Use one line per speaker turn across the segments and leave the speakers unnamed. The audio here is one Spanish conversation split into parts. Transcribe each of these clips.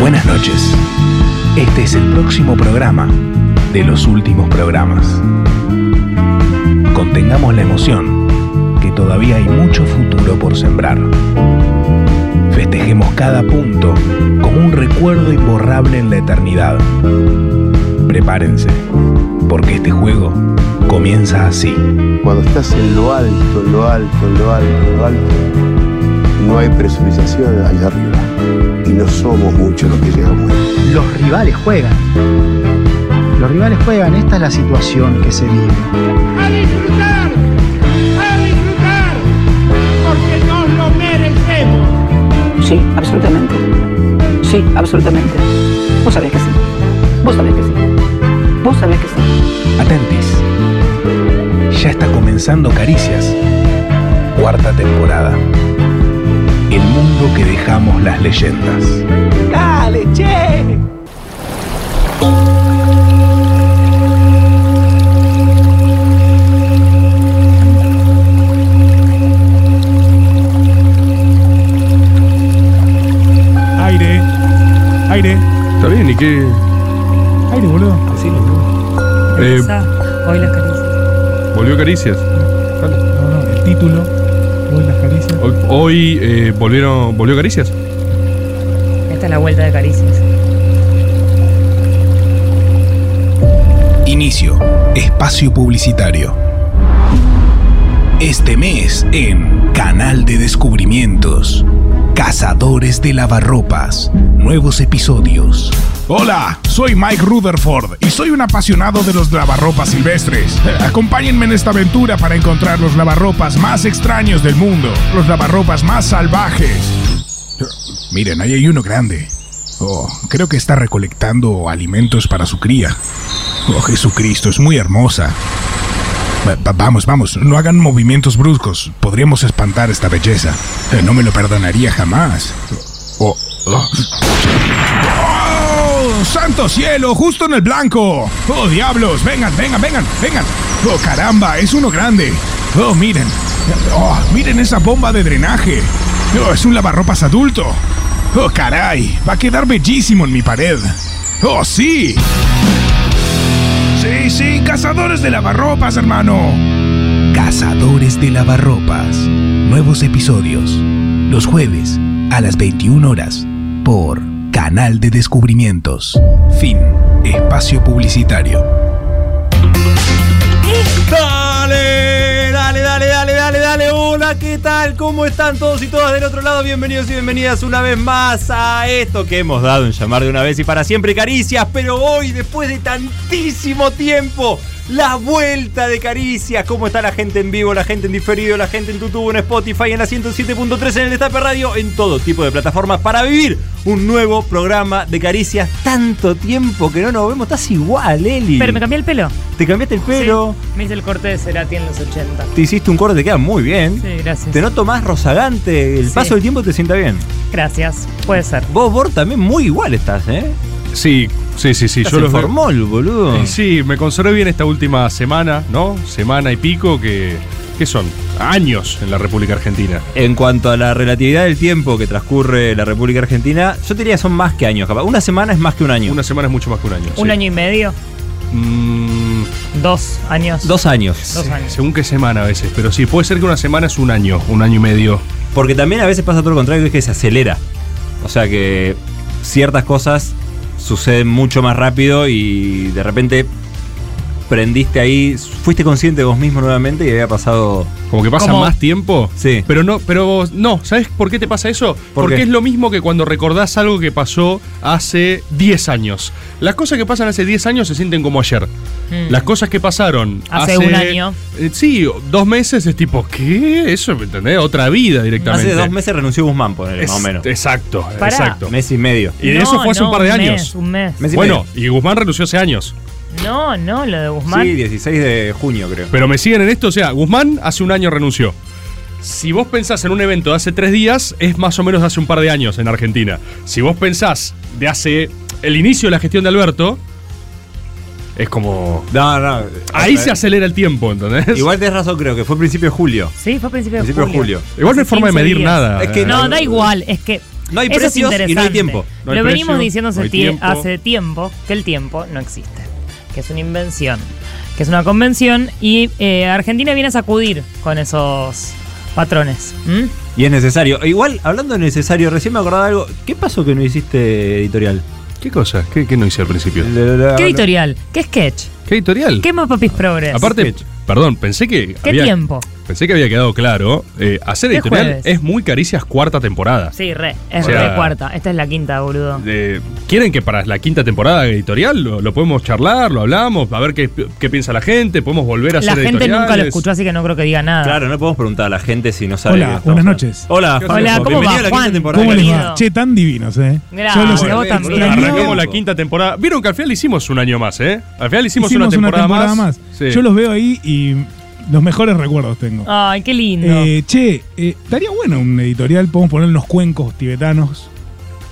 Buenas noches. Este es el próximo programa de los últimos programas. Contengamos la emoción, que todavía hay mucho futuro por sembrar. Festejemos cada punto como un recuerdo imborrable en la eternidad. Prepárense, porque este juego comienza así.
Cuando estás en lo alto, en lo alto, en lo alto, en lo alto, no hay presurización allá arriba. Y no somos muchos los que llegamos.
Los rivales juegan. Los rivales juegan. Esta es la situación que se vive.
¡A disfrutar! ¡A disfrutar! Porque nos lo merecemos.
Sí, absolutamente. Sí, absolutamente. Vos sabés que sí. Vos sabés que sí. Vos sabés que sí.
Atentis. Ya está comenzando Caricias, cuarta temporada. El mundo que dejamos las leyendas.
¡Dale, che!
Aire. Aire.
Está bien, ¿y eh, qué?
Aire, boludo.
Eh,
Hoy las caricias.
volvió Caricias.
No, no, el título. Hoy las caricias.
Hoy, hoy, eh, volvieron, volvió Caricias.
Esta es la vuelta de caricias.
Inicio. Espacio publicitario. Este mes en Canal de Descubrimientos. Cazadores de lavarropas. Nuevos episodios.
Hola, soy Mike Rutherford y soy un apasionado de los lavarropas silvestres. Acompáñenme en esta aventura para encontrar los lavarropas más extraños del mundo, los lavarropas más salvajes. Miren, ahí hay uno grande. Oh, creo que está recolectando alimentos para su cría. Oh, Jesucristo, es muy hermosa. Va- va- Vamos, vamos, no hagan movimientos bruscos. Podríamos espantar esta belleza. Eh, No me lo perdonaría jamás. Oh, oh. ¡Oh! ¡Santo cielo! ¡Justo en el blanco! ¡Oh, diablos! ¡Vengan, vengan, vengan, vengan! ¡Oh, caramba! ¡Es uno grande! ¡Oh, miren! ¡Oh, miren esa bomba de drenaje! ¡Oh, es un lavarropas adulto! ¡Oh, caray! ¡Va a quedar bellísimo en mi pared! ¡Oh, sí! ¡Sí, sí! ¡Cazadores de lavarropas, hermano!
Cazadores de lavarropas. Nuevos episodios. Los jueves a las 21 horas por Canal de Descubrimientos. Fin. Espacio publicitario.
Dale, dale, dale, dale, dale, dale. Hola, ¿qué tal? ¿Cómo están todos y todas del otro lado? Bienvenidos y bienvenidas una vez más a esto que hemos dado en llamar de una vez y para siempre caricias, pero hoy, después de tantísimo tiempo, la vuelta de caricias. ¿Cómo está la gente en vivo, la gente en diferido, la gente en tu tubo, en Spotify, en la 107.3, en el Estape Radio, en todo tipo de plataformas para vivir un nuevo programa de caricias? Tanto tiempo que no nos vemos, estás igual, Eli.
Pero me cambié el pelo.
Te cambiaste el pelo.
Sí, me hice el corte de Cerati en los 80.
Te hiciste un corte, te queda muy bien.
Sí, gracias.
Te noto más rozagante, el
Sí.
paso del tiempo te sienta bien.
Gracias. Puede ser.
Vos, Bor, también muy igual estás, ¿eh?
Sí, sí, sí, sí.
Estás
Yo
en
los veo-
formol, boludo.
Eh, Sí, me conservé bien esta última semana, ¿no? Semana y pico que. ¿Qué son? Años en la República Argentina.
En cuanto a la relatividad del tiempo que transcurre la República Argentina, yo te diría son más que años, capaz. Una semana es más que un año.
Una semana es mucho más que un año.
Un
sí.
año y medio.
Mm,
Dos años.
Dos años.
Dos años.
según qué semana a veces, pero sí, puede ser que una semana es un año, un año y medio.
Porque también a veces pasa todo lo contrario, que es que se acelera. O sea que ciertas cosas suceden mucho más rápido y de repente prendiste ahí, fuiste consciente de vos mismo nuevamente y había pasado...
Como que pasa
Como-
más tiempo.
Sí.
Pero no, pero no, ¿sabes por qué te pasa eso? Porque
qué?
es lo mismo que cuando recordás algo que pasó hace 10 años. Las cosas que pasan hace 10 años se sienten como ayer.
Mm.
Las cosas que pasaron
Hace un año.
eh, sí, dos meses es tipo, ¿qué? Eso, ¿me entendés? Otra vida directamente.
Hace dos meses renunció Guzmán, ponele,
Es-
más o menos.
Exacto,
Pará.
exacto.
Mes y medio.
Y de eso
No,
fue hace
no,
un par de
mes,
años.
un mes.
Mes y
bueno,
medio.
y Guzmán renunció hace años.
No, no, lo de Guzmán.
Sí, 16 de junio, creo.
Pero me siguen en esto, o sea, Ah, Guzmán hace un año renunció. Si vos pensás en un evento de hace tres días, es más o menos de hace un par de años en Argentina. Si vos pensás de hace el inicio de la gestión de Alberto, es como...
No,
Ah.
no.
Ahí se acelera el tiempo, ¿entendés?
Igual tenés razón, creo que fue principio de julio.
Sí, fue a principio,
Principio de
de julio.
julio.
Igual no hay
hace
forma de
15
medir
días.
nada.
Es que
No, da igual. Es que
No hay
Eso es
precios y no hay
interesante.
tiempo. No hay precio,
Lo venimos diciendo hace,
no hay
tie-
tiempo.
hace tiempo que el tiempo no existe, que es una invención, que es una convención y eh, Argentina viene a sacudir con esos patrones. ¿Mm?
Y es necesario. E Igual, hablando de necesario, recién me acordaba de algo. ¿Qué pasó que no hiciste editorial?
¿Qué cosa? ¿Qué, qué no hice al principio?
¿Qué editorial? ¿Qué sketch?
¿Qué editorial?
¿Qué más papis progres?
Aparte, perdón, pensé que.
¿Qué
había-
tiempo?
Pensé que había quedado claro. eh, hacer
¿Qué
editorial
jueves?
es muy caricias cuarta temporada.
Sí, re. Es
O sea-
re cuarta. Esta es la quinta, boludo.
Eh, ¿Quieren que para la quinta temporada de editorial lo, lo podemos charlar, lo hablamos, a ver qué, qué piensa la gente? ¿Podemos volver a
La
hacer
gente nunca lo
editoriales?
escuchó, así que no creo que diga nada.
Claro, no podemos preguntar a la gente si no sabe.
Hola,
que estamos
buenas
hablando.
noches.
Hola, Juan.
Hola, ¿cómo
Bienvenido
va,
a la
Juan?
quinta temporada.
¿Cómo les va?
Bienvenido.
Che, tan divinos, ¿eh?
Gracias,
Yo los-
Ah, vos también.
Arrancamos la quinta temporada. ¿Vieron que al final hicimos un año más, eh? Al final hicimos,
Hicimos
una temporada, más. Sí.
Yo los veo ahí y los mejores recuerdos tengo.
Ay, qué lindo.
Eh, che, eh, estaría bueno un editorial, podemos poner unos cuencos tibetanos.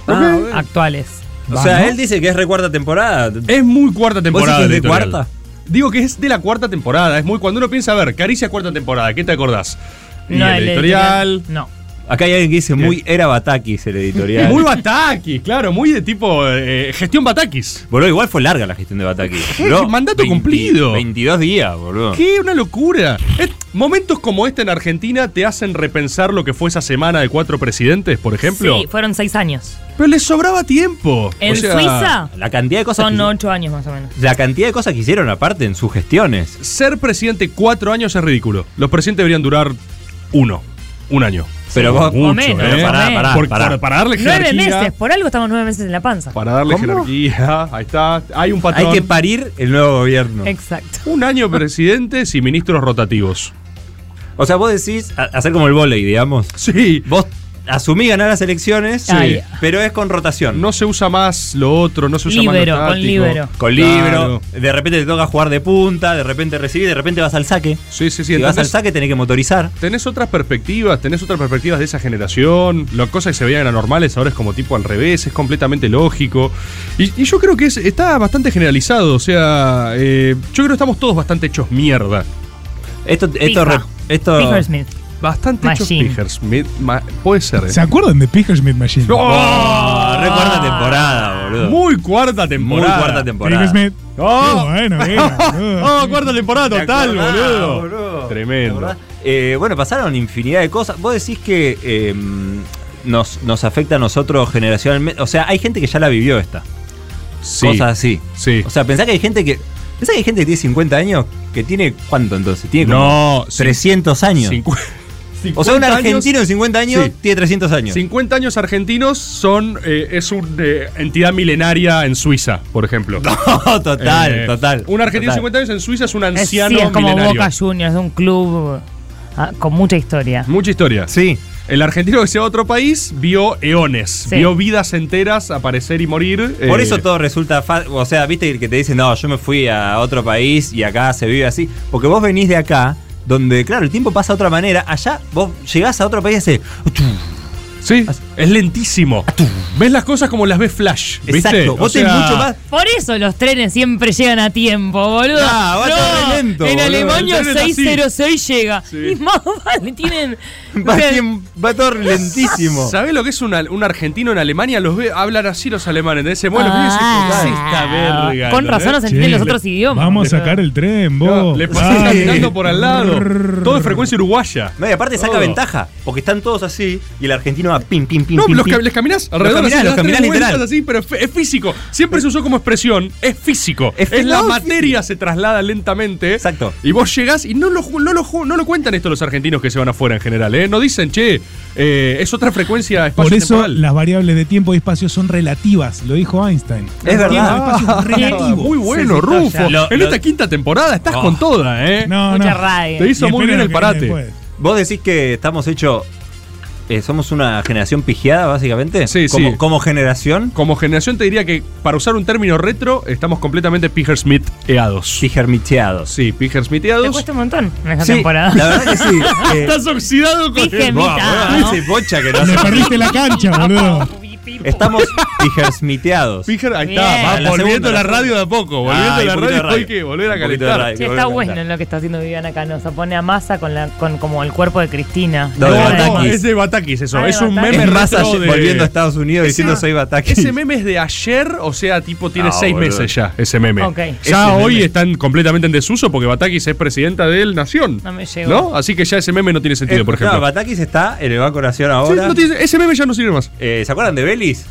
Ah, bueno.
Actuales.
O sea,
Vamos.
él dice que es recuarta temporada.
Es muy cuarta temporada.
¿Vos decís que es de
editorial.
cuarta?
Digo que es de la cuarta temporada. Es muy cuando uno piensa, a ver, Caricia cuarta temporada, ¿qué te acordás? Y
No,
el
el
editorial.
editorial. No.
Acá hay alguien que dice muy era Batakis el editorial.
Muy Batakis, claro, muy de tipo eh, gestión Batakis.
Boludo, igual fue larga la gestión de Batakis. Duró
Mandato cumplido.
22 días, boludo.
¡Qué una locura! Es- momentos como este en Argentina te hacen repensar lo que fue esa semana de cuatro presidentes, por ejemplo.
Sí, fueron seis años.
Pero les sobraba tiempo.
En
O sea,
Suiza
La cantidad de cosas.
son
que-
ocho años más o menos.
La cantidad de cosas que hicieron aparte en sus gestiones.
Ser presidente cuatro años es ridículo. Los presidentes deberían durar uno. Un año.
Pero vos-
Mucho,
o
¿eh?
menos, o
Pará,
menos.
pará,
Por-
pará.
para- para darle
Nueve
jerarquía-
meses, por algo estamos nueve meses en la panza.
Para darle jerarquía. Ahí está. Hay un patrón.
Hay que parir el nuevo gobierno.
Exacto.
un año presidentes y ministros rotativos.
O sea, vos decís a- hacer como el volei, digamos.
Sí.
Vos asumí ganar las elecciones,
Sí. Ah. Ay.
pero es con rotación.
No se usa más lo otro, no se usa
Libero,
más lo
con
táctico.
libero.
Con libro,
Claro.
de repente te toca jugar de punta, de repente recibís, de repente vas al saque.
Sí, sí, sí.
Si vas al
Entonces,
saque tenés que motorizar.
tenés otras perspectivas, tenés otras perspectivas de esa generación. Las cosas que se veían anormales ahora es como tipo al revés, es completamente lógico. Y, y yo creo que es- está bastante generalizado, o sea, eh, yo creo que estamos todos bastante hechos mierda.
Esto, esto,
Pija.
re- esto
Fisher Smith.
Bastante hechos
Machine.
pijers. Me- ma- puede ser. eh.
¿Se acuerdan de Picklesmith Machine? Ah,
¡Oh!
Oh,
Ah,
re cuarta temporada, boludo.
Muy cuarta
Muy
temporada.
cuarta temporada.
Picklesmith.
Oh.
Qué bueno, que era, boludo.
Oh, cuarta temporada
¿Te
total,
acordás,
boludo.
Ah, boludo? ¿Te
Tremendo.
acordás? Eh, bueno, pasaron infinidad de cosas. Vos decís que em, nos, nos afecta a nosotros generacionalmente. O sea, hay gente que ya la vivió esta.
Sí.
Cosas así.
Sí.
O sea, pensá que hay gente que. Pensá que hay gente que tiene 50 años que tiene. ¿Cuánto entonces? Tiene como
No,
300 años.
cincu-
O sea, un
50 años-
argentino de 50 años
Sí.
tiene 300 años.
50 años argentinos son eh, es una entidad milenaria en Suiza, por ejemplo.
No, total,
Eh,
total.
Un argentino de
total.
50 años en Suiza es un
Es, sí,
anciano
es como
milenario.
Boca Juniors, de un club ah, con mucha historia.
Mucha historia.
Sí.
El argentino que se va a otro país vio eones,
Sí.
vio vidas enteras aparecer y morir.
Por
eh,
eso todo resulta fácil. O sea, viste que te dicen, no, yo me fui a otro país y acá se vive así. Porque vos venís de acá, donde, claro, el tiempo pasa de otra manera. Allá vos llegás a otro país y hace.
Sí, es lentísimo. Ves las cosas como las ves Flash, ¿viste?
Exacto.
O
Vos tenés
sea,
mucho más.
Por eso los trenes siempre llegan a tiempo, boludo.
Ah, va a estar re lento,
en
boludo.
Alemania
El tren es así.
606 llega.
Sí.
Y más vale, tienen.
Va, bien- va todo lentísimo.
¿Sabés lo que es un, al- un argentino en Alemania? Los ve, hablan así los alemanes. De ese bueno,
Ah,
¿qué es esta verga?
Con razón no se entienden
Che,
los otros idiomas.
Vamos a sacar el tren, vos.
Le pasás
Dale.
caminando por al lado. Todo es frecuencia uruguaya.
No, y aparte saca
Todo.
ventaja, porque están todos así y el argentino va pim, pim, pim.
No,
pim,
los
pim.
cam- les caminás alrededor
caminás,
así,
los
das tres
caminás literal.
vueltas así, pero es fe- es físico. Siempre se usó como expresión, es físico.
Es
Es,
fí-
la
no,
materia se traslada lentamente.
Exacto.
Y vos llegás y no lo, ju- no lo, ju- no lo cuentan esto los argentinos que se van afuera en general, ¿eh? No dicen, che, eh, es otra frecuencia
Por
espacio
eso las variables de tiempo y espacio son relativas, lo dijo Einstein. Tiempo
Es
y
verdad.
espacio es relativo.
Muy bueno,
Sí, sí, está
Rufo.
ya.
Lo-
en
lo-
esta quinta temporada estás
Oh.
con toda, ¿eh?
No,
Mucha
no.
radio.
Te hizo
Y
muy bien el
esperen lo que
parate.
viene después.
Vos decís que estamos hechos. somos una generación pigiada, básicamente.
Sí,
como,
sí.
Como generación,
Como generación te diría que, para usar un término retro, estamos completamente Piger Smith-eados.
pijermiteados.
Sí, Piger
Te
Smith-eados.
cuesta un montón en esta
Sí,
temporada.
La verdad que sí. Eh,
Estás oxidado con
Dije
el-
mitad,
Buah,
¿no?
Ese bocha que no
Me perdiste la cancha, boludo.
Estamos pijersmiteados.
Pijer, ahí está,
Bien.
va
A la
volviendo la
segunda, la
radio de a poco, volviendo
Ah,
a
y
la
un poquito
radio,
de radio.
hay que volver a
Un poquito de
calentar.
radio.
Che, está bueno lo que está haciendo Viviana Canosa. Pone a masa con la, con, como el cuerpo de Cristina.
No, de
Esa
Batakis.
no, es de Batakis eso,
Ah, de
es un
Batakis.
meme
Es más
retro
ayer-
de-
volviendo a Estados Unidos
Ese-
diciendo soy Bataki.
Ese meme es de ayer, o sea, tipo tiene
No,
seis
boludo.
meses ya, ese meme.
Ok.
Ah, Ya
Ese
hoy
meme.
están completamente en desuso porque Batakis es presidenta del Nación.
No me llegó.
¿No? Así que ya ese meme no tiene sentido, por ejemplo.
Eh, Batakis está en el Banco Nación
Sí,
ahora.
no tiene- ese meme ya no sirve más.
Eh, ¿Se acuerdan de Belis?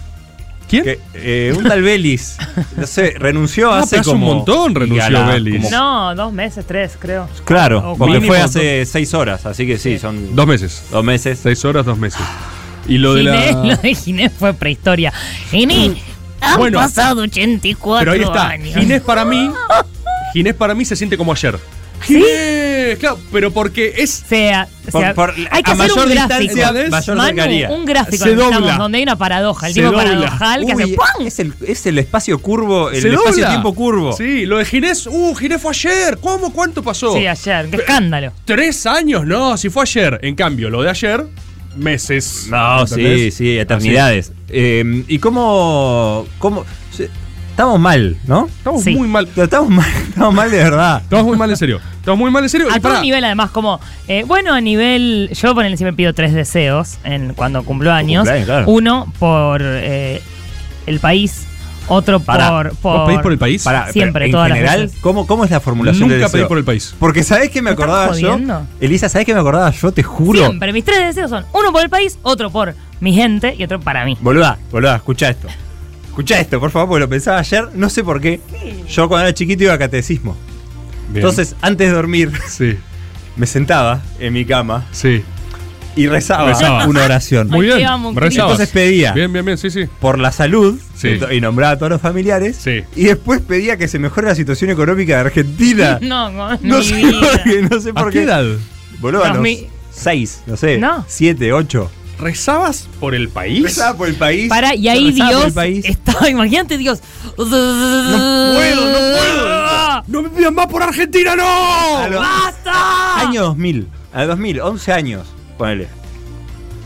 ¿Quién?
Que, eh, un tal Belis. No sé, renunció
Ah,
hace
pero hace un
como.
montón renunció
y a la-
Belis.
como-
No, dos meses, tres, creo.
Claro,
O
porque
mínimo
fue hace seis horas, así que sí, son
Dos meses.
dos meses.
Seis horas, dos meses. Y lo de
Ginés, lo
la.
de Ginés fue prehistoria. Ginés, han
Bueno,
pasado
Pero
84
ahí está.
años.
Ginés para mí. Ginés para mí se siente como ayer. Ginés, claro, pero porque es.
sea, o
Por-
sea,
por-
hay que
a
hacer un
mayor
gráfico.
distancia, mayor
Manu,
cercanía.
un gráfico
Se
necesitamos
dobla.
donde hay una paradoja, el
Se
tipo
dobla.
paradojal que hace
Uy,
¡pum!
es, el, es el espacio curvo, el
se dobla.
espacio-tiempo curvo.
Sí, lo de Ginés. Uh, Ginés fue ayer. ¿Cómo? ¿Cuánto pasó?
Sí, ayer, qué escándalo.
¿Tres años? No, si fue ayer. En cambio, lo de ayer, meses.
No, Oh, sí,
¿Entendés?
sí, eternidades. Eh, ¿Y cómo, cómo? se- Estamos mal, ¿no?
Estamos
Sí.
muy mal.
No, Estamos mal, estamos mal de verdad.
Estamos muy mal en serio. Estamos muy mal en serio.
A
Y pará,
todo nivel, además, como, eh, bueno, a nivel, yo por siempre pido tres deseos en, cuando cumplo años.
cumpleaños, claro.
Uno por eh, el país, otro
Pará.
por...
¿Vos pedís por el país?
Pará,
Siempre,
pero en
todas las
general,
veces.
¿cómo, ¿cómo es la formulación del
Nunca pedí
deseo?
por el país.
Porque ¿sabés que me
¿Me estás
acordaba yo?
jodiendo?
Elisa, ¿sabés que me acordaba yo? Te juro.
Siempre, mis tres deseos son uno por el país, otro por mi gente y otro para mí.
Boluda, boluda, escucha esto. Escucha esto, por favor, porque lo pensaba ayer, no sé por qué. Yo cuando era chiquito iba a catecismo. Entonces, antes de dormir,
Sí,
me sentaba en mi cama
sí.
y rezaba,
Rezaba.
una oración.
Muy
Ay, te
bien.
amo,
me
querido.
rezabas.
Entonces pedía
Bien, bien, bien. Sí, sí.
por la salud
Sí.
ento- y nombraba a todos los familiares.
Sí.
Y después pedía que se mejore la situación económica de Argentina.
No, no,
Ah. no,
mi
sé
vida.
por qué, no sé por
¿A
qué.
qué edad?
Boludo, a
Dos
los
mil-
seis, no sé,
No.
siete, ocho.
¿Rezabas por el país?
Rezaba por el país.
Para, y ahí
rezaba por el
Dios
país.
estaba, imagínate Dios. No
puedo,
puedo,
no puedo.
¡No me pidan más por Argentina, no!
A los-
¡Basta!
Año Ah, 2000, a 2000, 11 años, ponele.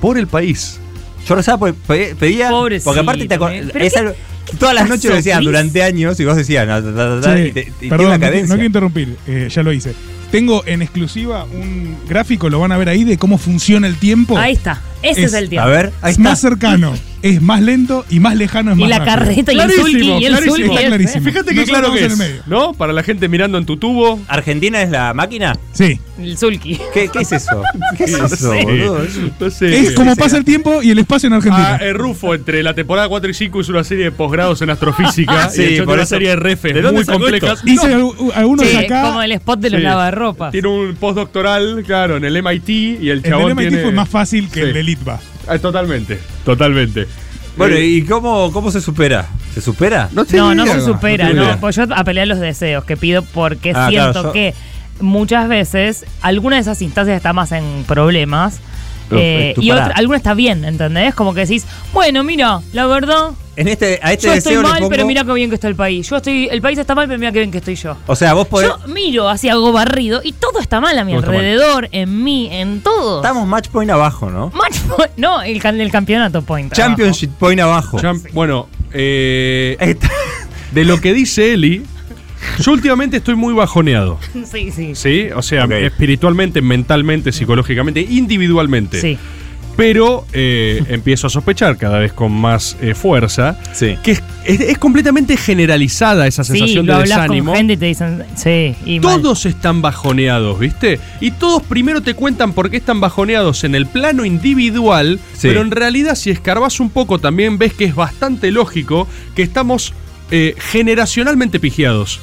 Por el país.
Yo rezaba, por, pe- pedía.
Pobrecito,
porque aparte te acor-
eh.
es
¿Pero qué-
algo- Todas las noches lo decían
Cris?
durante años y vos decías. na, ta, ta, ta, ta,
Che,
y te, y tiene
perdón, no
una
qui-
cadencia.
no quiero interrumpir, eh, ya lo hice. Tengo en exclusiva un gráfico, lo van a ver ahí, de cómo funciona el tiempo.
Ahí está, ese
Es-
es, el
a
tiempo.
ver, ahí
es
está.
más cercano, es más lento y más lejano es
y
más
la
rápido.
carreta y el
Clarísimo,
sulky y el ¿eh?
clarísimo.
sulky.
Está
es-
clarísimo.
Fíjate que
Nosotros
claro que
estamos
es.
en el medio.
¿No? Para la gente mirando en tu tubo.
¿Argentina es la máquina?
Sí.
El sulky.
¿Qué, qué es eso? ¿Qué es eso,
Sí.
boludo?
No sé.
Es como pasa el tiempo y el espacio en Argentina.
Ah, eh, Rufo, entre la temporada 4 y 5 hizo una serie de posgrados en astrofísica
Ah, Sí,
y hecho
por
una
eso-
serie de refes
¿De dónde
muy
sacó
complejas.
esto?
Dice al- algunos
Sí,
de acá.
como el spot de los
Sí.
lavarropas.
Tiene un postdoctoral, claro, en el MIT y el
El
chabón
del MIT
tiene-
fue más fácil que
Sí.
el del Litva.
Ah, Totalmente, totalmente.
Bueno,
Eh,
¿y cómo, cómo se supera? ¿Se supera?
no,
No, no
idea.
se supera,
No tengo
no.
idea.
Pues yo apelé a los deseos que pido porque
Ah,
siento
claro, yo-
que muchas veces alguna de esas instancias está más en problemas.
Pero,
eh,
eh, tú
y
pará.
otra, alguna está bien, ¿entendés? Como que decís, bueno, mira, la verdad,
En este, a este
yo
deseo
estoy
le
mal,
pongo-
pero mira qué bien que está el país. Yo estoy, el país está mal, pero mira qué bien que estoy yo.
O sea, vos podés.
Yo miro hacia algo barrido y todo está mal a mi
Todo está mal.
alrededor, en mí, en todo.
Estamos match point abajo, ¿no?
Match point- No, el, can- el campeonato point.
Championship point abajo.
Champ- Bueno, eh,
Ahí está.
de lo que dice Eli, yo últimamente estoy muy bajoneado.
abajo. Sí, sí.
Sí, o sea,
Ok.
espiritualmente, mentalmente, psicológicamente, individualmente.
Sí.
Pero eh, empiezo a sospechar cada vez con más eh, fuerza
Sí.
que es, es- es completamente generalizada esa
Sí,
sensación
lo
de
hablas
desánimo.
con gente y te dicen, sí, y mal.
Todos están bajoneados, ¿viste? Y todos primero te cuentan por qué están bajoneados en el plano individual,
Sí.
pero en realidad si escarbas un poco también ves que es bastante lógico que estamos eh, generacionalmente pigiados.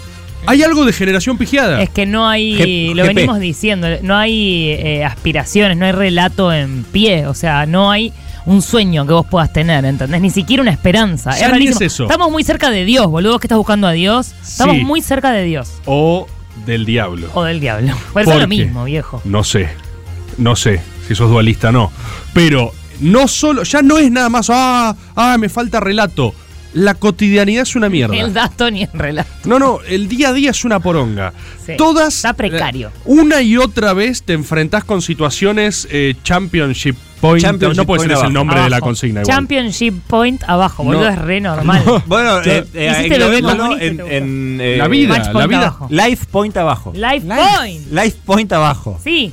Hay algo de generación pigiada.
Es que no hay,
G-
lo
GP.
venimos diciendo, no hay eh, aspiraciones, no hay relato en pie, o sea, no hay un sueño que vos puedas tener, ¿entendés? Ni siquiera una esperanza.
Ya ni
rarísimo.
es eso.
Estamos muy cerca de Dios, boludo, ¿vos que estás buscando a Dios. Estamos
Sí.
muy cerca de Dios
O del diablo.
o del diablo. Por eso es lo
Porque-
mismo, viejo.
No sé, no sé si sos dualista o no. Pero no solo, ya no es nada más, ah, ah, me falta relato. La cotidianidad es una mierda.
El dato ni el relato.
No, no, el día a día es una poronga.
Sí,
Todas.
está precario.
eh, Una y otra vez te enfrentás con situaciones eh, championship Point.
Championship
no puede ser
Point
ese el
abajo.
nombre de la
Abajo.
consigna. igual.
Championship Point abajo, boludo,
No.
es re normal.
Claro.
Bueno, eh, eh,
Hiciste lo que
englobémoslo
comunista
en,
te gusta.
en, eh,
La vida,
Match
la
point
vida.
abajo.
Life Point abajo.
Life Point.
Life Point abajo.
Sí,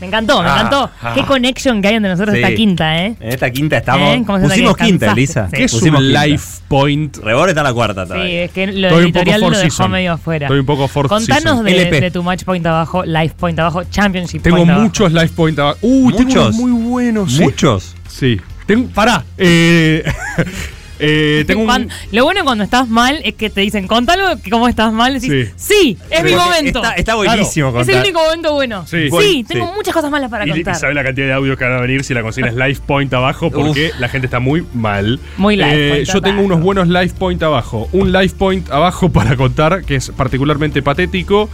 me encantó, me
Ah,
encantó.
ah.
Qué conexión que hay entre nosotros
Sí.
esta quinta, ¿eh?
En esta quinta estamos.
Bien, ¿cómo se nota
pusimos
que
quinta,
descansaste?
Elisa.
Sí.
¿Qué es
Pusimos
un
quinta.
life point?
Rebor está la cuarta
Sí,
todavía.
es que
Estoy
lo
un poco
editorial lo
Four
dejó
Seasons.
medio afuera.
Estoy un poco four
Contanos
season.
de,
LP.
de tu match point abajo, life point abajo, championship
Tengo
point abajo.
muchos life point abajo. Uy, tengo
Muchos.
unos muy buenos. ¿eh? sí.
Muchos.
Sí. Tengo, pará. Eh, eh, tengo un.
Cuando- Lo bueno cuando estás mal es que te dicen, contalo que cómo estás mal. Decís, sí, es mi
Porque
momento.
Está, está buenísimo
es el
contar.
único momento bueno.
Sí.
Sí,
Voy,
tengo
sí.
muchas cosas malas para
Y,
contar.
sabe la cantidad de audios que van a venir si la consigna es life point abajo porque la gente está muy mal. Eh,
Muy life point
Yo tengo
abajo.
unos buenos life point abajo. Un life point abajo para contar que es particularmente patético.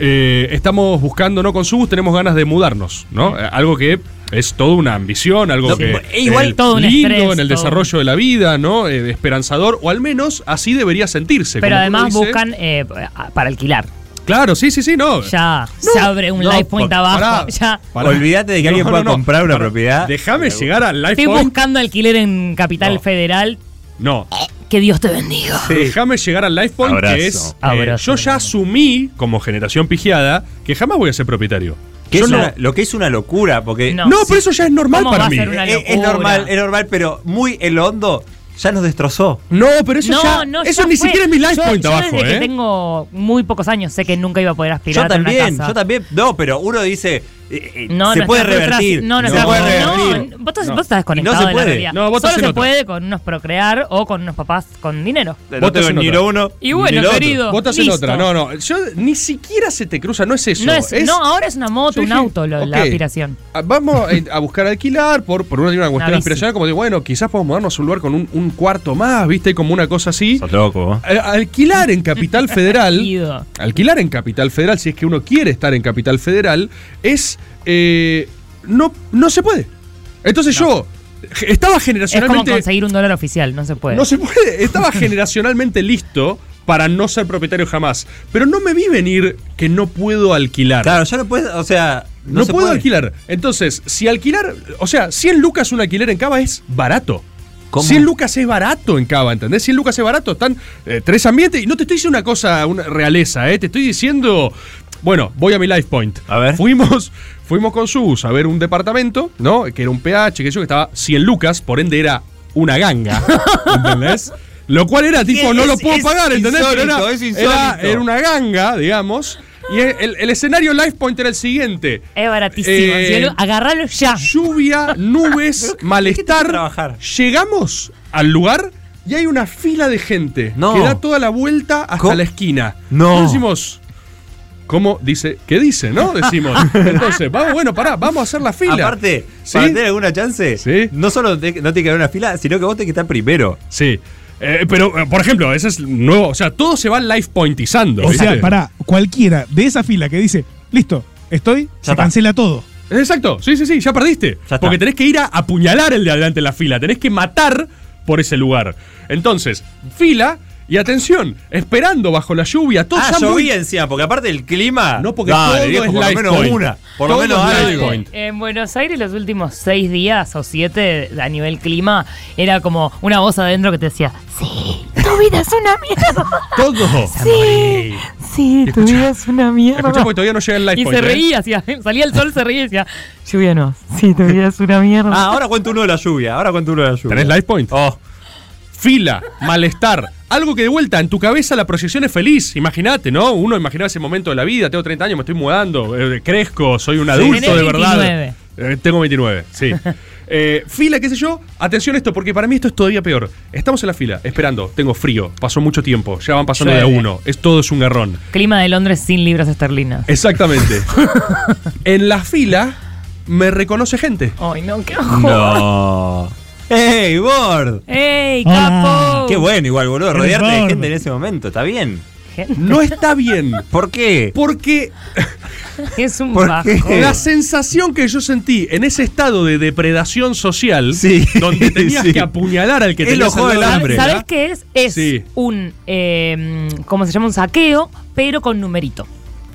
Eh, estamos buscando, no con Subus, tenemos ganas de mudarnos, ¿no? Eh, Algo que es toda una ambición, algo
No,
que
e igual
es
todo un
lindo
estrés,
en el
todo.
desarrollo de la vida, ¿no? Eh, esperanzador, o al menos así debería sentirse. como
Pero
uno
además
dice.
buscan eh, para alquilar.
Claro, sí, sí, sí, no.
Ya se abre un
no,
life point
pa-
abajo.
pará.
ya.
Pará.
Olvídate de que alguien pueda comprar una
pará.
propiedad.
Déjame llegar al life
Estoy
point.
buscando alquiler en Capital
No.
Federal.
No,
Que Dios te bendiga.
déjame llegar al life point
Abrazo.
que es. eh,
Abrazo,
yo ya
hermano.
asumí, como generación pigiada, que jamás voy a ser propietario.
Que
Yo
es
no-
una- lo que es una locura, porque
No.
no, pero eso ya es normal
¿Cómo va
para
a
mí.
ser una-
Eh, es, es
locura.
normal, es normal, pero muy el hondo ya nos destrozó.
No, pero eso
no,
ya.
no,
eso
ya
ni
fue.
siquiera es mi life
Yo-
point
yo
abajo,
desde
¿eh?
que tengo muy pocos años sé que nunca iba a poder aspirar
Yo
a
también,
una casa.
yo también. No, pero uno dice, eh, eh,
No,
se
nuestra-
puede
nuestra-
revertir.
No,
se
nuestra-
puede
no,
revertir.
vos, estás-
No.
vos estás desconectado
No se
de
puede.
la realidad.
No, vos
Solo
estás en
se
otra.
puede con unos procrear o con unos papás con dinero.
No tengo
en
ni
otra.
lo uno.
Y bueno,
ni lo otro.
querido.
Vos estás en
listo.
otra. No, no. Yo ni siquiera se te cruza, no es eso.
No, es- no, ahora es una moto,
Yo
un
dije,
auto lo- la
ok,
aspiración.
a- Vamos eh, a buscar alquilar por, por una, una cuestión
bici.
aspiracional, como de, bueno, quizás podemos mudarnos a un lugar con un, un cuarto más, ¿viste? Como una cosa así.
Sos loco, vos.
Eh, Alquilar en Capital Federal.
Ido.
alquilar en Capital Federal, si es que uno quiere estar en Capital Federal, es. eh, no, no se puede. Entonces yo ge- estaba
Es como
generacionalmente.
conseguir un dólar oficial, no se puede.
No se puede. Estaba generacionalmente listo para no ser propietario jamás. Pero no me vi venir que no puedo alquilar.
Claro, ya no puedes, o sea, no,
no
se
puedo
puede.
alquilar. Entonces, si alquilar. O sea, 100 lucas un alquiler en Cava es barato.
¿Cómo?
100 lucas es barato en Cava, ¿entendés? 100 lucas es barato. Están eh, tres ambientes. Y no te estoy diciendo una cosa, una realeza, ¿eh? Te estoy diciendo. Bueno, voy a mi life point.
A ver.
Fuimos, fuimos con Sus a ver un departamento, ¿no? Que era un PH, que yo, que estaba 100 lucas, por ende era una ganga. ¿Entendés? Lo cual era tipo,
Es-
no lo puedo
es
pagar, ¿entendés? Pero
insólito,
era-
es
era,
insólito.
era una ganga, digamos. Y el, el- el escenario life point era el siguiente.
Es baratísimo.
Eh,
cielo. Agarralo ya.
Lluvia, nubes,
que
malestar.
trabajar?
Llegamos al lugar y hay una fila de gente
No.
que da toda la vuelta hasta
¿Cómo?
la esquina.
No.
Entonces decimos, ¿cómo dice? ¿Qué dice, no? Decimos. Entonces, vamos, bueno, pará, vamos a hacer la fila.
Aparte,
¿Sí?
para tener alguna chance,
Sí.
no solo te- no tiene que haber una fila, sino que vos tenés que estar primero.
Sí. Eh, pero, eh, por ejemplo, ese es nuevo. O sea, todo se va life pointizando.
O sea,
¿viste?
para cualquiera de esa fila que dice, listo, estoy, se
está.
cancela todo.
Exacto, sí, sí, sí, ya perdiste.
está.
Porque tenés que ir a apuñalar el de adelante en la fila, tenés que matar por ese lugar. Entonces, fila y atención, esperando bajo la lluvia, todo
ah,
ya muy-
llovía encima, porque aparte el clima.
No, porque
Dale,
todo
viejo,
es
por
life
lo menos
point.
una. Por
Todo
lo menos
es life
algo.
point.
Eh, En Buenos Aires los últimos seis días o siete a nivel clima era como una voz adentro que te decía, sí, tu vida es una mierda.
todo.
Sí, sí, tu vida es una mierda.
Escuchá, porque todavía no llega el life
Y
point.
se
¿eh?
reía, hacía- salía el sol, se reía y decía, lluvia no, sí, tu vida es una mierda.
Ah, ahora cuento uno de la lluvia. Ahora cuento uno de la lluvia.
¿Tenés life point?
Oh,
Fila, malestar, algo que de vuelta en tu cabeza la proyección es feliz. Imagínate, ¿no? Uno imaginaba ese momento de la vida, tengo 30 años, me estoy mudando, eh, crezco, soy un adulto
Tenés
de verdad.
29.
Eh, tengo 29, sí. Eh, fila, qué sé yo. Atención a esto, porque para mí esto es todavía peor. Estamos en la fila, esperando. Tengo frío, pasó mucho tiempo, ya van pasando de a
Llueve.
uno. Es, todo es un garrón.
Clima de Londres sin libras esterlinas.
Exactamente. en la fila me reconoce gente.
Ay, no, qué ojo.
no. ¡Ey, Bord!
¡Ey,
Ah,
capo!
Qué bueno, igual, boludo.
Eres
Rodearte de
Bord.
gente en ese momento, está bien.
No está bien.
¿Por qué?
Porque
Es un
¿Por
bajo.
qué?
La sensación que yo sentí en ese estado de depredación social,
Sí.
donde tenías
Sí.
que apuñalar al que
Es
te
lo joven
¿Sabes-
hambre,
¿Sabes qué es? Es
Sí.
un, em, eh, ¿cómo se llama? Un saqueo, pero con numerito.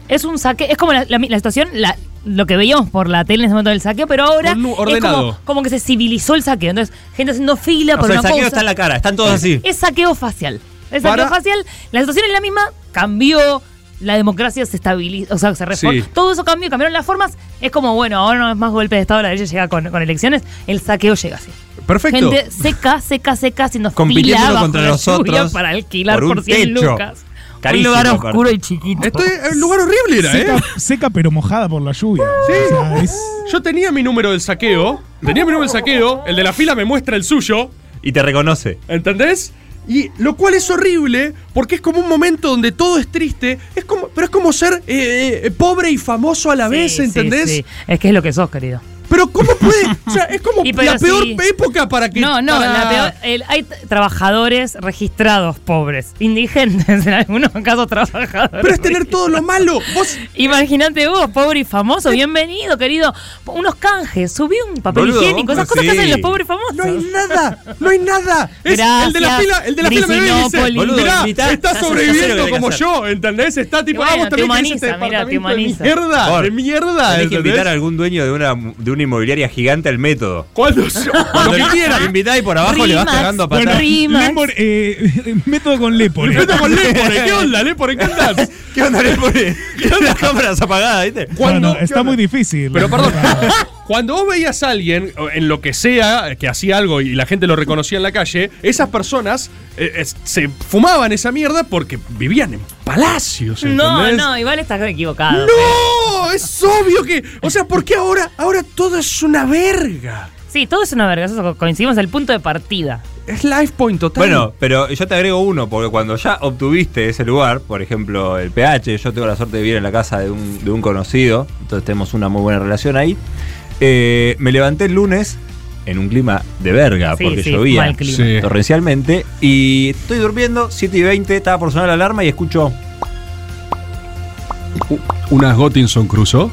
Es un saqueo, es como la, la- la situación, la lo que veíamos por la tele en ese momento del saqueo, pero ahora
Ornu-
es
ordenado.
como, como que se civilizó el saqueo. Entonces, gente haciendo fila
O
por
sea, el
una
saqueo
cosa.
está en la cara, están todos así.
Es saqueo facial. Es
Para-
saqueo facial. La situación es la misma, cambió. La democracia se estabiliza, o sea, se reforma.
Sí.
Todo eso cambió, cambiaron las formas. Es como, bueno, ahora no es más golpe de Estado, la derecha llega con, con elecciones. El saqueo llega así.
Perfecto.
Gente seca, seca, seca, haciendo
Compitiendo
fila
uno
bajo
contra
la
los
lluvia
otros
para alquilar
por
por,
un
100
techo.
lucas.
Carísimo,
un lugar
aparte.
oscuro y chiquito.
Esto es un lugar horrible era, ¿eh?
Seca, seca pero mojada por la lluvia.
Sí.
O sea, es-
Yo tenía mi número del saqueo. Tenía mi número del saqueo. El de la fila me muestra el suyo.
Y te reconoce.
¿Entendés? Y lo cual es horrible, porque es como un momento donde todo es triste, es como, pero es como ser eh, eh, pobre y famoso a la
Sí,
vez,
sí,
¿entendés?
sí. Es que es lo que sos, querido.
Pero ¿cómo puede? O sea, es como
Y
la
pero
peor
sí.
época para que...
No, no,
para-
la peor- el- hay t- trabajadores registrados pobres, indigentes, en algunos casos trabajadores.
Pero es tener todo lo malo. Vos,
Imagínate vos, pobre y famoso, bienvenido, querido. Unos canjes, subí un papel
Boludo,
higiénico, esas cosas
sí.
que hacen los pobres famosos.
no hay nada, no hay nada. Es
Gracias,
el de la fila, el de la fila me ve y dice,
Grisinópolis.
Boludo,
mirá,
invitá,
está
haces- haces lo
sobreviviendo
que
como
tenés que hacer.
yo, ¿entendés? Está tipo,
Y bueno,
ah, vos
te
también tenés este
humaniza, mirá, te
departamento de
humaniza.
mierda,
Por-
de mierda,
Tenés que
¿entendés?
invitar a algún dueño de una, de una inmobiliaria gigante al método.
Cuando, cuando quiera.
Lo invitás y por abajo le vas
Rimas.
cagando a
Bueno,
patada.
Rimas.
Lepore, eh, método con Lepore.
Empezó con Lepore. ¿Qué onda, Lepore? ¿Qué andás?
¿Qué onda, le pone? Las cámaras apagadas, ¿viste?
Cuando-
No, no,
¿qué
está
onda?
muy difícil.
Pero perdón, cuando vos veías a alguien o en lo que sea que hacía algo y la gente lo reconocía en la calle, esas personas eh, es- se fumaban esa mierda porque vivían en palacios.
No,
¿entendés?
no, igual estás equivocado.
¡No! Es obvio que. O sea, ¿por qué ahora, ahora todo es una verga?
Sí, todo es una verga, eso co- coincidimos en el punto de partida.
Es life point total.
Bueno, pero yo te agrego uno, porque cuando ya obtuviste ese lugar, por ejemplo, el PH, yo tengo la suerte de vivir en la casa de un, de un conocido, entonces tenemos una muy buena relación ahí. eh, me levanté el lunes en un clima de verga,
Sí,
porque
sí,
llovía
mal clima.
Sí.
torrencialmente, y estoy durmiendo, 7 y 20, estaba por sonar la alarma y escucho
unas Gottinson cruzó.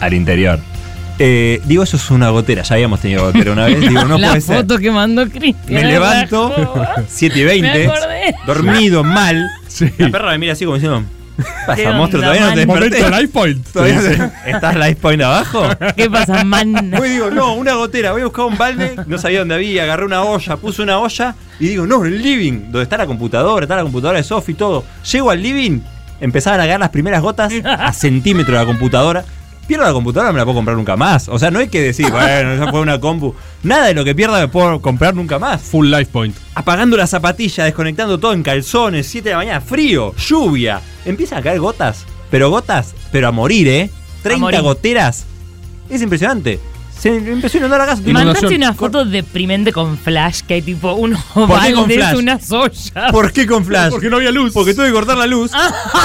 al interior. Eh, digo, eso es una gotera, ya habíamos tenido gotera una vez, digo, no
la
puede ser.
foto que mandó Cristian.
Me levanto, 7 y 20,
Me acordé.
dormido mal.
Sí.
La perra me mira así como diciendo:
¿Qué
Pasa,
onda,
monstruo, todavía no te
man?
desperté.
life point.
¿Todavía no te- ¿Estás live point abajo?
¿Qué pasa, man?
Voy y digo, no, una gotera, voy a buscar un balde, no sabía dónde había, agarré una olla, puse una olla y digo, no, el living, donde está la computadora, está la computadora de Sofi y todo. Llego al living, empezaban a caer las primeras gotas a centímetro de la computadora. Pierdo la computadora, no me la puedo comprar nunca más. O sea, no hay que decir, bueno, ya fue una compu. Nada de lo que pierda me puedo comprar nunca más.
Full life point.
Apagando la zapatilla, desconectando todo en calzones, 7 de la mañana, frío, lluvia. Empiezan a caer gotas, pero gotas, pero a morir, ¿eh? 30
morir.
goteras. Es impresionante. Se me empezó a inundar la casa.
Mandaste una foto deprimente con flash que hay tipo unos
qué con
baldes,
flash?
unas ollas.
¿Por qué con flash?
Porque no había luz. Ah.
Porque tuve que cortar la luz.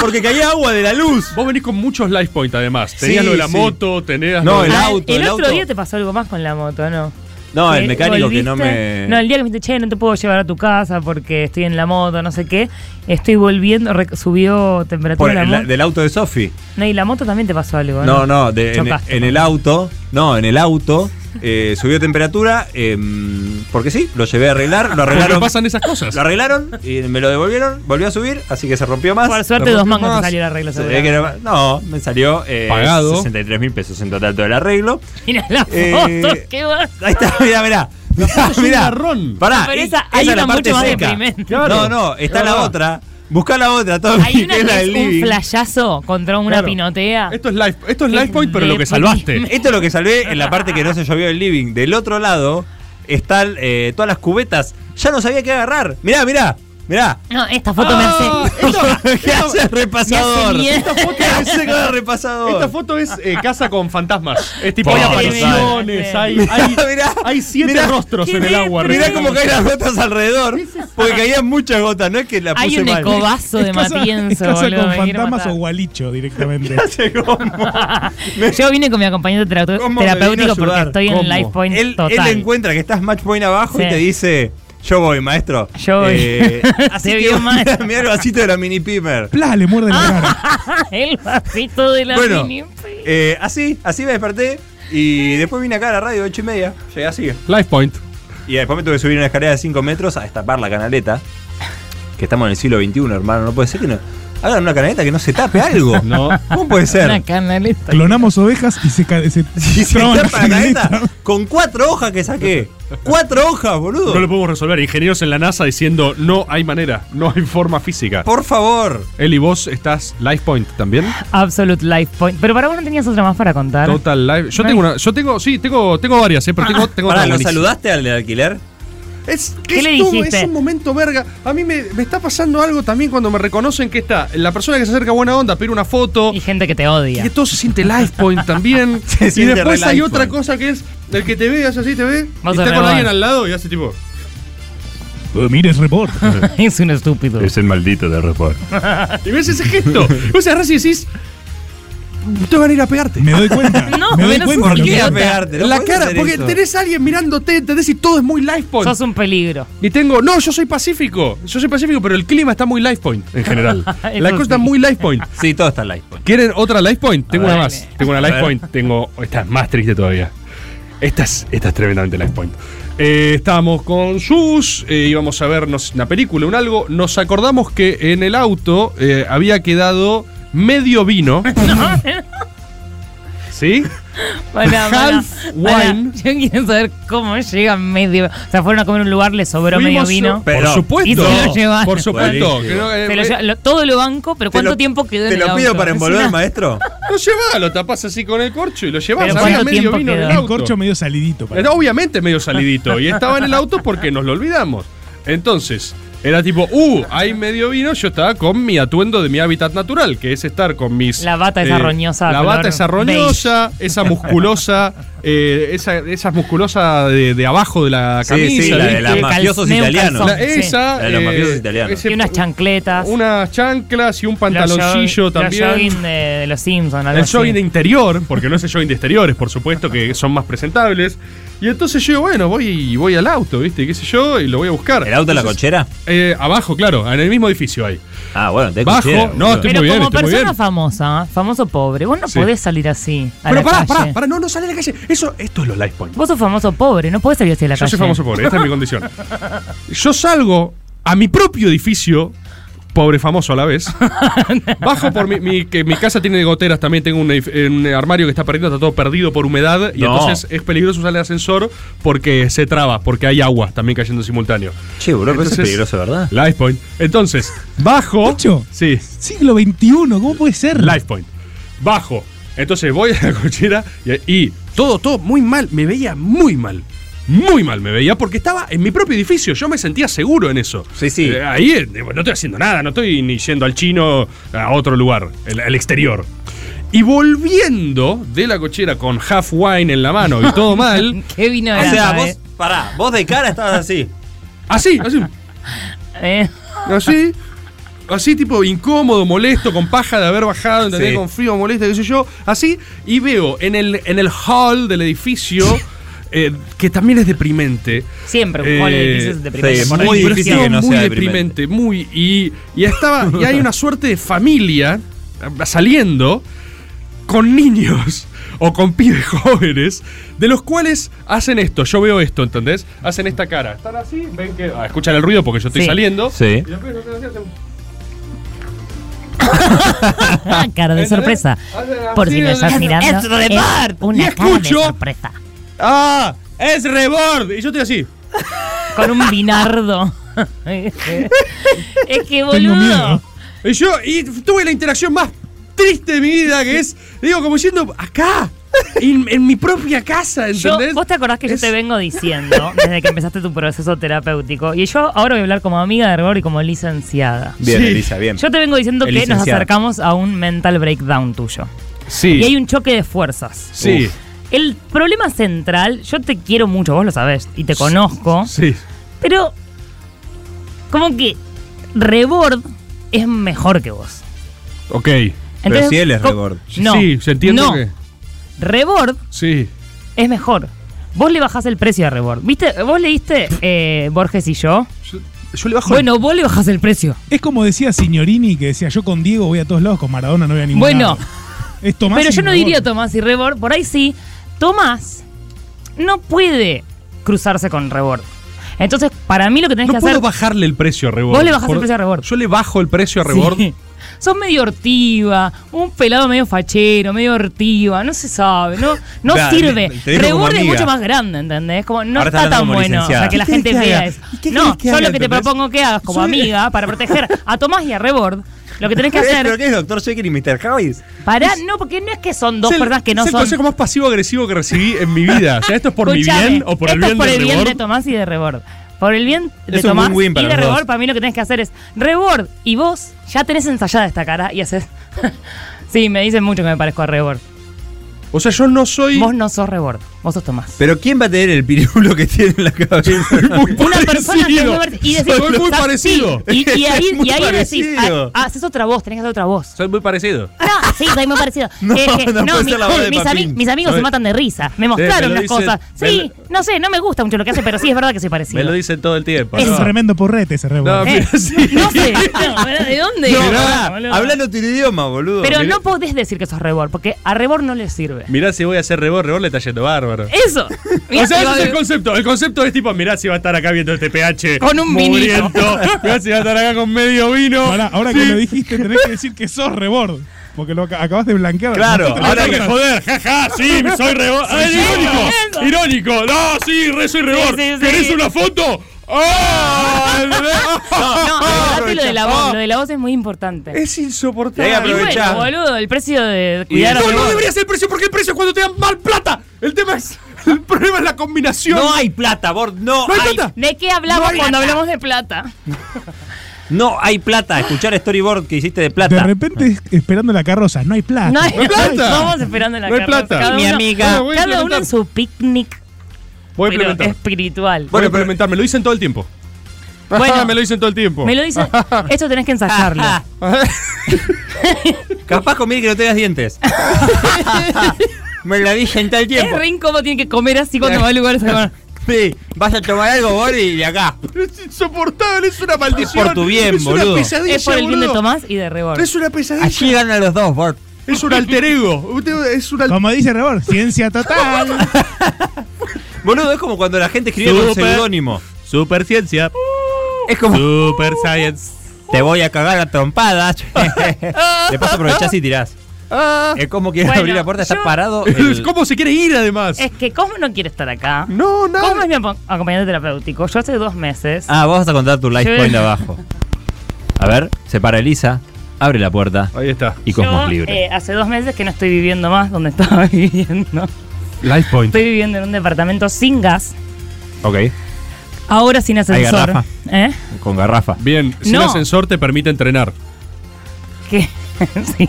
Porque caía agua de la luz.
Vos venís con muchos life point además. Tenías
Sí,
lo de la
sí.
moto, tenías.
No,
lo de-
el
Ah,
auto,
El,
el
otro
auto.
día te pasó algo más con la moto, ¿no?
No, el
Que
mecánico que
volviste-
no me.
No, el día que me dijiste, che, no te puedo llevar a tu casa porque estoy en la moto, no sé qué. Estoy volviendo, re- subió
Por
temperatura la
el-
moto.
del auto de Sofi.
No, y la moto también te pasó algo, ¿no?
No, no, de- en,
Chocaste,
en
¿no?
el auto. No, en el auto. eh, subió temperatura. eh, porque sí, lo llevé a arreglar. Lo
Porque
arreglaron.
pasan esas cosas.
Lo arreglaron y me lo devolvieron, volvió a subir, así que se rompió más.
Por suerte,
Se
dos
rompió
mangos te
más.
salió el arreglo,
Se ve que era- no, me salió eh,
Pagado.
63 mil pesos en total todo el arreglo.
Mira la foto,
Eh,
qué va.
Ahí está, mirá, mirá.
foto es un
Mirá,
garrón.
Pará,
Pero
y-
esa- hay
es
una
la parte
mucho más
seca.
deprimente.
No, no, está
Mm. Claro.
la otra. Buscá la otra, todo
Hay una
que es la
que
del
es un
living.
flayazo contra una
Claro.
pinotea.
Esto es life, esto es
Es
life point, pero lo que
deprimente.
salvaste.
Esto es lo que salvé en la parte que no se llovió el living. Del otro lado están eh, todas las cubetas. Ya no sabía qué agarrar. Mirá, mirá, mirá.
No, esta foto me
Ah,
hace.
¿Qué hace el repasador?
miedo.
Esta foto ¿Qué hace con el repasador?
Esta foto es eh, casa con fantasmas. Es tipo,
Por
hay
favor,
apariciones,
sale.
hay, hay,
Mirá, mirá.
hay siete
Mirá.
rostros en el
Qué
agua.
Mirá
Sí.
cómo caen las gotas alrededor. Porque caían muchas gotas, no es que la puse
Hay un
mal.
ecobazo de
Es casa- es
Matienzo,
casa
boludo.
con
me quiero
fantasmas
matar.
o gualicho directamente.
Yo vine con mi acompañante terapeu-
¿Cómo me vino
terapéutico
a
porque
ayudar?
estoy en
¿Cómo?
life point
Él,
total.
él encuentra que estás match point abajo y
Sí.
te dice: Yo voy, maestro.
Yo voy.
así
Te
que
vio
vos-
mal.
mirá el vasito de la mini pimer.
Plas, le muerde la cara.
Ah, el vasito de la
Bueno,
mini.
eh, así, así me desperté. Y después vine acá a la radio, 8 y media. Llegué así.
Life point.
Y después me tuve que subir una escalera de 5 metros a destapar la canaleta. Que estamos en el siglo XXI, hermano. No puede ser que no.
Hagan una canaleta que no se tape algo.
No.
¿Cómo puede
Una
ser?
canaleta.
Clonamos ovejas y se, ca- se
Si se tapa
traban
la
las
canaleta
canaletas.
con cuatro hojas que saqué. Cuatro hojas, boludo.
No lo podemos resolver. Ingenieros en la NASA diciendo no hay manera, no hay forma física.
Por favor.
Eli, vos estás Life Point también.
Ah. Absolute Life Point. Pero para vos no tenías otra más para contar.
Total Life. Yo
No
tengo
hay-
una. Yo tengo. Sí, tengo, tengo varias, eh, pero tengo, tengo
Ah, Pará,
otra
¿lo
buenísima.
saludaste al de alquiler?
Es,
¿Qué
es
le
todo,
dijiste?
es un momento verga. A mí me, me está pasando algo también cuando me reconocen que está la persona que se acerca a buena onda, pide una foto.
Y gente que te
Y
odia.
que todo se siente life point también.
Se
y
siente
después
re
hay
life
otra
point.
cosa que es el que te ve, hace así, te ve. y
Vas a
está con
remar.
alguien al lado y hace tipo.
Eh, Mires report.
es un estúpido.
el maldito de report.
Y ves ese gesto. o sea, Racing decís. Te van a ir a pegarte.
Me doy cuenta.
No,
me doy
pero
cuenta.
sos
lo
un
que-
a
idiota.
pegarte? No
la
podés
cara,
hacer
porque
eso.
tenés a alguien mirándote, entendés y todo es muy life point.
Sos un peligro.
Y tengo, no, yo soy pacífico. Yo soy pacífico, pero el clima está muy life point en general. la
Eso
cosa está
sí.
muy life point.
Sí, todo está live. point.
¿Quieren otra life point? Tengo
ver.
una más. Tengo una life point. Tengo. Esta es más triste todavía. Esta es, esta es tremendamente life point. Eh, estábamos con Sus, eh, íbamos a vernos una película, un algo. Nos acordamos que en el auto eh, había quedado medio vino. ¿Sí?
Pará, pará,
Half
pará.
wine.
Yo quiero saber cómo llega medio. O sea, fueron a comer a un lugar, les sobró medio
Fuimos-
vino.
Por
Pero-
Y
supuesto.
se lo llevaron.
Por supuesto.
Buenísimo.
que no, eh,
Se lo
eh,
lleva- lo- todo lo banco, pero
Te
¿cuánto
lo-
tiempo quedó en
Te
el
lo pido
auto?
para
Es
envolver,
una-
maestro.
Lo llevás, lo tapás así con el corcho y lo llevás.
Pero
Había
¿cuánto
medio
tiempo
vino en
quedó?
el
El
auto.
Corcho medio salidito. para-
Era obviamente medio salidito. Y estaba en el auto porque nos lo olvidamos. Entonces, era tipo, uh, hay medio vino. Yo estaba con mi atuendo de mi hábitat natural, que es estar con mis. eh,
La bata esa roñosa,
La
color
bata esa roñosa, esa musculosa, eh, esa, esa musculosa de, de abajo de la
Sí,
camisa.
sí, la de los
¿viste?
la-
mafiosos
Neo
italianos.
calzón.
La- esa.
La de los mafiosos italianos.
eh, ese-
Y unas chancletas.
unas chanclas y un
los
pantaloncillo
jog-
también.
Los jogging de, de los Simpsons. algo
El
así.
jogging de interior, porque no es el jogging de exteriores, por supuesto, que son más presentables. Y entonces yo, digo, bueno, voy voy al auto, ¿viste? ¿Qué sé yo? Y lo voy a buscar.
¿El auto en la
Entonces,
cochera?
eh, abajo, claro, en el mismo edificio hay.
Ah, bueno, te
Bajo,
cochera.
no,
boludo.
estoy-
Pero
muy bien,
como
estoy muy
persona
bien.
famosa, famoso pobre, vos no
Sí.
podés salir así. A
Pero
la
pará,
calle.
pará, pará, no, no sale a la calle. Eso, esto es los life points.
Vos sos famoso pobre, no podés salir así a la
Yo
calle.
soy famoso pobre, esta es mi condición. Yo salgo a mi propio edificio, pobre famoso a la vez. Bajo por mi, mi- que mi casa tiene goteras también, tengo un, edif- eh, un armario que está perdido, está todo perdido por humedad y
No.
entonces es peligroso usar el ascensor porque se traba, porque hay agua también cayendo en simultáneo.
Che, boludo, pero eso es
Entonces-
peligroso, ¿verdad?
Life point. Entonces, bajo.
Nacho.
Sí,
Siglo XXI, ¿cómo puede ser?
life point. Bajo. Entonces voy a la cochera y, y todo, todo muy mal. Me veía muy mal. Muy mal me veía porque estaba en mi propio edificio. Yo me sentía seguro en eso.
Sí, sí.
Eh, ahí eh, digo, no estoy haciendo nada, no estoy ni yendo al chino a otro lugar, el- al exterior. Y volviendo de la cochera con half wine en la mano y todo mal,
Qué vino
O
era,
sea,
eh.
vos, pará, vos de cara estabas así.
así, así.
Eh,
Así. Así, tipo, incómodo, molesto, con paja de haber bajado, ¿entendés?
Sí.
Con frío, molesto, qué sé yo. Así. Y veo en el, en el hall del edificio, eh, que también es deprimente.
Siempre, un hall de
Eh,
edificios es deprimente.
sí,
Por
muy
ahí.
pero
difícil
estaba
que no
muy
sea
deprimente, muy. Y, y estaba. Y hay una suerte de familia eh, saliendo con niños o con pibes jóvenes, de los cuales hacen esto. Yo veo esto, ¿entendés? Hacen esta cara. Están así, ven que. ah, escuchan el ruido porque yo estoy
Sí.
saliendo.
Sí.
Y los pibes hacen así, hacen-
Ah, cara de
¿Entendés?
sorpresa.
Hacen así,
Por si lo
hacen
estás
así.
mirando.
¡Es repart!
una
Y
cara de
escucho-
sorpresa.
¡Ah! ¡Es Rebord! Y yo estoy así.
Con un vinardo. Eh, es que
Tengo
boludo.
miedo.
Y yo y tuve la interacción más triste de mi vida, que es, digo, como yendo acá, en, en mi propia casa,
Yo,
¿entendés?
vos te acordás que
Es-
yo te vengo diciendo desde que empezaste tu proceso terapéutico. Y yo ahora voy a hablar como amiga de rigor y como licenciada.
Bien,
Sí.
Elisa, bien.
Yo te vengo diciendo
El
que nos
licenciado.
acercamos a un mental breakdown tuyo.
Sí,
Y hay un choque de fuerzas.
sí,
El problema central, yo te quiero mucho, vos lo sabés, y te conozco,
sí.
pero como que Rebord es mejor que vos.
Ok.
Pero si él es
co-
Rebord.
No,
Sí, se entiende
no.
que...
Rebord
Sí.
es mejor. Vos le bajás el precio a Rebord. ¿Viste? ¿Vos leíste eh, Borges y yo?
Yo, yo le bajo...
Bueno, vos le bajás el precio.
Es como decía Signorini, que decía, yo con Diego voy a todos lados, con Maradona no voy a ningún
Bueno.
lado. Es Tomás
Pero
y
yo no
Maradona.
diría Tomás y Rebord, por ahí sí. Tomás no puede cruzarse con Rebord. Entonces, para mí lo que tenés
No
que
puedo
hacer.
bajarle el precio a Rebord.
Vos le bajás el precio a Rebord.
Yo le bajo el precio a Rebord
Sí. sos medio hortiva, un pelado medio fachero, medio hortiva, no se sabe, no, no
Claro,
sirve.
te digo como
Reborde es
amiga.
mucho más grande, ¿entendés? Como no
Ahora está hablando
está tan
como
bueno, o sea,
licenciada.
que la
¿Qué
gente
querés que
vea
haga?
eso.
¿Y qué
No,
querés que
yo
haga,
lo que te
entendés?
propongo que hagas como
Soy-
amiga para proteger a Tomás y a Rebord, lo que tenés que
¿Pero
hacer
qué es Doctor Jekyll y Mr. Hyde?
Pará, no, porque no es que son dos
Es el-
personas que no
es el
son.
consejo más pasivo-agresivo que recibí en mi vida. O sea, esto es por
Escuchame,
mi bien o por el
esto
bien
es por
de
el bien de
Rebord.
Tomás y de Rebord. Por el bien de
Es un
Tomás
win-win
y
para
de
los dos.
Rebord, para mí lo que tenés que hacer es Rebord y vos ya tenés ensayada esta cara y haces. sí, me dicen mucho que me parezco a Rebord.
O sea, yo no soy.
Vos no sos Rebord, vos sos Tomás.
Pero ¿quién va a tener el pirulo que tiene en la cabeza?
Una persona que es muy parec- y decís,
Soy muy
"Sa-
parecido.
sí", Y, y ahí,
Es muy
y ahí decís,
parecido.
"Ah, haces otra voz, tenés que hacer otra voz.
Soy muy parecido.
No, sí, soy muy parecido.
No, no puede
mi-
ser la voz de
mis,
Papín.
ami- mis amigos
No
se
es- Eh,
matan de risa. Me
me
mostraron
lo
las
dice-
cosas.
me
Sí, no sé, no me gusta mucho lo que hace, pero sí es verdad que soy parecido.
Me lo dicen todo el tiempo.
Es un
¿no?
tremendo porrete ese Rebord.
No,
Eh,
pero sí.
No sé, no, ¿de dónde?
No,
No,
pará,
boludo.
hablalo tu idioma, boludo.
Pero
Mirá-
no podés decir que sos rebor, porque a rebor no le sirve.
Mirá si voy a hacer rebor, rebor le está yendo bárbaro.
Eso. Eh, Mirá
O sea, ese
que va
es el
de-
concepto. El concepto es tipo, mirá si va a estar acá viendo este pH.
Con un vinito.
mugriento. Mirá si va a estar acá con medio vino.
Ahora, ahora que
Sí.
lo dijiste, tenés que decir que sos Rebord. Porque lo ac- acabas de blanquear.
Claro,
Nosotros
ahora
lo
que-
sacamos.
Joder, jaja, sí, soy rebor. Ah, es irónico!
eso.
¡Irónico! ¡No, sí, re soy rebor!
sí, sí.
¿Querés una foto? ¡Ah!
No, acordate lo de la voz.
Ah.
Lo de la voz es muy importante.
Es
Hay que
Y
insoportable.
aprovechar.
bueno, boludo, el precio de
Y
cuidar a
después
No, no
rebor.
debería ser el precio porque el precio es cuando te dan mal plata. El tema es. El problema es la combinación.
No hay plata, Bord, no,
No hay
hay
plata.
¿De qué hablamos cuando hablamos de plata?
No hay plata. Escuchar storyboard que hiciste de
De
plata.
repente, es- esperando la carroza, no hay plata.
No hay,
No hay plata.
Vamos esperando la
No hay
carroza.
plata.
Cada
Mi
uno-
amiga.
Bueno, voy a
Cada uno
implementar.
en su picnic
Voy a
pero
implementar.
espiritual.
Voy a
Bueno, pero-
implementar. Me lo dicen todo el tiempo.
Bueno.
me lo dicen todo el tiempo.
Me lo dicen. Esto tenés que ensayarlo.
Ah, Capaz conviene que no tengas dientes. Me la dije en tal
Es
tiempo.
re incómodo, tiene que comer así cuando va a lugares. a-
Sí, vas a tomar algo, Bord, y de acá.
Es insoportable, es una maldición.
por tu bien,
es
boludo.
Una pesadilla,
Es por el bien de
boludo.
Tomás y de Rebord.
Es una pesadilla.
Allí ganan los dos, Bord.
Es un alter ego. Usted- Es un alter
Como dice Rebord, ciencia total.
Boludo, es como cuando la gente escribe con
Súper.
seudónimo.
Super ciencia.
Es como.
Super science.
Te voy a cagar a trompadas. Después aprovechás y tirás.
Ah,
Es como que
Bueno,
abrir la puerta, está
yo-
parado. el-
¿Cómo se quiere ir además?
Es que, ¿cómo no quiere estar acá?
No,
¿Cómo
nada.
es mi apo- acompañante terapéutico? Yo hace dos meses.
Ah, vos vas a contar tu life
Sí.
point de abajo. A ver, se para Elisa, abre la puerta
Ahí está.
y Cosmos
yo,
libre.
eh, hace dos meses que no estoy viviendo más donde estaba viviendo.
Life point.
Estoy viviendo en un departamento sin gas,
ok,
ahora sin ascensor.
garrafa.
¿Eh?
con garrafa.
Bien, sin
No.
ascensor te permite entrenar.
¿Qué? sí,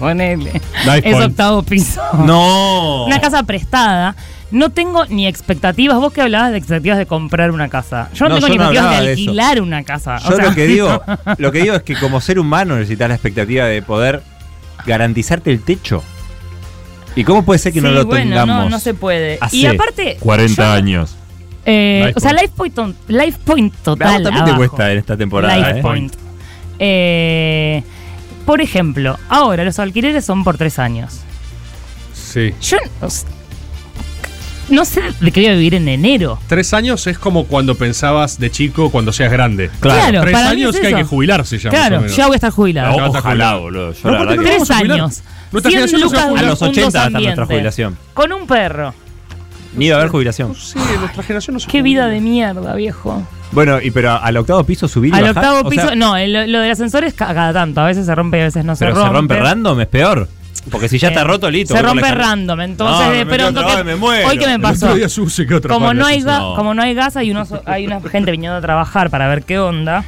ponele.
Life
es
point.
octavo piso.
No.
Una casa prestada. No tengo ni expectativas. Vos que hablabas de expectativas de comprar una casa. Yo
No,
no, tengo
yo
ni
no
expectativas
hablaba
de
de eso.
alquilar una casa.
Yo lo que digo, lo que digo es que como ser humano necesitas la expectativa de poder garantizarte el techo. ¿Y cómo puede ser que no
sí,
lo
bueno,
tengamos?
No, no se puede.
hace
y aparte.
40
yo-
años.
Eh,
Life
o sea,
point.
life point, on- life point total.
Ah, vos también te
abajo.
cuesta en esta temporada.
Life
¿eh?
point. Eh, por ejemplo, ahora los alquileres son por tres años.
Sí.
Yo no, s- no sé de qué voy a vivir en enero.
Tres años es como cuando pensabas de chico cuando seas grande.
Claro,
Tres
para mí
años
es
que hay
eso.
que jubilarse ya. más o
claro,
menos.
ya voy a estar jubilado.
No,
Ojalá, boludo. Yo
No, porque
la verdad
no
que-
Tres
vamos a jubilar.
años.
Nuestra
100
generación no se va a
lucas
jubilar.
a los
un
80
dos
hasta nuestra
ambientes.
jubilación.
Con un perro.
Ni iba a haber jubilación.
Sí, nuestra generación no se
Qué
jubila.
vida de mierda, viejo.
Bueno, y pero al octavo piso subí y
Al
bajás,
octavo
o sea,
piso. no, el- lo del ascensor es ca- cada tanto. A veces se rompe y a veces no
pero
se rompe.
random, es peor. Porque si ya está
Eh,
roto, listo. voy por
Se
la
rompe
escalera.
random. Entonces,
No,
de
me
pronto.
quedo
que-
trabado y me muero.
hoy que me
El
El
pasó. Eh,
otro día suce que otra
Como
pala,
no, hay
sí,
ga-
no.
como no hay gas, hay, unos, hay una gente viniendo a trabajar para ver qué onda.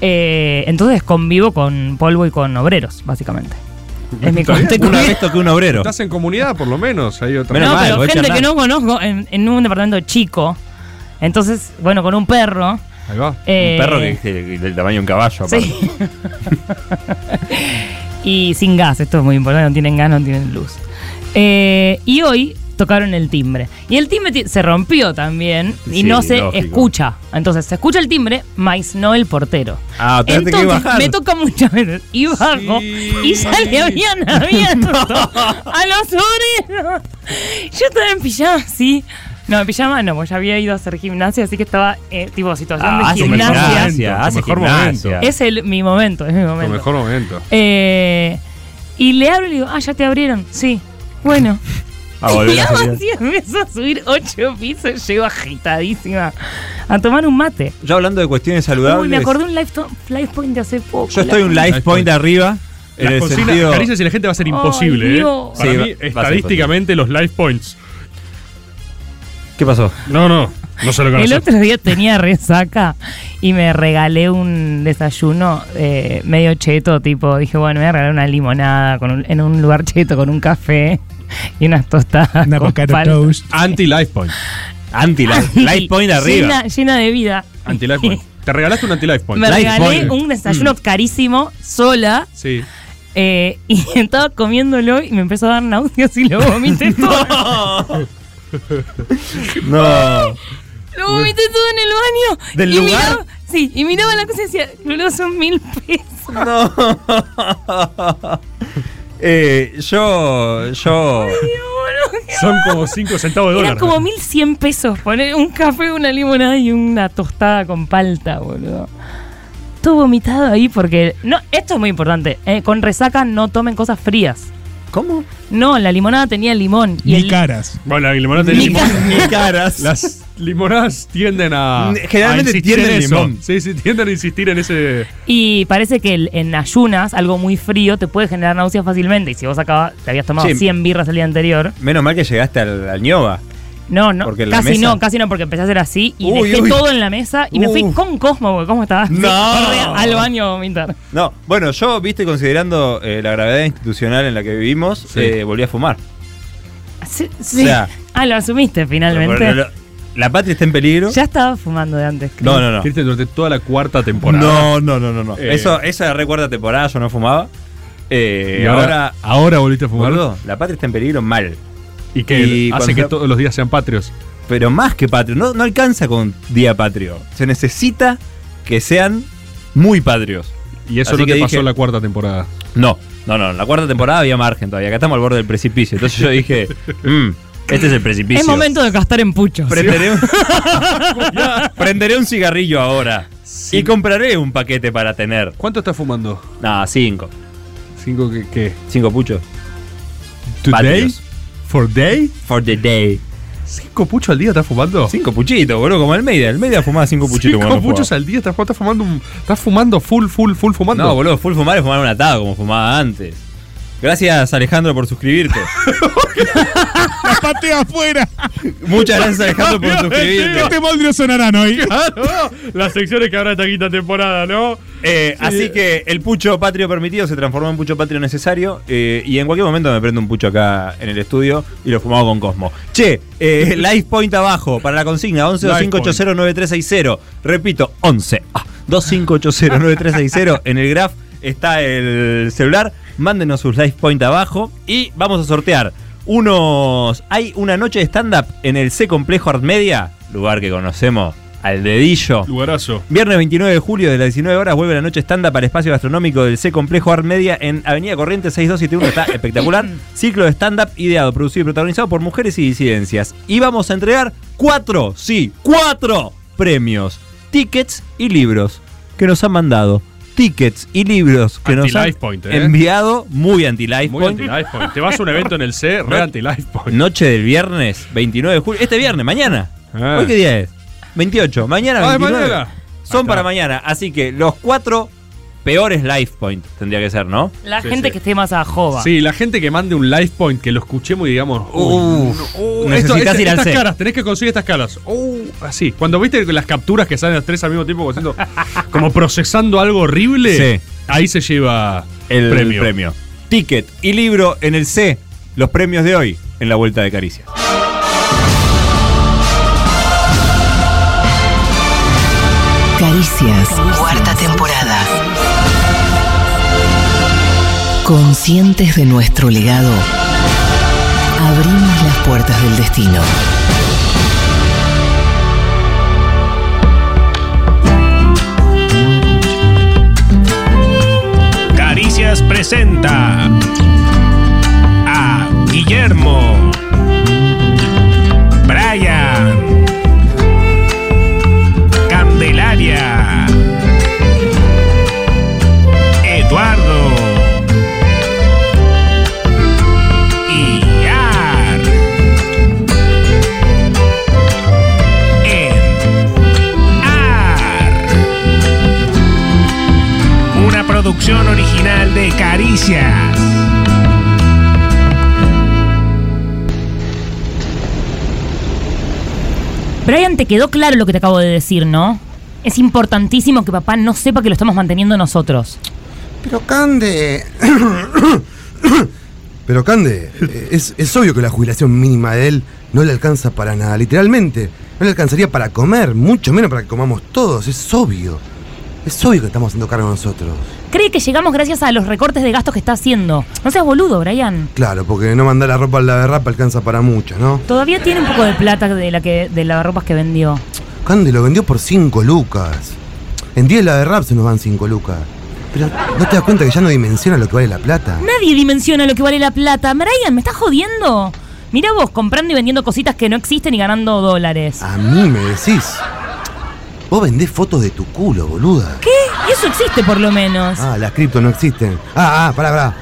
Eh, entonces convivo con polvo y con obreros, básicamente. Es mi
Está bien,
contexto.
Una vez toqué un obrero.
Estás en comunidad, por lo menos. Hay otra.
Menos
no,
mal,
pero
voy
gente que
charlando.
no conozco en, en un departamento chico. Entonces, bueno, con un perro.
Ahí va.
eh,
Un perro que, que- del tamaño de un caballo. aparte.
Sí. y sin gas, esto es muy importante, no tienen gas, no tienen luz. Eh, y hoy tocaron el timbre. Y el timbre ti- se rompió también y
Sí,
no se
lógico.
escucha. Entonces se escucha el timbre, más no el portero.
Ah, tuviste que
Entonces
bajar.
me toca muchas veces y bajo y sale bien abierto a los obreros. Yo estaba en pijama así, No, en pijama no, porque ya había ido a hacer gimnasia, así que estaba eh, tipo situación
Ah,
de
hace
gimnasia.
gimnasia, hace
mejor
gimnasia.
Es el, mi momento, es mi
Tu
momento.
mejor momento.
Eh, y le abro y le digo, ah, ya te abrieron. Sí. Bueno.
A volver
y
a
hago
salir.
así, empiezo a subir ocho pisos, llego agitadísima a tomar un mate.
Yo hablando de cuestiones saludables.
Uy, me acordé un live, to- live point de hace poco.
Yo estoy
la-
un life point arriba. En
Las
el
cocinas,
sentido.
caricias y la gente va a ser imposible,
Ay,
¿eh?
Dios.
Para
Sí, va- va a
mí,
ser
estadísticamente, los life points.
¿Qué pasó?
No, no, no se lo
El
conocen.
otro día tenía resaca y me regalé un desayuno eh, medio cheto, tipo, dije, bueno, me voy a regalar una limonada con un- en un lugar cheto con un café y unas tostadas.
Una
con
avocado
palta.
toast.
Anti-life point.
Anti life, life point arriba.
Llena, llena de vida.
Anti-life point. Te regalaste un anti-life point. Mm,
Me
Life
regalé
point.
un desayuno
Mm.
carísimo, sola,
Sí.
eh, y estaba comiéndolo y me empezó a dar náuseas y lo vomité todo.
No.
Lo vomité todo en el baño.
¿Del
y
lugar?
Miraba, sí, y miraba la cosa y decía, Lulu, son mil pesos.
No. Eh, yo. Yo.
Son como 5 centavos de
Eran
dólar.
como mil cien pesos. Poner un café, una limonada y una tostada con palta, boludo. Todo vomitado ahí porque. No, esto es muy importante. eh, con resaca no tomen cosas frías.
¿Cómo?
No, la limonada tenía limón. Y
Ni
el-
caras.
Bueno, la limonada tiene
Ni
limón.
ca-
Ni caras.
Las limonadas tienden a. a
Generalmente
insistir
tienden
en eso.
limón.
Sí, sí, tienden a insistir en ese.
Y parece que el- en ayunas, algo muy frío, te puede generar náuseas fácilmente. Y si vos acabas, te habías tomado
Sí.
100 birras el día anterior.
Menos mal que llegaste al, al ñoba.
No, no.
Porque
Casi
en la mesa-
no, casi no, porque empecé a hacer así y
Uy,
dejé
uy.
todo en la mesa y me fui
Uh.
con Cosmo, porque Cosmo estaba así,
No.
corre al baño a vomitar.
No, bueno, yo, viste, considerando eh, la gravedad institucional en la que vivimos,
Sí.
eh, volví a fumar.
Sí, sí.
O sea-
ah, lo asumiste finalmente.
Pero, pero, la patria está en peligro.
ya estaba fumando de antes. creo.
No, no, no.
Kirsten durante toda la cuarta temporada.
No, no, no, no. no.
Eh.
Eso, esa recuerda temporada yo no fumaba. Eh,
Y ahora,
ahora,
ahora volviste a fumar.
boludo, la patria está en peligro mal.
Y que
Y
hace
cuando
que
sea-
todos los días sean patrios.
Pero más que patrio, no, no alcanza con día patrio. Se necesita que sean muy patrios.
Y eso
Así
no
que
te pasó
dije-
en la cuarta temporada.
No, no, no. En la cuarta temporada había margen todavía. Acá estamos al borde del precipicio. Entonces yo dije, "Mm, este es el precipicio.
es momento de gastar en puchos.
Prenderé un, Prenderé un cigarrillo ahora. Y compraré un paquete para tener.
¿Cuánto estás fumando?
Nada, cinco.
¿Cinco que- qué?
Cinco puchos. Patrios.
¿For day?
For the day.
¿Cinco puchos al día estás fumando?
Cinco puchitos, boludo, como Almeida. Almeida fumaba cinco puchitos.
Cinco
cuando
puchos
jugaba.
al día, estás, estás fumando un- estás fumando full, full, full fumando.
No, boludo, full fumar es fumar un atado como fumaba antes. Gracias, Alejandro, por suscribirte.
Las pateas afuera. este
Muchas gracias, Alejandro, por
¿Qué
suscribirte.
demonios sonarán hoy?
Las secciones que habrá esta quinta temporada, ¿no?
Eh, así que el pucho patrio permitido se transformó en pucho patrio necesario. eh, y en cualquier momento me prendo un pucho acá en el estudio y lo fumamos con Cosmo. Che, eh, Life Point abajo para la consigna: 1125809360. Repito, 11 ah, 25809360. En el graph está el celular. Mándenos sus Life Point abajo y vamos a sortear. Unos. Hay una noche de stand-up en el C Complejo Art Media, lugar que conocemos al dedillo.
Lugarazo.
Viernes 29 de julio de las 19 horas vuelve la noche estándar para espacio gastronómico del C Complejo Art Media en Avenida Corriente 6271. Está espectacular. Ciclo de stand-up ideado, producido y protagonizado por mujeres y disidencias. Y vamos a entregar cuatro, sí, cuatro premios, tickets y libros que nos han mandado. Tickets y libros que nos han
Anti-Life Point, ¿eh?
enviado. Muy anti-life
Muy
point.
anti-life point. Te vas a un evento en el C, re anti-life point.
Noche del viernes 29 de julio. Este viernes, mañana.
Ah.
¿Hoy qué día es? 28. Mañana
Ah, es
29.
mañana.
Son
Ahí
para
está.
mañana. Así que los cuatro peores life point tendría que ser, ¿no?
La
Sí,
gente
sí.
que esté más a jova.
Sí, la gente que mande un life point, que lo escuchemos y digamos. "Uy,
Uf,
Uh,
necesitas
esto- este-
ir al
estas
C.
caras, tenés que conseguir estas caras. Uh, así. Cuando viste las capturas que salen las tres al mismo tiempo, como, haciendo- como procesando algo horrible,
Sí.
ahí se lleva
El premio.
premio.
Ticket y libro en el C. Los premios de hoy en la vuelta de Caricia.
Caricias, cuarta temporada. Conscientes de nuestro legado, abrimos las puertas del destino.
Caricias presenta a Guillermo, Brian, producción original de Caricias.
Brian, te quedó claro lo que te acabo de decir, ¿no? Es importantísimo que papá no sepa que lo estamos manteniendo nosotros.
Pero Cande. Pero Cande, eh, es, es obvio que la jubilación mínima de él no le alcanza para nada, literalmente. No le alcanzaría para comer, mucho menos para que comamos todos, es obvio. Es obvio que estamos haciendo cargo nosotros.
Cree que llegamos gracias a los recortes de gastos que está haciendo. No seas boludo, Brian.
Claro, porque no mandar la ropa al lavarrapa alcanza para mucho, ¿no?
Todavía tiene un poco de plata de la que de lavarropas que vendió.
Cande lo vendió por 5 lucas. En 10 la de rap se nos van 5 lucas. Pero ¿no te das cuenta que ya no dimensiona lo que vale la plata?
Nadie dimensiona lo que vale la plata. Brian, ¿me estás jodiendo? Mira vos comprando y vendiendo cositas que no existen y ganando dólares.
A mí me decís. Vos vendés fotos de tu culo, boluda.
¿Qué? Eso existe por lo menos.
Ah, las cripto no existen. Ah, ah, pará, pará.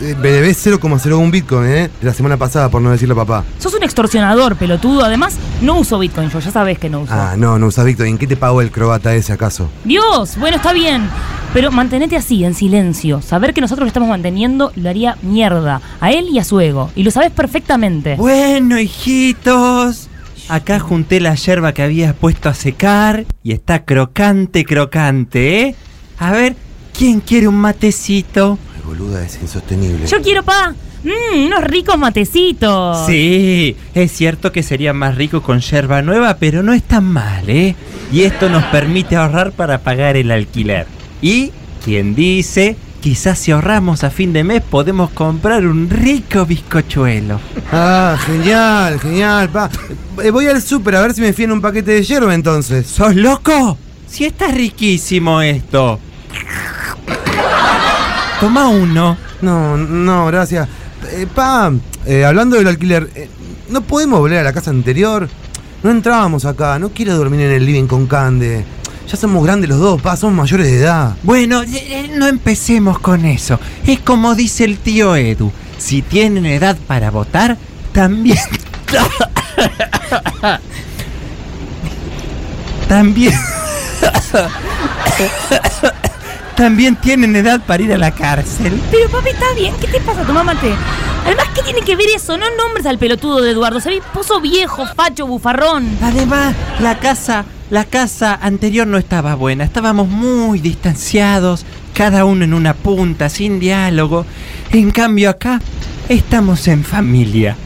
Eh, Me debés 0,01 Bitcoin, ¿eh? De la semana pasada, por no decirlo a papá.
Sos un extorsionador, pelotudo. Además, no uso Bitcoin yo, ya sabés que no uso.
Ah, no, no usás Bitcoin. ¿En qué te pagó el croata ese acaso?
Dios, bueno, está bien. Pero mantenete así, en silencio. Saber que nosotros lo estamos manteniendo lo haría mierda. A él y a su ego. Y lo sabes perfectamente.
Bueno, hijitos. Acá junté la yerba que habías puesto a secar y está crocante, crocante, ¿eh? A ver, ¿quién quiere un matecito?
Ay, boluda, es insostenible.
Yo quiero, pa. Mmm, unos ricos matecitos.
Sí, es cierto que sería más rico con yerba nueva, pero no es tan mal, ¿eh? Y esto nos permite ahorrar para pagar el alquiler. Y, quien dice, quizás si ahorramos a fin de mes podemos comprar un rico bizcochuelo.
Ah, genial, genial, pa. Eh, Voy al súper a ver si me fían un paquete de hierba entonces.
¿Sos loco? Si está riquísimo esto. Toma uno.
No, no, gracias. Eh, pa, eh, hablando del alquiler, eh, ¿no podemos volver a la casa anterior? No entrábamos acá, no quiero dormir en el living con Cande. Ya somos grandes los dos, pa, somos mayores de edad.
Bueno, eh, eh, no empecemos con eso. Es como dice el tío Edu. Si tienen edad para votar, también... también... también tienen edad para ir a la cárcel.
Pero papi, está bien. ¿Qué te pasa? Tomá mate. Además, ¿qué tiene que ver eso? No nombres al pelotudo de Eduardo. Se le puso viejo, facho, bufarrón.
Además, la casa, la casa anterior no estaba buena, estábamos muy distanciados, cada uno en una punta, sin diálogo. En cambio acá estamos en familia.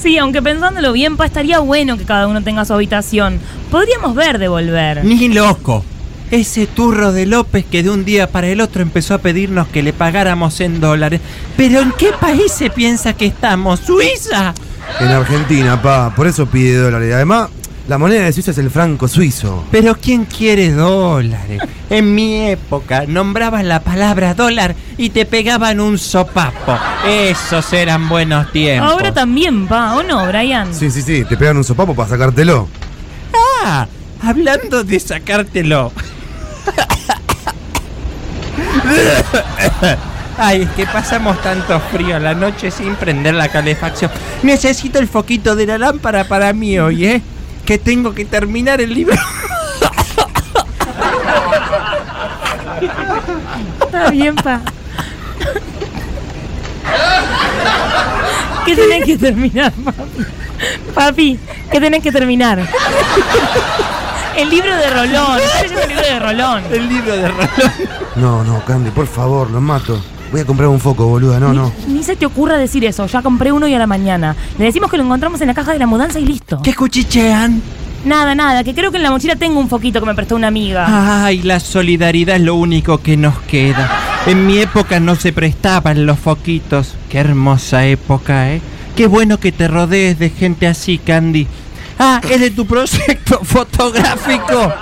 Sí, aunque pensándolo bien, pa, estaría bueno que cada uno tenga su habitación. Podríamos ver de volver.
Ni loco. Ese turro de López que de un día para el otro empezó a pedirnos que le pagáramos en dólares. ¿Pero en qué país se piensa que estamos? ¿Suiza?
En Argentina, pa, por eso pide dólares. Además, la moneda de Suiza es el franco suizo.
Pero ¿quién quiere dólares? En mi época nombrabas la palabra dólar y te pegaban un sopapo. Esos eran buenos tiempos.
Ahora también, pa, ¿o no, Brian?
Sí, sí, sí, te pegan un sopapo para sacártelo.
Ah, hablando de sacártelo. Ay, es que pasamos tanto frío a la noche sin prender la calefacción. Necesito el foquito de la lámpara para mí hoy, ¿eh? Que tengo que terminar el libro.
Está bien, pa. ¿Qué tenés que terminar, papi? Papi, ¿qué tenés que terminar? El libro de Rolón. Estoy leyendo el libro de Rolón.
El libro de Rolón.
No, no, Candy, por favor, los mato. Voy a comprar un foco, boluda, no, no.
Ni se te ocurra decir eso. Ya compré uno hoy a la mañana. Le decimos que lo encontramos en la caja de la mudanza y listo.
¿Qué cuchichean?
Nada, nada, que creo que en la mochila tengo un foquito que me prestó una amiga.
Ay, la solidaridad es lo único que nos queda. En mi época no se prestaban los foquitos. Qué hermosa época, ¿eh? Qué bueno que te rodees de gente así, Candy. Ah, es de tu proyecto fotográfico.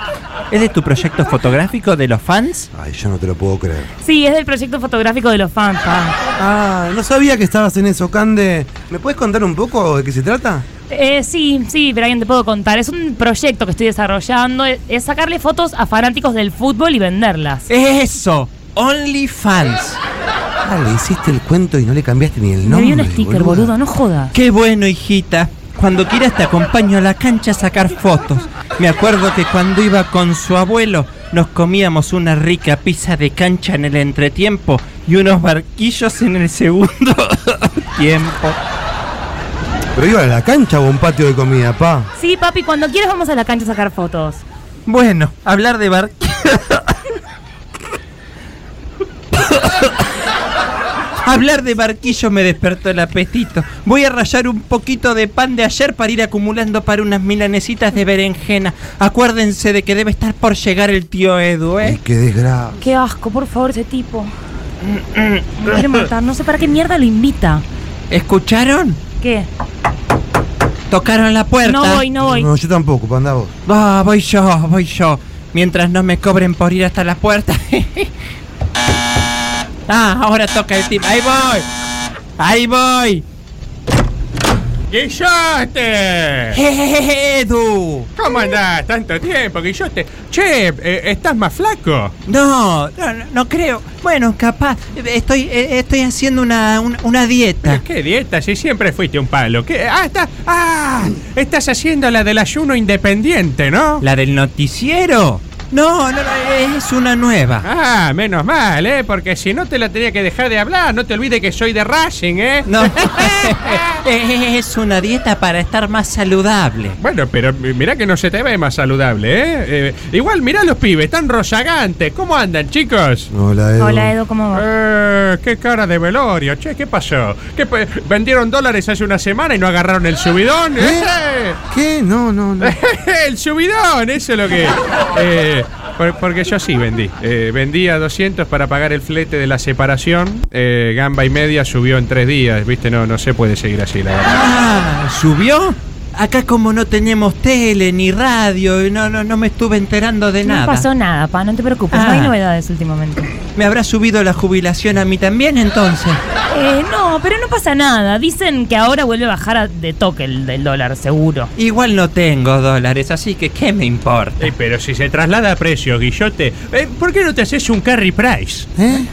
¿Es de tu proyecto fotográfico de los fans?
Ay, yo no te lo puedo creer.
Sí, es del proyecto fotográfico de los fans, pa.
Ah, no sabía que estabas en eso, Cande. ¿Me puedes contar un poco de qué se trata?
Eh, sí, sí, Brian, te puedo contar. Es un proyecto que estoy desarrollando. Es, es sacarle fotos a fanáticos del fútbol y venderlas.
Eh. Eso, OnlyFans.
Ah, le hiciste el cuento y no le cambiaste ni el
Me
nombre.
dio un sticker,
boluda.
boludo, no jodas.
Qué bueno, hijita. Cuando quieras te acompaño a la cancha a sacar fotos. Me acuerdo que cuando iba con su abuelo nos comíamos una rica pizza de cancha en el entretiempo y unos barquillos en el segundo tiempo.
Pero iba a la cancha o a un patio de comida, pa.
Sí, papi, cuando quieras vamos a la cancha a sacar fotos.
Bueno, hablar de bar... hablar de barquillo me despertó el apetito. Voy a rayar un poquito de pan de ayer para ir acumulando para unas milanesitas de berenjena. Acuérdense de que debe estar por llegar el tío Edu, ¿eh?
Qué desgracia.
Qué asco, por favor, ese tipo. Me quiere matar, no sé para qué mierda lo invita.
¿Escucharon?
¿Qué?
Tocaron la puerta.
No voy, no voy.
No, yo tampoco, pa, andá vos.
Va, voy yo, voy yo. Mientras no me cobren por ir hasta la puerta. ah, ahora toca el tipo. Ahí voy. Ahí voy.
Eh,
Eh,
¡Guillote!
¡Edu!
¿Cómo andás? Tanto tiempo, Guillote. Che, eh, ¿estás más flaco?
No, no, no, no creo. Bueno, capaz. eh, Estoy, eh, estoy haciendo una, una, una dieta.
¿Qué dieta? Si siempre fuiste un palo. ¿Qué? Ah, está- ah, estás haciendo la del ayuno independiente, ¿no?
¿La del noticiero? No, no, no, es una nueva.
Ah, menos mal, ¿eh? Porque si no te la tenía que dejar de hablar. No te olvides que soy de Racing, ¿eh?
No. es una dieta para estar más saludable.
Bueno, pero mirá que no se te ve más saludable, ¿eh? Eh, igual mirá los pibes, están rozagantes. ¿Cómo andan, chicos?
Hola, Edu.
Hola, Edo, ¿cómo va?
Eh, qué cara de velorio, che, ¿qué pasó? ¿Qué pe- ¿Vendieron dólares hace una semana y no agarraron el subidón? ¿Eh?
¿Qué? No, no, no.
el subidón, eso es lo que... Eh, por- porque yo sí vendí. Eh, vendí a 200 para pagar el flete de la separación. Eh, gamba y media subió en tres días, ¿viste? No, no se puede seguir así, la verdad.
Ah, ¿subió? Acá como no tenemos tele ni radio, no, no, no me estuve enterando de
No
nada.
pasó nada, pa, no te preocupes, Pues no hay
Ah.
novedades últimamente.
¿Me habrá subido la jubilación a mí también entonces?
Eh, no, pero no pasa nada. Dicen que ahora vuelve a bajar a- de toque el del dólar, seguro.
Igual no tengo dólares, así que ¿qué me importa?
Eh, pero si se traslada a precio, Guillote, eh, ¿por qué no te haces un carry price?
¿Eh?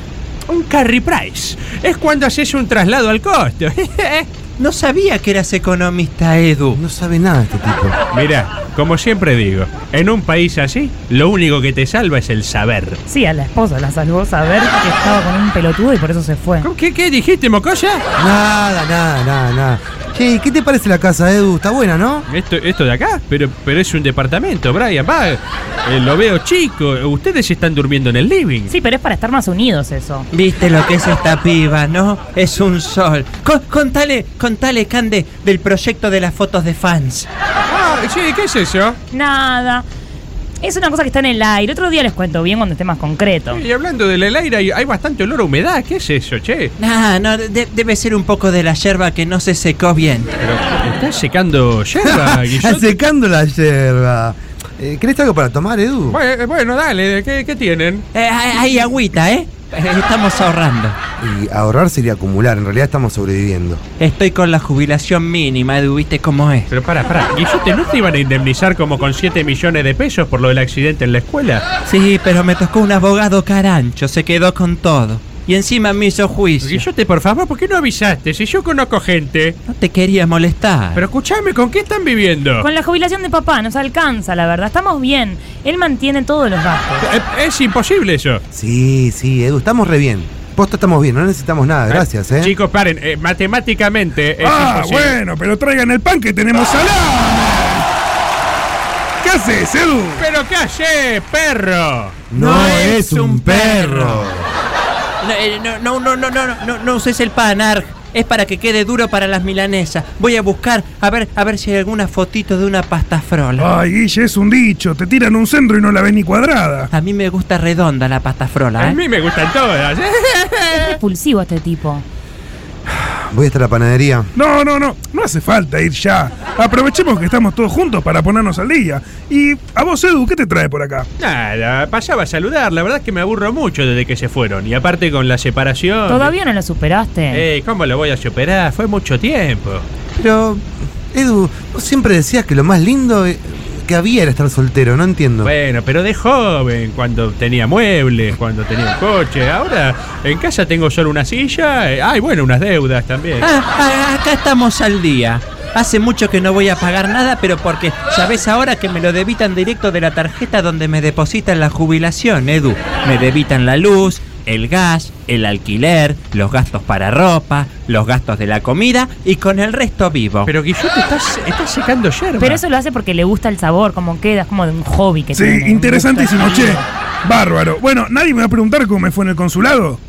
Un carry price. Es cuando haces un traslado al costo. Eh,
No sabía que eras economista, Edu.
No sabe nada este tipo.
Mira, como siempre digo, en un país así, lo único que te salva es el saber.
Sí, a la esposa la salvó saber que estaba con un pelotudo y por eso se fue.
¿Qué, qué dijiste, Mocoya?
Nada, nada, nada, nada. Che, ¿y ¿qué te parece la casa, Edu? Está buena, ¿no?
Esto, esto de acá, pero, pero es un departamento, Brian. Va, eh, lo veo chico. Ustedes están durmiendo en el living.
Sí, pero es para estar más unidos eso.
¿Viste lo que es esta piba, no? Es un sol. Con- contale, contale, Cande, del proyecto de las fotos de fans.
Ah, sí, ¿qué es eso?
Nada. Es una cosa que está en el aire. Otro día les cuento bien cuando esté más concreto.
Y hablando del aire, hay, hay bastante olor a humedad. ¿Qué es eso, che?
Ah, no, de- debe ser un poco de la yerba que no se secó bien.
Pero, ¿Estás secando yerba,
Está
Guillote?
secando la yerba. Eh, ¿Querés algo para tomar, Edu?
Bueno, eh, bueno, dale, ¿qué, qué tienen?
Eh, hay, hay agüita, ¿eh? Estamos ahorrando.
Y ahorrar sería acumular, en realidad estamos sobreviviendo.
Estoy con la jubilación mínima, Edu, ¿viste cómo es?
Pero pará, pará, Guillote, ¿no te iban a indemnizar como con 7 millones de pesos por lo del accidente en la escuela?
Sí, pero me tocó un abogado carancho, se quedó con todo. Y encima me hizo juicio.
Guillote, por favor, ¿por qué no avisaste? Si yo conozco gente.
No te quería molestar.
Pero escúchame, ¿con qué están viviendo?
Con la jubilación de papá nos alcanza, la verdad. Estamos bien. Él mantiene todos los gastos.
Eh, Es imposible eso.
Sí, sí, Edu, estamos re bien. Posta estamos bien, no necesitamos nada, gracias, ¿eh?
Chicos, paren, eh, matemáticamente es
ah,
imposible.
bueno, pero traigan el pan que tenemos salado. ¿Qué haces, Edu?
Pero qué haces, perro.
no es un perro. No, eh, no, no, no, no, no, no, no uses el pan, Arg. Es para que quede duro para las milanesas. Voy a buscar, a ver, a ver si hay alguna fotito de una pasta frola.
Ay, Guille, es un dicho. Te tiran un centro y no la ves ni cuadrada.
A mí me gusta redonda la pasta frola,
A
¿eh?
mí me gustan todas.
Es repulsivo este tipo.
Voy hasta la panadería.
No, no, no, no hace falta ir ya. Aprovechemos que estamos todos juntos para ponernos al día. Y a vos, Edu, ¿qué te trae por acá?
Nada, pasaba a saludar. La verdad es que me aburro mucho desde que se fueron. Y aparte con la separación.
Todavía no lo superaste.
Ey, ¿cómo lo voy a superar? Fue mucho tiempo.
Pero, Edu, vos siempre decías que lo más lindo eh, que había era estar soltero, no entiendo.
Bueno, pero de joven, cuando tenía muebles, cuando tenía un coche. Ahora en casa tengo solo una silla. eh, Ay, bueno, unas deudas también.
Ah, ah, acá estamos al día. Hace mucho que no voy a pagar nada, pero porque ya ves ahora que me lo debitan directo de la tarjeta donde me depositan la jubilación, Edu. Me debitan la luz, el gas, el alquiler, los gastos para ropa, los gastos de la comida y con el resto vivo.
Pero Guillote, estás, estás secando yerba.
Pero eso lo hace porque le gusta el sabor, como queda, es como de un hobby que
Sí,
tiene.
interesantísimo,
Gusta.
che. Bárbaro. Bueno, nadie me va a preguntar cómo me fue en el consulado.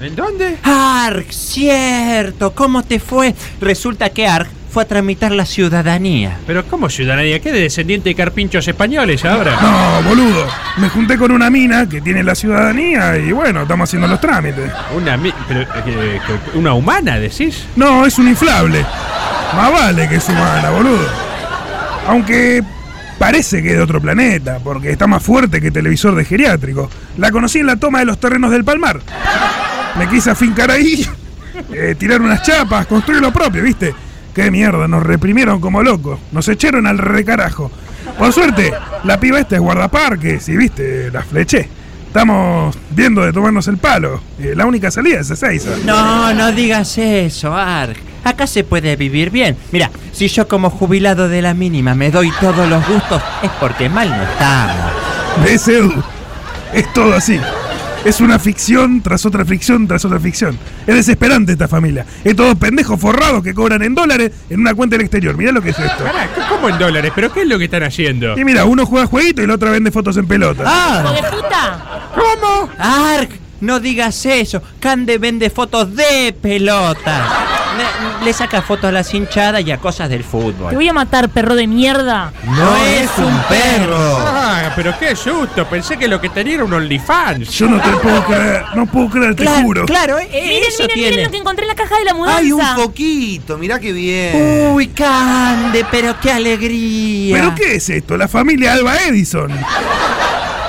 ¿En dónde? Arg, cierto. ¿Cómo te fue? Resulta que Arg fue a tramitar la ciudadanía.
Pero ¿cómo ciudadanía? ¿Qué de descendiente de carpinchos españoles ahora?
No, boludo. Me junté con una mina que tiene la ciudadanía y bueno, estamos haciendo los trámites.
Una, mi- pero, eh, que- una humana, decís.
No, es un inflable. Más vale que es humana, boludo. Aunque parece que es de otro planeta, porque está más fuerte que televisor de geriátrico. La conocí en la toma de los terrenos del Palmar. Me quise afincar ahí, eh, tirar unas chapas, construir lo propio, ¿viste? Qué mierda, nos reprimieron como locos. Nos echaron al recarajo. Por suerte, la piba esta es guardaparques y, ¿viste? La fleché. Estamos viendo de tomarnos el palo. Eh, la única salida es Ezeiza.
No, no digas eso, Arg. Acá se puede vivir bien. Mira, si yo como jubilado de la mínima me doy todos los gustos, es porque mal no estamos.
¿Ves, Edu? Es todo así. Es una ficción tras otra ficción tras otra ficción. Es desesperante esta familia. Es todos pendejos forrados que cobran en dólares en una cuenta del exterior. Mirá lo que es esto.
Pará, ¿c- ¿cómo en dólares? ¿Pero qué es lo que están haciendo?
Y mira, uno juega jueguito y el otro vende fotos en pelota.
¡Ah!
¡Hijo de puta!
¿Cómo? Arg, no digas eso. Cande vende fotos de pelota. Le, le saca fotos a las hinchadas y a cosas del
Te
fútbol.
voy a matar, perro de mierda.
No es un perro.
Ah, pero qué susto. Pensé que lo que tenía era un OnlyFans.
Yo no te puedo creer, no puedo creer, te
Claro,
juro.
Claro, eh,
Miren,
eso
miren, miren
tiene.
lo que encontré en la caja de la mudanza.
Hay un poquito, mirá qué bien.
Uy, Cande, pero qué alegría.
¿Pero qué es esto? La familia Alba Edison.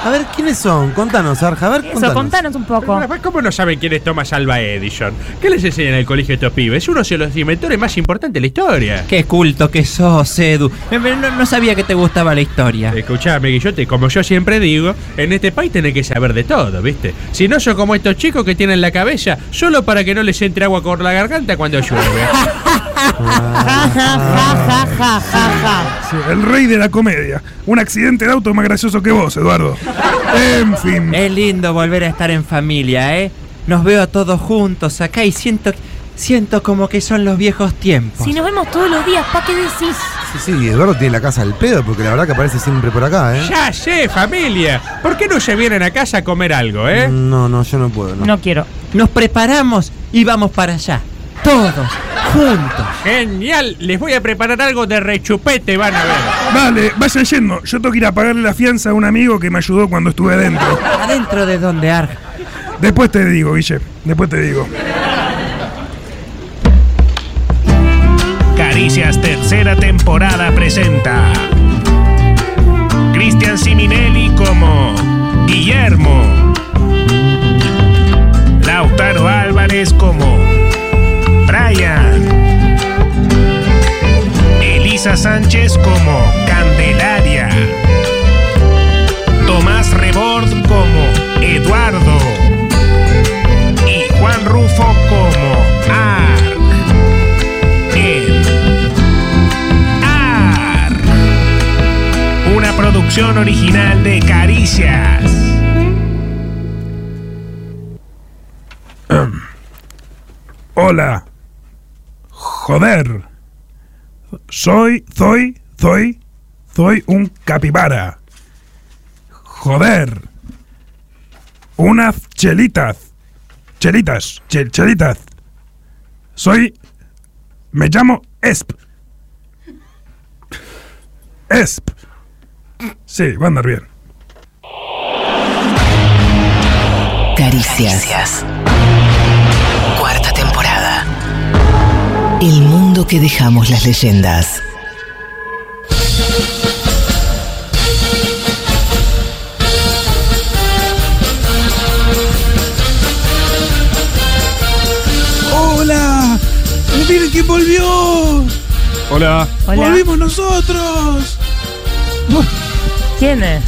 A ver, ¿quiénes son? Contanos, Arja. A ver,
Eso,
contanos.
contanos un poco.
Pero, ¿Cómo no saben quién es Thomas Alba Edison? ¿Qué les enseñan en el colegio a estos pibes? Uno de los inventores más importantes de la historia.
Qué culto que sos, Edu. Eh, pero No, no sabía que te gustaba la historia.
Escuchame, Guillote, como yo siempre digo, en este país tenés que saber de todo, ¿viste? Si no, yo como estos chicos que tienen la cabeza solo para que no les entre agua por la garganta cuando llueve.
Ja, ja, ja, ja, ja, ja.
Sí, el rey de la comedia. Un accidente de auto más gracioso que vos, Eduardo. En fin.
Es lindo volver a estar en familia, ¿eh? Nos veo a todos juntos acá y siento, siento como que son los viejos tiempos.
Si nos vemos todos los días, ¿pa' qué decís?
Sí, sí, Eduardo tiene la casa al pedo porque la verdad que aparece siempre por acá, ¿eh?
ya sé, familia. ¿Por qué no se vienen a casa a comer algo, eh?
No, no, yo no puedo, no.
No quiero.
Nos preparamos y vamos para allá. Todos, juntos.
Genial, les voy a preparar algo de rechupete, van a ver.
Vale, vayan yendo. Yo tengo que ir a pagarle la fianza a un amigo que me ayudó cuando estuve adentro.
Adentro de donde Arg.
Después te digo, Guille. Después te digo.
Caricias tercera temporada presenta Cristian Siminelli como Guillermo Lautaro Álvarez como Brian Elisa Sánchez como Candelaria Tomás Rebord como Eduardo y Juan Rufo como Ar en AR. Una producción original de Caricias.
Hola. Joder. Soy, soy, soy, soy un capibara. Joder. Unas chelitas. Chelitas, chel- chelitas. Soy. Me llamo Esp. Esp. Sí, va a andar bien.
Caricias. Cuarta temporada. El mundo que dejamos las leyendas.
¡Hola! ¡Miren quién volvió!
Hola.
¡Volvimos nosotros!
¿Quién es?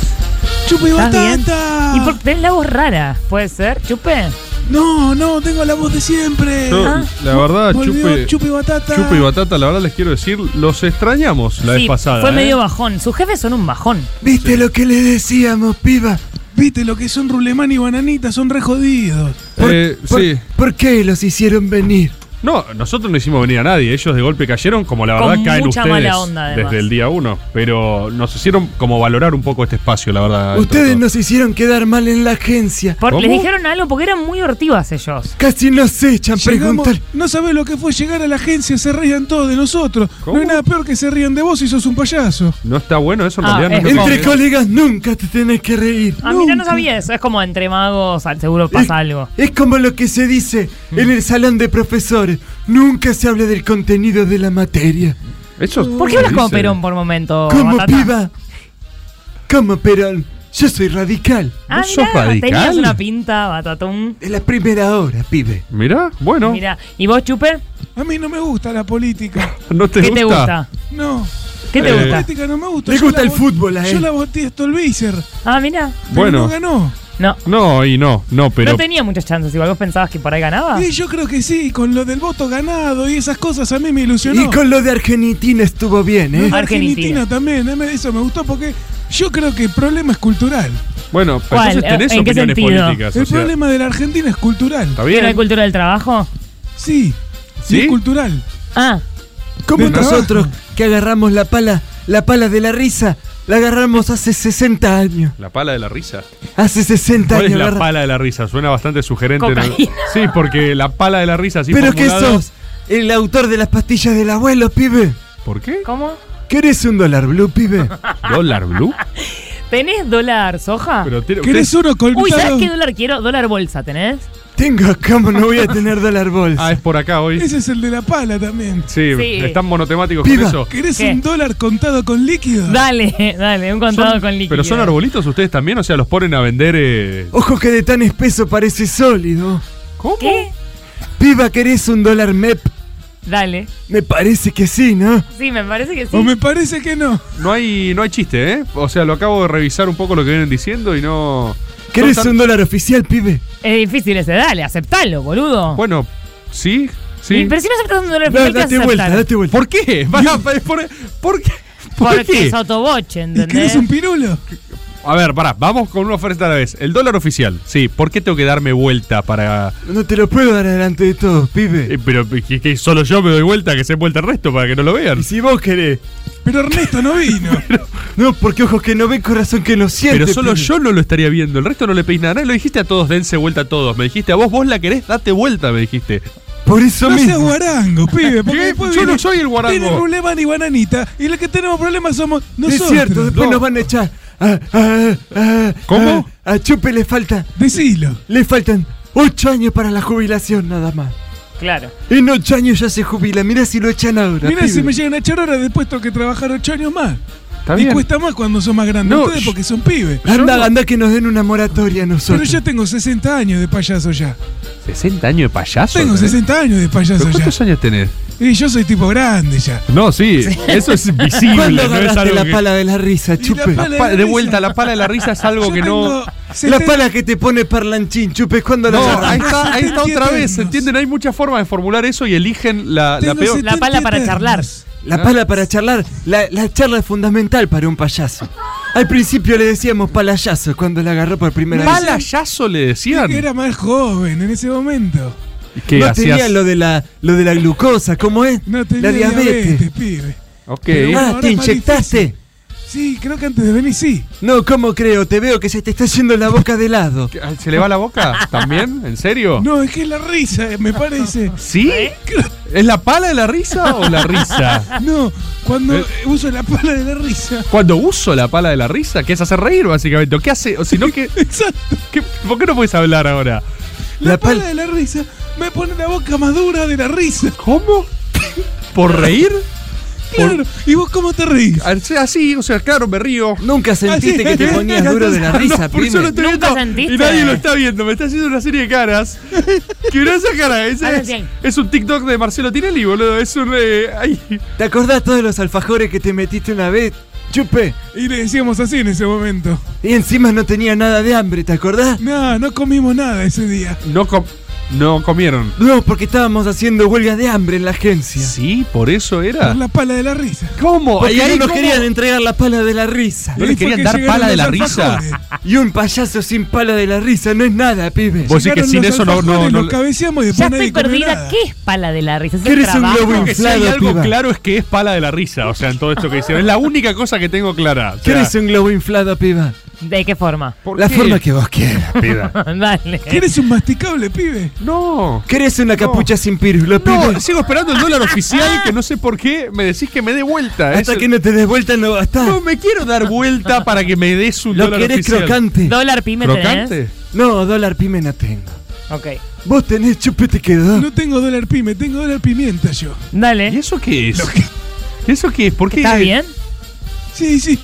¡Chupe
¿Estás
batata!
bien? ¿Y por qué tenés la voz rara? ¿Puede ser? ¿Chupe? Ah,
No, no, tengo la voz de siempre.
Yo, la verdad,
Volvió
Chupe-
Chupi Batata.
Chupa y Batata, la verdad les quiero decir, los extrañamos la
Sí,
vez pasada.
Fue
¿eh?
medio bajón. Sus jefes son un bajón.
¿Viste lo que le decíamos, piba? ¿Viste lo que son Rulemán y Bananita? Son re jodidos.
Eh, sí.
¿Por qué los hicieron venir?
No, nosotros no hicimos venir a nadie. Ellos de golpe cayeron, como la
Con
verdad caen
mucha
ustedes
mala onda, además.
desde el día uno. Pero nos hicieron como valorar un poco este espacio, la verdad.
Ustedes nos hicieron quedar mal en la agencia.
Por- les dijeron algo porque eran muy hortivas ellos.
Casi nos echan,
Llegamos-
preguntar.
no sabés lo que fue llegar a la agencia, se rían todos de nosotros. No hay nada peor que se rían de vos si sos un payaso.
No está bueno eso en
Ah,
realidad. no
es
es lo
como-
que-
Entre colegas nunca te tenés que reír.
Ah, mira, no sabía eso. Es como entre magos, al- seguro pasa algo.
Es como lo que se dice en el salón de profesores. Nunca se habla del contenido de la materia.
Eso
¿Por qué hablas como Perón por momento?
Como
Batata?
piba. Como Perón. Yo soy radical.
Ah, mirá, Tenías una pinta, batatón.
Es la primera hora, pibe.
Mirá, bueno.
Mira, ¿y vos, Chupe?
A mí no me gusta la política.
¿No te
¿Qué
gusta?
te gusta?
No.
¿Qué te
Eh,
La
gusta?
política no me gusta.
Le
Yo
gusta
la
el
vo-
fútbol a
Yo
él.
la voté a Stolbizer.
Ah, mira.
Bueno.
No ganó.
No.
No, y no, no, pero.
No tenía muchas chances. Igual vos pensabas que por ahí ganaba.
Y yo creo que sí, con lo del voto ganado y esas cosas a mí me ilusionó.
Y con lo de Argentina estuvo bien, ¿eh?
Argentina. también, eh, me- eso me gustó porque yo creo que el problema es cultural.
Bueno,
¿Cuál?
entonces tenés
¿En qué
opiniones
sentido?
políticas.
el
o sea,
problema de la Argentina es cultural.
Está
¿Era la
bien.
cultura del trabajo?
Sí,
¿Sí?
es cultural.
Ah,
Como
Del trabajo.
nosotros que agarramos la pala, la pala de la risa, la agarramos hace 60 años.
La pala de la risa.
Hace 60
¿Cuál
años.
es la
agarra-
pala de la risa? Suena bastante sugerente. ¿no?
Cocaína.
Sí, porque la pala de la risa sí
Pero que sos el autor de las pastillas del abuelo, pibe.
¿Por qué?
¿Cómo?
¿Querés un dólar blue, pibe?
¿Dólar blue?
¿Tenés dólar soja?
Pero tiene-
¿Querés uno colgado?
Uy, ¿sabes qué dólar quiero? Dólar bolsa, ¿tenés?
Tengo, ¿cómo no voy a tener dólar bolsa?
Ah, es por acá hoy.
Ese es el de la pala también.
Sí,
Sí.
están monotemáticos
Piba,
con eso.
¿Querés
¿Qué?
un dólar contado con líquido?
Dale, dale, un contado con líquido.
Pero son arbolitos ustedes también, o sea, los ponen a vender. eh,
Ojo que de tan espeso parece sólido.
¿Cómo?
¿Qué?
Piba, ¿querés un dólar MEP?
Dale.
Me parece que sí, ¿no?
Sí, me parece que sí.
O me parece que no.
No hay, no hay chiste, ¿eh? O sea, lo acabo de revisar un poco lo que vienen diciendo y no.
¿Querés
son tan-
un dólar oficial, pibe?
Es difícil ese, dale, aceptalo, boludo.
Bueno, sí, sí.
Y- Pero si no aceptas un dólar
No,
oficial, ¿qué vas
date
a
vuelta,
aceptar?
date vuelta.
¿Por qué? Pará, pará, ¿Por, por qué? ¿Por
Porque
qué?
es autoboche,
¿Y
¿entendés?
querés un pirulo?
A ver, pará, vamos con una oferta a la vez. El dólar oficial, sí. ¿Por qué tengo que darme vuelta para.?
No te lo puedo dar adelante de todos, pibe.
Eh, pero que, que solo yo me doy vuelta, que se vuelta el resto para que no lo vean.
Y si vos querés.
Pero Ernesto no vino.
No, porque ojos que no ven, corazón que no siente.
Pero solo
pibe.
yo no lo estaría viendo, el resto no le pedís nada. a nadie. Lo dijiste a todos, dense vuelta a todos. Me dijiste a vos, vos la querés, date vuelta, me dijiste.
Por eso
No seas
mismo.
guarango, pibe. Porque
¿Qué?
después
Yo
viene-
no soy el guarango.
Tiene Rulemán y Bananita. Y los que tenemos problemas somos
Es
nosotros.
cierto, después nos van a echar. Ah, ah, ah,
¿Cómo?
ah, A, Chupe le falta.
Decilo.
Le faltan ocho años para la jubilación nada más.
Claro.
En ocho años ya se jubila, mirá si lo echan ahora.
Mirá si
pibe.
me llegan a echar horas después tengo que trabajar ocho años más.
Está
y
bien.
cuesta más cuando son más grandes
No,
ustedes
sh-
porque son pibes.
Anda, anda que nos den una moratoria a
Pero
nosotros.
yo tengo 60 años de payaso ya.
60 años de payaso.
Tengo
tenés.
60 años de payaso
¿Pero
ya.
¿Cuántos años tenés?
Y yo soy tipo grande ya.
No, sí, eso es visible. No
¿Cuándo
es
agarraste
algo
la
que-
pala de la risa,
Y la
Chupe?
pala-
Pa- de vuelta, la pala de la risa es algo
Yo
que no.
tengo
La
70
pala que te pone parlanchín, Chupe, ¿cuándo la
No, ahí
agarraste?
está, ahí está otra vez.
70
¿Entienden? Hay muchas formas de formular eso y eligen la, la
Tengo
peor. Ah.
70
La pala para
años.
charlar.
La pala para charlar, la, la charla es fundamental para un payaso. Al principio le decíamos palayazo cuando la agarró por primera vez.
Palayazo le decían.
Porque Era más joven en ese momento.
Que
no
hacías-
tenía lo de la lo de la glucosa, ¿cómo es?
No
la
tenía
diabetes.
pibe.
Ok.
Pero bueno,
Ah,
ahora
¿te
es más
inyectaste?
Sí, creo que antes de venir sí.
No, ¿cómo creo? Te veo que se te está yendo la boca de lado.
¿Se le va la boca? ¿También? ¿En serio?
No, es que es la risa, eh, me parece.
¿Sí? ¿Es la pala de la risa o la risa?
No, cuando
Eh.
eh, uso la pala de la risa.
Cuando uso la pala de la risa, que es hacer reír, básicamente. ¿O qué hace? O si no, ¿qué,
Exacto.
qué- por qué no puedes hablar ahora?
La,
La pal-
pala de la risa me pone la boca más dura de la risa.
¿Cómo? ¿Por reír?
Claro. ¿Y vos cómo te reís?
Así, o sea, claro, me río.
Nunca sentiste que te ponías duro de la risa,
No, por eso lo
pibe.
estoy
Nunca
viendo
sentiste.
Y nadie lo está viendo. Me está haciendo una serie de caras. Que mirá esa cara. ese
Ahora
es,
sí.
es un TikTok de Marcelo Tinelli, boludo. Es un. eh, ay.
¿Te acordás todos los alfajores que te metiste una vez? chupé.
Y le decíamos así en ese momento.
Y encima no tenía nada de hambre, ¿te acordás?
No, no comimos nada ese día.
No, com- no comieron.
No, porque estábamos haciendo huelga de hambre en la agencia.
Sí, por eso era.
Por la pala de la risa.
¿Cómo? Porque
Ahí,
no nos
¿cómo?
querían entregar la pala de la risa.
¿No le querían dar pala de la risa?
Y un payaso sin pala de la risa no es nada, pibe.
Vos decís que sin eso no- no- no-
cabeceamos y
Ya estoy perdida. ¿Qué es pala de la risa? ¿Es el trabajo?
Creo que si hay algo claro es que es pala de la risa, o sea, en todo esto que hicieron. Es la única cosa que tengo clara. O sea,
¿Querés un globo inflado, piba?
¿De qué forma?
La forma que vos quieras.
Piba.
Dale.
¿Quieres un masticable, pibe?
No.
¿Querés una capucha sin pírgulo, pibe?
No, sigo esperando el dólar oficial que no sé por qué me decís que me dé vuelta. ¿eh?
Hasta que no te des vuelta no basta.
No me quiero dar vuelta para que me des un
Lo
dólar
querés
oficial.
crocante.
¿Dólar pyme
¿Crocante?
tenés?
No, dólar pyme no tengo.
Ok.
Vos tenés chupete quedó.
No tengo dólar pyme, tengo dólar pimienta yo.
Dale.
¿Y eso qué es? ¿Eso qué es? ¿Por qué?
¿Estás bien? Ah,
Sí, sí.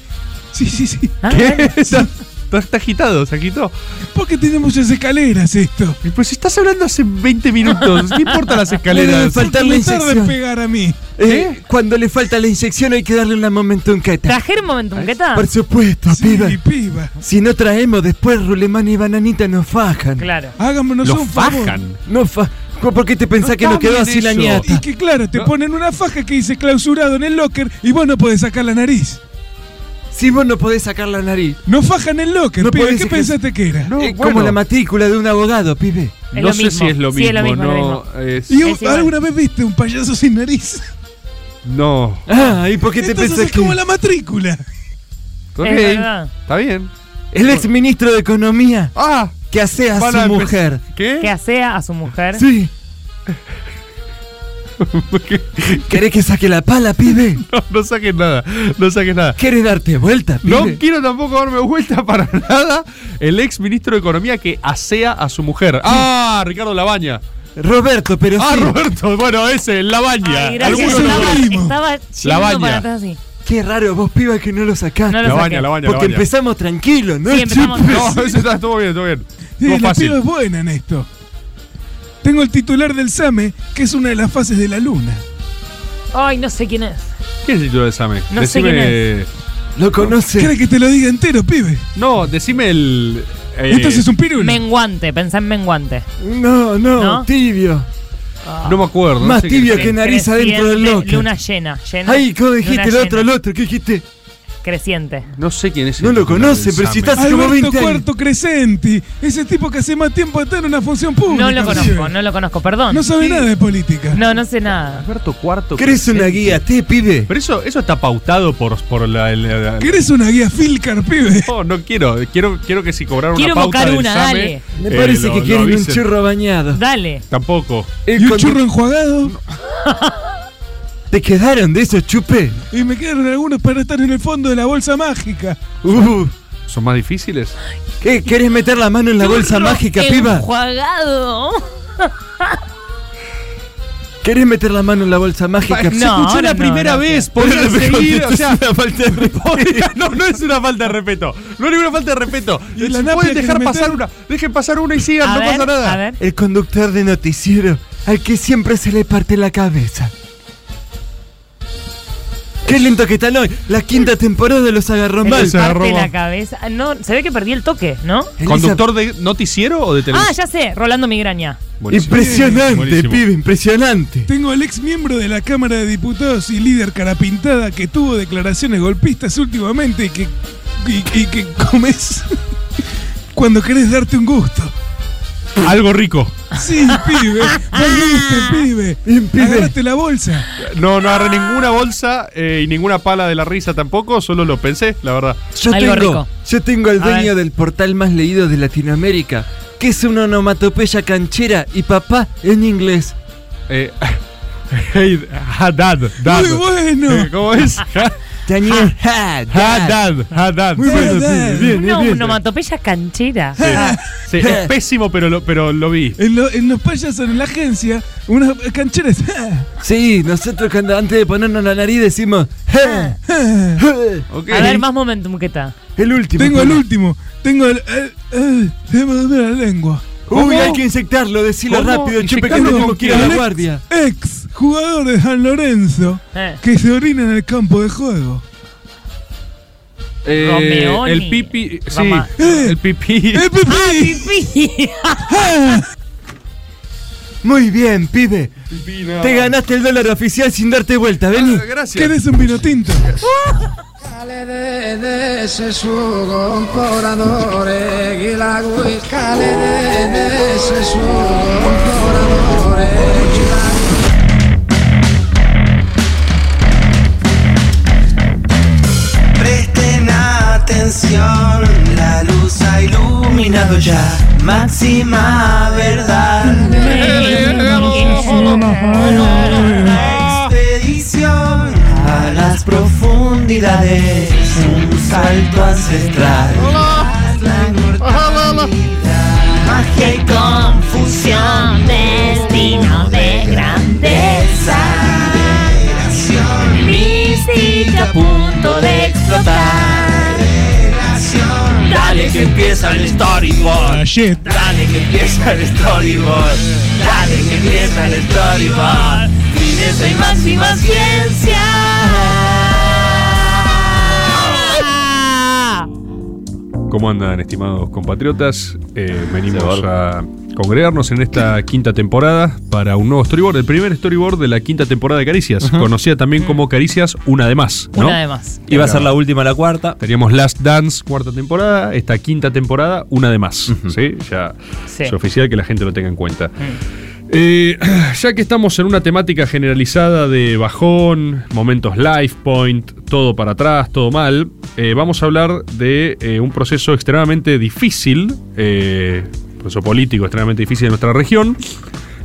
Sí, sí, sí.
¿Qué? Está, está- está agitado, se agitó.
¿Por qué tiene muchas escaleras esto?
Y Pues estás hablando hace 20 minutos. ¿Qué importan las
Me
escaleras?
debe faltar la
Me tarda en
inyección.
pegar a mí.
Eh, Cuando le falta la inyección hay que darle una momentunqueta.
¿Trajeron momentum? ¿Qué tal?
Por supuesto,
Sí,
piba.
piba.
Si no traemos después Rulemán y Bananita nos fajan.
Claro.
Háganos
Los
un favor.
fajan.
No fa ¿Por qué te pensás
No
que nos quedó
cambien
así la
eso.
Y
ñata?
que claro, te ponen una faja que dice clausurado en el locker y vos no podés sacar la nariz.
Si vos no podés sacar la nariz.
No fajan el locker,
No
pibe.
podés
¿Qué
ejer-
pensaste que era? Eh,
No,
es
bueno.
como la matrícula de un abogado, pibe.
Es
no
lo
sé
mismo.
si es lo
Sí,
mismo.
es lo mismo, es lo
no, es-
¿Y
Es igual.
alguna vez viste un payaso sin nariz?
no.
Ah, ¿y por qué te
Entonces
pensás
es
que.?
como la matrícula.
Ok,
verdad.
Está bien.
El ex ministro de Economía
Ah,
que hace a
van
su
a empe-
mujer.
Que
pues, ¿Qué?
asea a su mujer.
Sí.
Porque-
¿Querés que saque la pala, pibe?
no, no saques nada. No saques nada.
¿Querés darte vuelta,
No
pibe?
quiero tampoco darme vuelta para nada. El ex ministro de Economía que asea a su mujer. Ah, Ricardo Labaña.
Roberto, pero
Ah,
sí.
Roberto. Bueno, ese, Labaña.
Ay,
Algunos
gracias.
lo-
Estaba,
mismo.
estaba yendo
baña.
para atrás así.
Qué raro vos, piba, que no lo sacaste.
No lo
Labaña,
saqué.
Labaña,
Porque
Labaña.
empezamos tranquilos, ¿no?
Sí, empezamos.
Chupes.
No, eso está todo bien, todo bien.
Sí,
Todo
la
fácil.
piba es buena en esto. Tengo el titular del SAME, que es una de las fases de la luna.
Ay, no sé quién es.
¿Quién es el título de examen?
No sé
decime.
quién
Lo conoce.
¿Querés que te lo diga entero, pibe?
No, decime el. eh,
Esto es un pirulo.
Menguante, pensá en menguante.
No, no,
¿No? Ah.
tibio.
No me acuerdo. no
Más
sé
tibio
qué-
que nariz adentro del
Creciente,
loco.
Luna llena, llena.
Ay, ¿cómo dijiste
luna
el otro, el
llena,
otro? ¿Qué dijiste?
Creciente.
No sé quién es. este el
No lo
titular
conoce,
del
pero si
examen.
estás- Hace como
Alberto
20 años.
Cuarto Crescenti, ese tipo que hace más tiempo está en una función pública.
No lo conozco, no lo conozco, perdón.
No sabe nada de política.
No, no sé nada.
Alberto Cuarto.
¿Querés una guía, te pibe?
Pero eso, eso está pautado por, por la. la- la-
¿Querés una guía Filcar, pibe?
No, no quiero. Quiero, quiero que si cobraron
Quiero
una pauta
evocar
del
una,
examen,
dale.
Me
eh,
parece
lo-
que
lo Oh.
quieren un
avisen.
churro bañado. Eh,
Dale.
Tampoco.
El
¿Y un
con-
churro enjuagado?
¿Te quedaron de esos chupe?
Y me quedaron algunos para estar en el fondo de la bolsa mágica.
Uh,
¿Son más difíciles?
¿qué, ¿Querés meter la mano en la bolsa
Churro
mágica, piba?
enjuagado.
¿Querés meter la mano en la bolsa mágica?
Se No, escuchó la no, primera no, vez,
podrían seguir, o sea,
falta de
Podría- no, no es una falta de respeto. No es ninguna falta de respeto.
Y la
Si
napia
pueden
que
dejar
le
pasar
metieron-
una. Dejen pasar una y sigan,
A
no
ver,
pasa nada.
a ver.
El conductor de noticiero, al que siempre se le parte la cabeza. Qué lento que están hoy. La quinta temporada de los agarrón mal.
Parte
se agarró.
la cabeza. No, se ve que perdí el toque, ¿no?
Elisa,
¿Conductor de noticiero o de
Ah,
televisión?
ya sé, Rolando Migraña.
Buenísimo.
Impresionante,
Buenísimo.
pibe, impresionante.
Tengo al ex miembro de la Cámara de Diputados y líder carapintada que tuvo declaraciones golpistas últimamente y que, y- y que comes cuando querés darte un gusto.
Algo rico.
Sí, pibe. Volviste,
Bien,
pibe.
pibe.
Agarraste la bolsa.
No, no agarré ninguna bolsa eh, y ninguna pala de la risa tampoco, solo lo pensé, la verdad.
Yo
Algo
tengo,
rico.
yo tengo al
A
dueño
ver.
del portal más leído de Latinoamérica, que es una onomatopeya canchera y papá en inglés.
Eh, hey, ah, dad, dad.
Muy bueno.
Eh, ¿Cómo es? Ha-
Daniel Had.
ha, dad, ha, dad.
Muy
Sí,
bueno,
sí,
dad.
bien,
Una
bien.
onomatopeya canchera.
Ah,
Sí, sí, es pésimo, pero lo, pero lo vi.
En, lo- en los payasos, en la agencia, unos cancheres.
Sí, nosotros cuando antes de ponernos la nariz decimos. "Ja, ja".
Ok.
A ver, más momentum que está.
El último.
Tengo el
pibe.
último. Tengo el. eh, eh, se me duele la lengua.
Uy, hay que inyectarlo, decilo
¿Cómo?
rápido, chupe que
¿Inyectarlo
tengo
con
que ir a
quién?
la guardia.
Ex jugador de San Lorenzo
Eh.
que se orina en el campo de juego.
Eh,
Romeoni.
El pipi. Sí,
Roma-
Eh,
el pipi. ¡El pipi!
Muy bien, pibe. Te ganaste el dólar oficial sin darte vuelta, vení.
gracias. ¿Querés un vino tinto?
Cale de, de ese su comporadore, Gilagüi. Cale de, de ese su comporadore, Gilagüi.
Presten atención, la luz ha iluminado ya máxima verdad. Expedición a las profundidades, un salto ancestral. Magia y confusión, destino de grandeza. Liberación mística a punto de explotar. Dale que empieza el storyboard. Dale que empieza el storyboard. Dale que empieza el storyboard. Fineza y máxima ciencia.
¿Cómo andan, estimados compatriotas? Eh, venimos a congregarnos en esta quinta temporada para un nuevo storyboard, el primer storyboard de la quinta temporada de Caricias, conocida también como Caricias Una de Más. ¿no?
Una de más.
Iba a ser la última, la cuarta. Teníamos Last Dance, cuarta temporada, esta quinta temporada, una de más. ¿sí? Ya
Sí.
es oficial que la gente lo tenga en cuenta. Eh, ya que estamos en una temática generalizada de bajón, momentos life point, todo para atrás, todo mal, eh, vamos a hablar de eh, un proceso extremadamente difícil, eh, proceso político extremadamente difícil de nuestra región,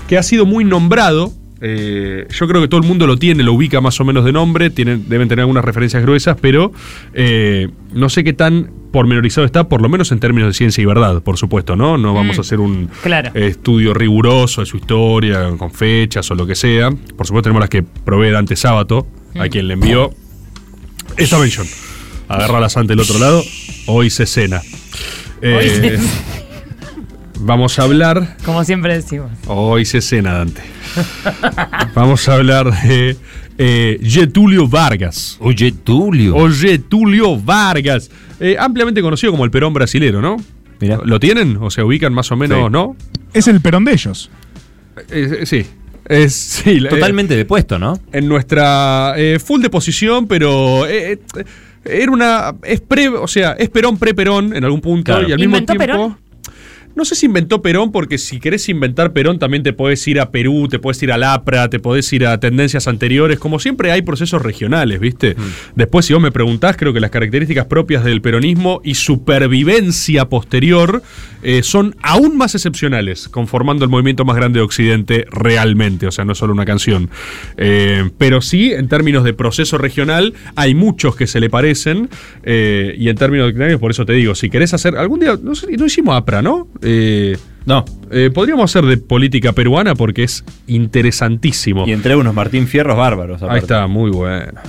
que ha sido muy nombrado. eh, yo creo que todo el mundo lo tiene, lo ubica más o menos de nombre, tienen, deben tener algunas referencias gruesas, pero eh, no sé qué tan pormenorizado está, por lo menos en términos de ciencia y verdad, por supuesto, ¿no? No vamos
Mm.
a hacer un,
Claro.
eh, estudio riguroso de su historia, con fechas o lo que sea. Por supuesto, tenemos las que provee Dante Sábato,
Mm.
a quien le envió esta mención. Agárralas ante el otro lado, hoy se cena.
Hoy se
Eh, vamos a hablar,
Como siempre decimos.
hoy se Oh, cena, Dante. Vamos a hablar de eh, Getulio Vargas. Oye, Tulio. Oye, Tulio Vargas. Eh, ampliamente conocido como el Perón brasilero, ¿no? ¿Lo tienen? O se ubican más o menos, ¿no?
Es el perón de ellos.
Eh, eh, sí. Es, sí, la-
Totalmente
eh,
depuesto, ¿no?
en nuestra eh, full de posición, pero eh, eh, era una. Es pre, o sea, es Perón pre-Perón en algún punto
Claro.
y al mismo
¿Inventó
tiempo.
Perón?
No sé si inventó Perón, porque si querés inventar Perón también te podés ir a Perú, te podés ir a Lapra, te podés ir a tendencias anteriores. Como siempre hay procesos regionales, ¿viste?
Mm.
Después, si vos me preguntás, creo que las características propias del peronismo y supervivencia posterior eh, son aún más excepcionales, conformando el movimiento más grande de Occidente realmente. O sea, no es solo una canción. Eh, pero sí, en términos de proceso regional, hay muchos que se le parecen. eh, y en términos doctrinarios, por eso te digo, si querés hacer. Algún día. No, sé, no hicimos APRA, ¿no? no. podríamos hacer de política peruana porque es interesantísimo.
Y entre unos Martín Fierros bárbaros.
Ahí está, muy bueno.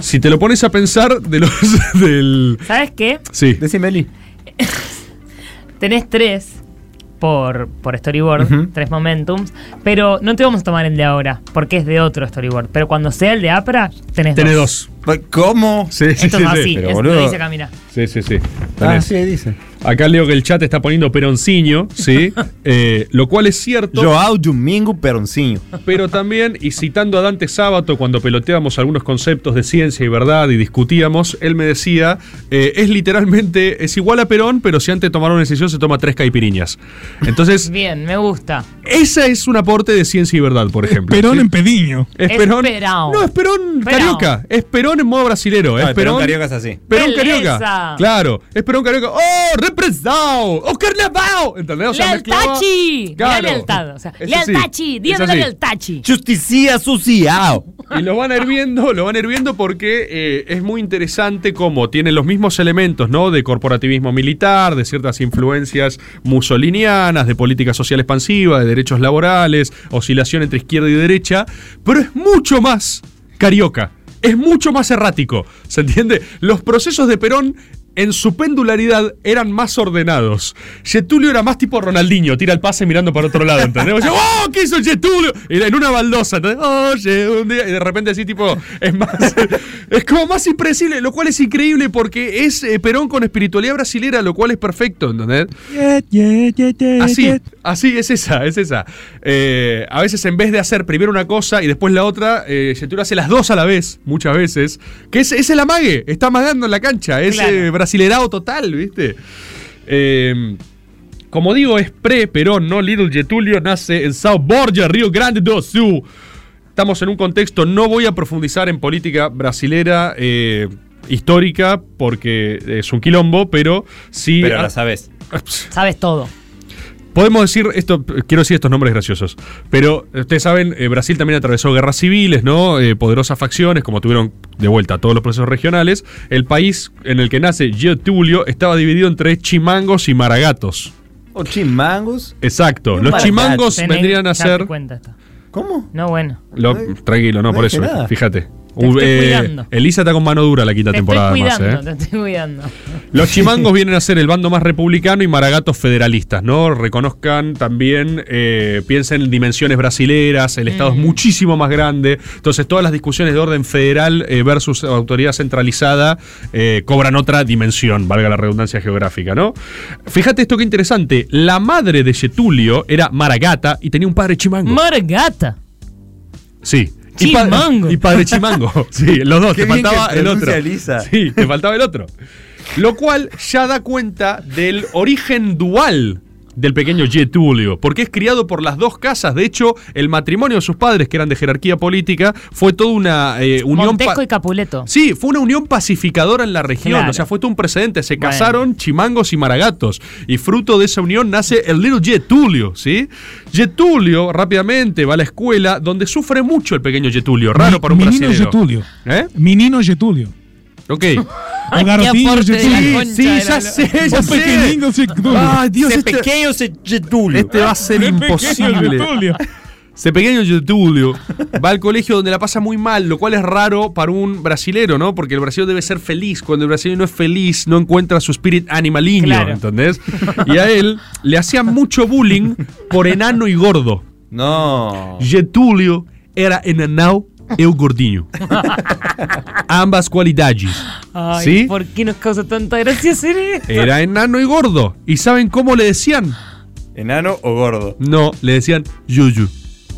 Si te lo pones a pensar de los. del.
¿Sabes qué?
Sí.
Decime, Eli.
Tenés tres por, por storyboard, tres momentums, pero no te vamos a tomar el de ahora, porque es de otro storyboard. Pero cuando sea el de APRA, tenés,
Tenés dos.
¿Cómo?
Sí, sí,
Esto
sí,
es
sí.
así, es- lo dice Camila.
Sí, sí, sí.
Ah,
Tenés.
sí, dice.
Acá leo que el chat está poniendo peronciño, ¿sí? Eh, lo cual es cierto.
Joao Domingo Peronciño.
Pero también, y citando a Dante Sábato cuando peloteábamos algunos conceptos de ciencia y verdad y discutíamos, él me decía, eh, es literalmente, es igual a Perón, pero si antes de tomar una decisión se toma tres caipiriñas. Entonces,
Bien, me gusta.
ese es un aporte de ciencia y verdad, por ejemplo.
Perón
¿sí?
en pediño.
Es Perón-
Esperao.
No, es Perón Carioca. Es Perón en modo brasilero. es
el Perón Carioca es así.
Perón
¡Beleza!
Carioca. Claro. Es Perón Carioca. ¡Oh, represao! ¡Oh, carnaval! ¿Entendés? O sea, mezclaba-
¡Lealtachi! Mirá
Claro.
lealtad, o sea,
Es
lealtachi,
así,
día
es
de la
así.
lealtachi.
Justicia asociado.
Y lo van hirviendo, lo van hirviendo porque eh, es muy interesante cómo tienen los mismos elementos, ¿no? De corporativismo militar, de ciertas influencias musolinianas, de política social expansiva, de derechos laborales, oscilación entre izquierda y derecha, pero es mucho más carioca. Es mucho más errático, ¿se entiende? Los procesos de Perón en su pendularidad eran más ordenados. Getulio era más tipo Ronaldinho, tira el pase mirando para otro lado, ¿entendés? Yo, ¡Oh! ¿Qué hizo Getulio? Era en una baldosa, ¿entendés? Oye, un día. Y de repente así, tipo, es más. es como más impredecible, lo cual es increíble porque es eh, Perón con espiritualidad brasilera, lo cual es perfecto, ¿entendés? Así, así, es esa, es esa. Eh, a veces en vez de hacer primero una cosa y después la otra, eh, Getulio hace las dos a la vez, muchas veces. Que es, es el amague, está amagando en la cancha, es
Claro.
eh, brasilerado total, ¿viste? Eh, como digo, es pre, pero no Little Getulio, nace en Sao Borja, Río Grande do Sul. Estamos en un contexto, no voy a profundizar en política brasilera eh, histórica, porque es un quilombo, pero sí...
Pero la
sabes.
Sabes todo.
Podemos decir, esto, quiero decir estos nombres graciosos, pero eh, ustedes saben, eh, Brasil también atravesó guerras civiles, ¿no? Eh, poderosas facciones, como tuvieron de vuelta todos los procesos regionales. El país en el que nace Getulio estaba dividido entre chimangos y maragatos.
¿O chimangos?
Exacto. Los chimangos
Tenés
vendrían
que
a
darte
ser.
cuenta esto.
¿Cómo?
No, bueno.
Lo- tranquilo, no,
no
por
dije
eso.
nada.
Fíjate.
Te estoy
Eh,
cuidando.
Elisa está con mano dura la quinta
te estoy
temporada, además.
cuidando,
¿eh?
te estoy cuidando.
Los chimangos vienen a ser el bando más republicano y maragatos federalistas, ¿no? Reconozcan también, eh, piensen en dimensiones brasileras, el Estado es muchísimo más grande, entonces todas las discusiones de orden federal eh, versus autoridad centralizada eh, cobran otra dimensión, valga la redundancia geográfica, ¿no? Fíjate esto que interesante, la madre de Getulio era maragata y tenía un padre chimango.
Margata.
Sí. Y, pa-
Chimango.
y padre Chimango. Sí, los dos.
Qué
te
bien que
faltaba el otro.
pronuncia Elisa.
Sí, te faltaba el otro. Lo cual ya da cuenta del origen dual del pequeño Getulio, porque es criado por las dos casas. De hecho, el matrimonio de sus padres, que eran de jerarquía política, fue toda una eh, unión. pa-
Montesco y Capuleto.
Sí, fue una unión pacificadora en la región.
Claro.
O sea, fue todo un precedente. Se
Bueno.
casaron chimangos y maragatos. Y fruto de esa unión nace el Little Getulio, ¿sí? Getulio rápidamente va a la escuela donde sufre mucho el pequeño Getulio. Raro para un
Menino
brasileño.
Getulio.
¿Eh?
Minino Getulio.
Ok.
O Garotinho Getulio. O pequeñingo Getulio.
Ay, Dios, este-
Getulio.
Este va a ser
Qué
imposible.
pequeño Getulio.
Ese pequeño Getulio va al colegio donde la pasa muy mal, lo cual es raro para un brasilero, ¿no? Porque el brasileño debe ser feliz. Cuando el brasileño no es feliz, no encuentra su spirit animaliño,
Claro.
¿entendés? Y a él le hacían mucho bullying por enano y gordo.
No.
Getulio era enanao e gordinho. Ambas cualidades.
Ay,
¿Sí?
¿por qué nos causa tanta gracia hacer esto?
Era enano y gordo. ¿Y saben cómo le decían?
¿Enano o gordo?
No, le decían Yuyu.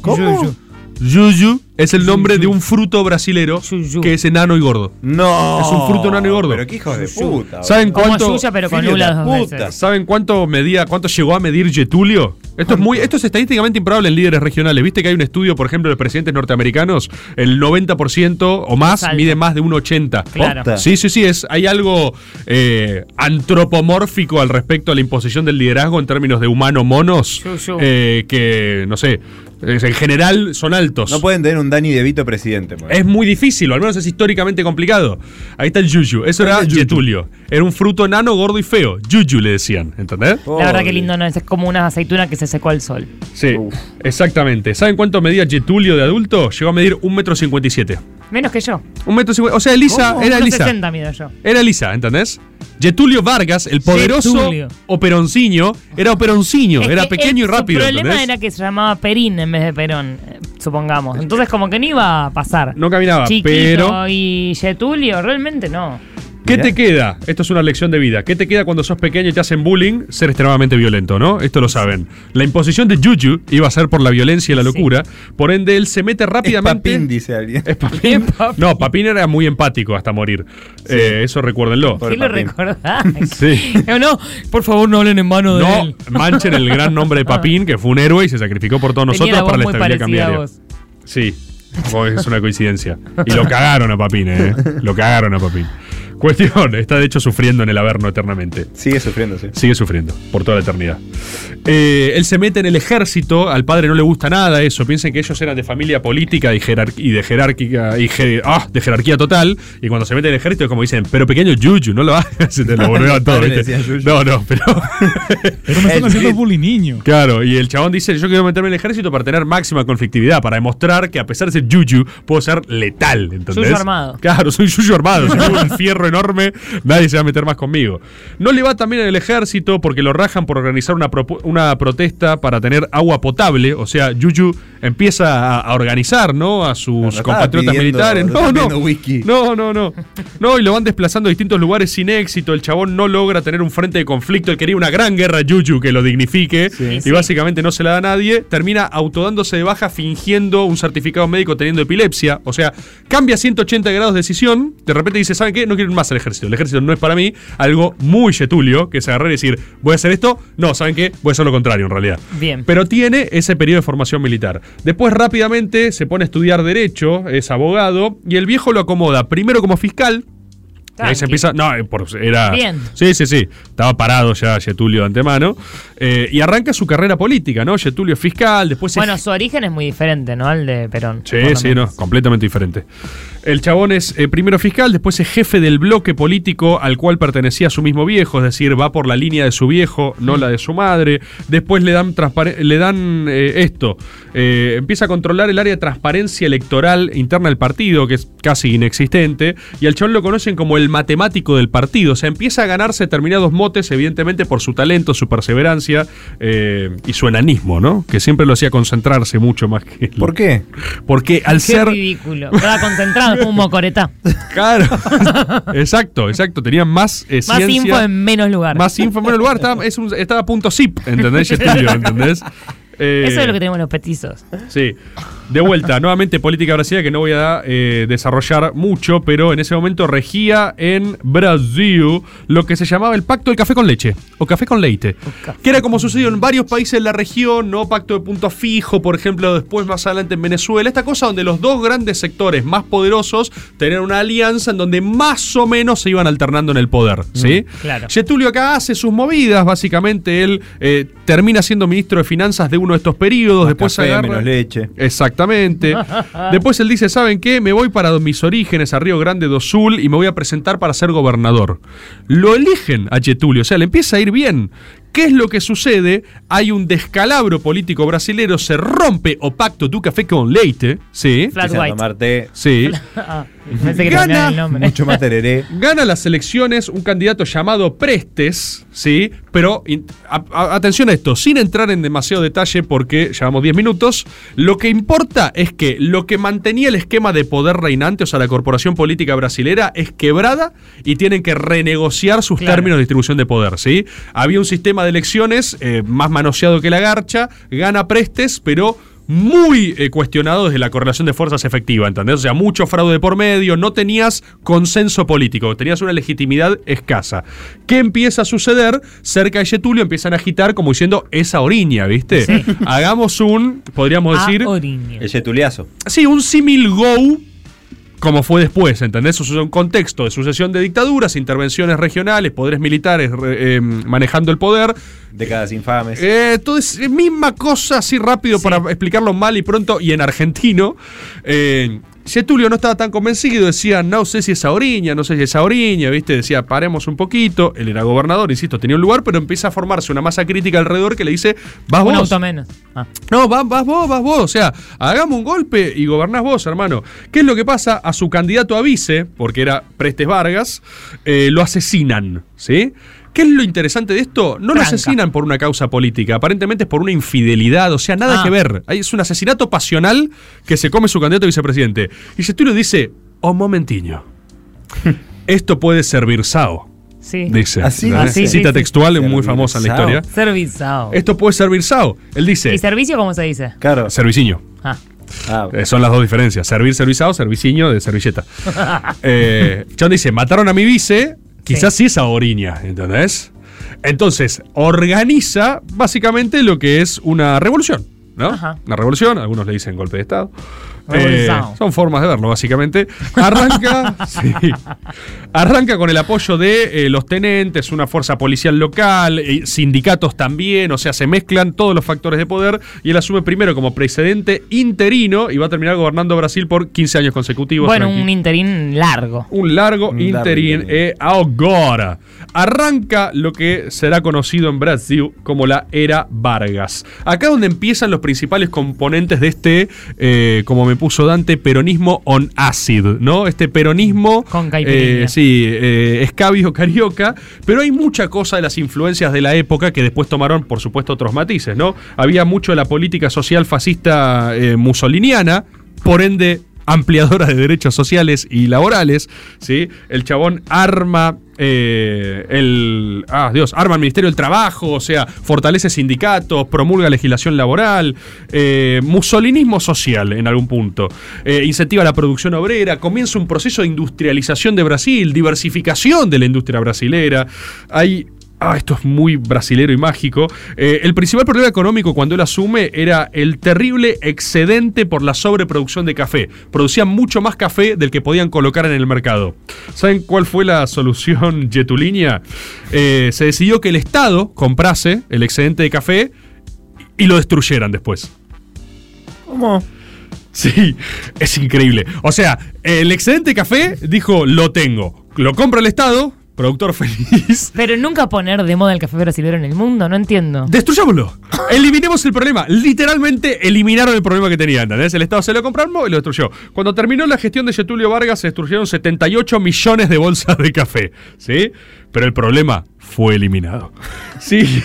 ¿Cómo?
Yuyu es el nombre de un fruto brasilero que es enano y gordo.
No.
Es un fruto enano y gordo.
Pero qué hijos de puta.
¿Saben
boludo.
cuánto?
Filho de puta.
¿Saben cuánto medía, cuánto llegó a medir Getulio? Esto es muy, esto es estadísticamente improbable en líderes regionales. Viste que hay un estudio, por ejemplo, de presidentes norteamericanos, el 90% o más
Es alto.
mide más de 1,80.
Claro. Posta.
Sí, sí, sí. Es, hay algo eh, antropomórfico al respecto a la imposición del liderazgo en términos de humano-monos
Yo, yo.
eh, que, no sé, es- en general son altos.
No pueden tener un Dani De Vito presidente. boludo.
Es muy difícil, o al menos es históricamente complicado. Ahí está el Yuyu. Eso era Getulio. Era un fruto enano, gordo y feo. Yuyu le decían, ¿entendés?
La verdad que lindo no es, es como una aceituna que se secó al sol.
Sí, exactamente. ¿Saben cuánto medía Getulio de adulto? Llegó a medir 1,57 m.
Menos que yo.
Un metro cincuenta. O sea, Elisa era
Unos
Elisa.
60 mido yo.
Era Elisa, ¿entendés? Getulio Vargas, el poderoso
Getulio.
operonciño, era operonciño,
Es
era
que
pequeño
el-
y rápido.
Eh, Su problema
¿entendés?
era que se llamaba Perín en vez de Perón, eh, supongamos. Entonces como que no iba a pasar.
No caminaba,
Chiquito
pero-
y Getulio, realmente no.
¿Qué te queda? Esto es una lección de vida. ¿Qué te queda cuando sos pequeño y te hacen bullying? Ser extremadamente violento, ¿no? Esto lo saben. La imposición de Juju iba a ser por la violencia y la locura. Por ende, él se mete rápidamente.
Papín, dice alguien.
Es papín. No, Papín era muy empático hasta morir. Eh, eso recuérdenlo.
¿Qué lo recordás?
Sí.
Eh, no, por favor no hablen en mano de
No
él.
manchen el gran nombre de Papín, que fue un héroe y se sacrificó por todos nosotros
Tenía la voz
para la
muy
estabilidad
parecida a
cambiaria.
vos.
Sí, vos, es una coincidencia. Y lo cagaron a Papín, ¿eh? Lo cagaron a Papín. Cuestión, está de hecho sufriendo en el Averno eternamente.
Sigue sufriendo, sí.
Sigue sufriendo, por toda la eternidad. Eh, él se mete en el ejército, al padre no le gusta nada eso. Piensen que ellos eran de familia política y, jerar- y de jerárquica y jer- ah, de jerarquía total. Y cuando se mete en el ejército es como dicen, pero pequeño Yuyu, no lo hagas. Te lo volvieron todo,
Le
¿viste?
decían Yuyu.
No, no, pero.
Pero me están haciendo bullying niño.
Claro, y el chabón dice, yo quiero meterme en el ejército para tener máxima conflictividad, para demostrar que a pesar de ser yuyu, puedo ser letal, ¿entendés?
Yuyu armado.
Claro, soy yuyu armado, soy un fierro enorme, nadie se va a meter más conmigo. No le va también en el ejército porque lo rajan por organizar una, propu- una protesta para tener agua potable. O sea, Yuyu empieza a, a organizar, ¿no? A sus
estaba
compatriotas
pidiendo-
militares.
no
No,
estaba
no.
pidiendo whisky.
No, no, no. No, y lo van desplazando a distintos lugares sin éxito. El chabón no logra tener un frente de conflicto. Él quería una gran guerra Yuyu que lo dignifique. y
Sí.
básicamente no se la da a nadie. Termina autodándose de baja fingiendo un certificado médico teniendo epilepsia. O sea, cambia 180 grados de decisión. De repente dice, ¿saben qué? No quiero ir más al ejército. El ejército no es para mí. Algo muy yetulio que se agarré y decir, voy a hacer esto. No, ¿saben qué? Voy a hacer lo contrario en realidad.
Bien.
Pero tiene ese periodo de formación militar. Después rápidamente se pone a estudiar derecho, es abogado, y el viejo lo acomoda primero como fiscal. y Ahí se empieza. No, eh, por- era.
Bien.
Sí, sí, sí. Estaba parado ya Getulio de antemano. Eh, y arranca su carrera política, ¿no? Getulio es fiscal, después es
Bueno, su origen es muy diferente, ¿no? Al de Perón.
Sí,
por lo
sí,
menos.
no, completamente diferente. El chabón es eh, primero fiscal, después es jefe del bloque político al cual pertenecía su mismo viejo, es decir, va por la línea de su viejo, no la de su madre. Después le dan, transpare- le dan eh, esto, eh, empieza a controlar el área de transparencia electoral interna del partido, que es casi inexistente, y al chabón lo conocen como el matemático del partido, o sea, empieza a ganarse determinados motes, evidentemente, por su talento, su perseverancia eh, y su enanismo, ¿no? Que siempre lo hacía concentrarse mucho más que... ¿Por
qué?
Porque al
Qué
ser...
ridículo. Estaba concentrado como un mocoretá.
Claro. exacto, exacto. Tenía más eh,
Más
ciencia,
info en menos lugar.
Más info en el lugar. Estaba, es un- estaba punto zip, ¿entendés? Yetilio, ¿entendés? Eh,
Eso es lo que tenemos los petizos.
Sí. De vuelta, nuevamente política brasileña que no voy a eh, desarrollar mucho, pero en ese momento regía en Brasil lo que se llamaba el Pacto del Café con Leche o Café con Leite, que era como sucedió en varios países de la región, ¿no? Pacto de punto fijo, por ejemplo, después más adelante en Venezuela, esta cosa donde los dos grandes sectores más poderosos tenían una alianza en donde más o menos se iban alternando en el poder, ¿sí?
Mm.
claro.
Getulio acá hace sus movidas, básicamente él eh, termina siendo ministro de finanzas de uno de estos periodos, después
Café,
agarra-
menos leche.
Exactamente. Después él dice, ¿saben qué? Me voy para mis orígenes, a Río Grande do Sul, y me voy a presentar para ser gobernador. Lo eligen a Getulio, o sea, le empieza a ir bien. ¿Qué es lo que sucede? Hay un descalabro político brasilero, se rompe o pacto du café con leite, ¿sí?
Flat Empiezan a white. tomar
Sí.
Ah, pensé que terminaba el nombre.
Gana las elecciones un candidato llamado Prestes, ¿sí? Pero in- a- a- atención a esto, sin entrar en demasiado detalle porque llevamos 10 minutos, lo que importa es que lo que mantenía el esquema de poder reinante, o sea, la corporación política brasilera, es quebrada y tienen que renegociar sus términos de distribución de poder, ¿sí? Había un sistema de elecciones eh, más manoseado que la garcha, gana Prestes, pero muy eh, cuestionado desde la correlación de fuerzas efectiva, ¿entendés? O sea, mucho fraude por medio, no tenías consenso político, tenías una legitimidad escasa. ¿Qué empieza a suceder? Cerca de Getulio empiezan a agitar como diciendo esa oriña, ¿viste? Hagamos un, podríamos
Ah,
decir,
Oriño.
El yetuliazo.
Sí, un símil go como fue después, ¿entendés? Eso es un contexto de sucesión de dictaduras, intervenciones regionales, poderes militares re- eh, manejando el poder.
Décadas infames.
Eh, todo es eh, misma cosa, así rápido para explicarlo mal y pronto y en argentino. Eh, Getulio no estaba tan convencido, decía, no sé si es oriña, no sé si es oriña, ¿viste? Decía, paremos un poquito. Él era gobernador, insisto, tenía un lugar, pero empieza a formarse una masa crítica alrededor que le dice, vas
un
vos.
auto menos. Ah.
No, vas, vas vos, vas vos. O sea, hagamos un golpe y gobernás vos, hermano. ¿Qué es lo que pasa? A su candidato a vice, porque era Prestes Vargas, eh, lo asesinan, ¿sí? ¿Qué es lo interesante de esto? No lo asesinan por una causa política, aparentemente es por una infidelidad, o sea, nada
Ah.
que ver. Ahí Es un asesinato pasional que se come su candidato a vicepresidente. Y Getulio dice, oh, momentiño, esto puede ser Birsao.
Sí.
Dice,
Así,
¿no?
así,
cita
sí, sí.
textual muy famosa en la historia.
Servizado.
Esto puede ser Birsao. Él dice,
¿Y servicio cómo se dice?
Claro.
Serviciño.
Ah.
Eh, son las dos diferencias. Servir servizado, serviciño de servilleta. Eh, John dice, mataron a mi vice, quizás sí es a Oriña, ¿entendés? Entonces, organiza básicamente lo que es una revolución, ¿no?
Ajá.
Una revolución, algunos le dicen golpe de Estado.
Revolución.
Eh, son formas de verlo, básicamente. Arranca, sí. Arranca con el apoyo de eh, los tenentes, una fuerza policial local, eh, sindicatos también, o sea, se mezclan todos los factores de poder y él asume primero como presidente interino y va a terminar gobernando Brasil por 15 años consecutivos.
Bueno,
tranqui.
un interín largo.
Un largo
largo
interín eh, ahora. Arranca lo que será conocido en Brasil como la era Vargas. Acá donde empiezan los principales componentes de este, eh, como me me puso Dante, peronismo on acid, ¿no? Este peronismo. Con
caipirinha.
sí, eh, escabio carioca. Pero hay mucha cosa de las influencias de la época que después tomaron, por supuesto, otros matices, ¿no? Había mucho de la política social fascista eh, musoliniana, por ende ampliadora de derechos sociales y laborales, ¿sí? El chabón arma eh, el... Ah, Dios, arma el Ministerio del Trabajo, o sea, fortalece sindicatos, promulga legislación laboral, eh, musolinismo social en algún punto, eh, incentiva la producción obrera, comienza un proceso de industrialización de Brasil, diversificación de la industria brasilera, hay... Ah, esto es muy brasilero y mágico. Eh, el principal problema económico cuando él asume era el terrible excedente por la sobreproducción de café. Producían mucho más café del que podían colocar en el mercado. ¿Saben cuál fue la solución Yetulinia? Eh, se decidió que el Estado comprase el excedente de café y lo destruyeran después.
¿Cómo?
Sí, es increíble. O sea, el excedente de café dijo, lo tengo. Lo compra el Estado, productor feliz.
Pero nunca poner de moda el café brasilero en el mundo, no entiendo.
Destruyámoslo. Eliminemos el problema. Literalmente eliminaron el problema que tenían. ¿entendés? El Estado se lo compró y lo destruyó. Cuando terminó la gestión de Getulio Vargas, se destruyeron 78 millones de bolsas de café. ¿Sí? Pero el problema fue eliminado. Sí.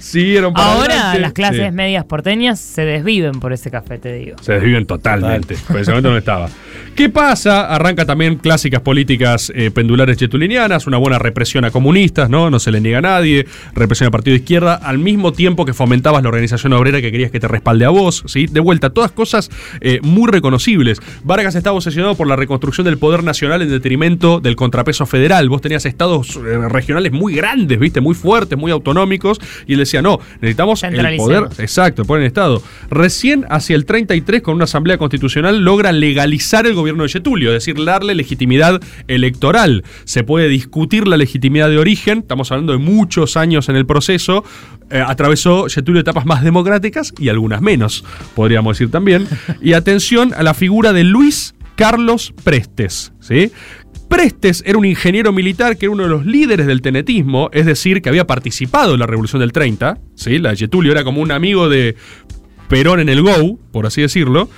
Siguieron para
Ahora
adelante.
las clases
Sí.
medias porteñas se desviven por ese café, te digo.
Se desviven totalmente. Pero en ese momento no estaba. ¿Qué pasa? Arranca también clásicas políticas eh, pendulares chetulinianas, una buena represión a comunistas, ¿no? No se le niega a nadie, represión a partido de izquierda, al mismo tiempo que fomentabas la organización obrera que querías que te respalde a vos, ¿sí? De vuelta, todas cosas eh, muy reconocibles. Vargas estaba obsesionado por la reconstrucción del poder nacional en detrimento del contrapeso federal. Vos tenías estados eh, regionales muy grandes, ¿viste? Muy fuertes, muy autonómicos, y él decía, no, necesitamos el
Centralicemos.
poder Exacto, ponen Estado. Recién hacia el 33, con una asamblea constitucional, logra legalizar el gobierno de Getulio, es decir, darle legitimidad electoral. Se puede discutir la legitimidad de origen, estamos hablando de muchos años en el proceso. Eh, atravesó Getulio etapas más democráticas y algunas menos, podríamos decir también. Y atención a la figura de Luis Carlos Prestes, ¿sí? Prestes era un ingeniero militar que era uno de los líderes del tenetismo, es decir, que había participado en la Revolución del 30, ¿sí? la de Getulio era como un amigo de Perón en el Go, por así decirlo.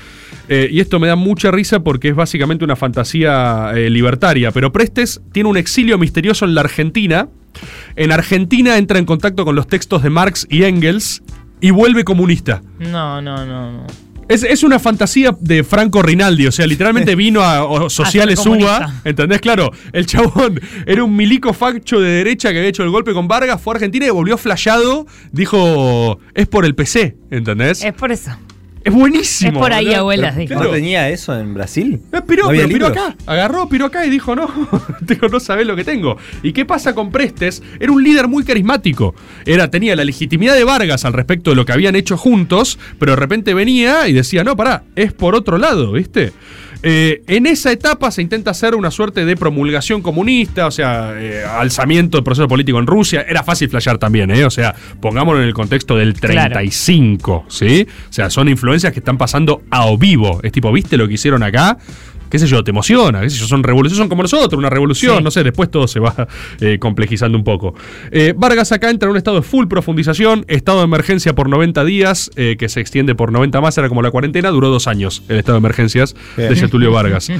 Eh, y esto me da mucha risa porque es básicamente una fantasía eh, libertaria. Pero Prestes tiene un exilio misterioso en la Argentina. En Argentina entra en contacto con los textos de Marx y Engels y vuelve comunista.
No, no, no, no.
Es, es una fantasía de Franco Rinaldi, o sea, literalmente vino a o- Sociales
ser comunista.
Uva, ¿entendés? Claro, el chabón era un milico facho de derecha que había hecho el golpe con Vargas, fue a Argentina y volvió flashado, dijo, es por el PC, ¿entendés?
Es por eso.
Es buenísimo.
Es por ahí,
boludo.
abuelas,
Pero-
dijo.
claro.
¿No tenía eso en Brasil?
Eh, piró,
¿No había
pero piró
libros?
acá. Agarró, piró acá y dijo, no, digo, no sabés lo que tengo. ¿Y qué pasa con Prestes? Era un líder muy carismático. Era, tenía la legitimidad de Vargas al respecto de lo que habían hecho juntos, pero de repente venía y decía, no, pará, es por otro lado, ¿viste? Eh, en esa etapa se intenta hacer una suerte de promulgación comunista, o sea, eh, alzamiento del proceso político en Rusia. Era fácil flashear también, ¿eh? O sea, pongámoslo en el contexto del
Claro.
35, ¿sí? O sea, son influencias que están pasando a o vivo. Es tipo, ¿viste lo que hicieron acá? qué sé yo, te emociona, qué sé yo, son revoluciones, son como nosotros, una revolución, no sé, después todo se va eh, complejizando un poco. Eh, Vargas acá entra en un estado de full profundización, estado de emergencia por 90 días, eh, que se extiende por 90 más, era como la cuarentena, duró dos años el estado de emergencias
Bien.
de Getulio Vargas.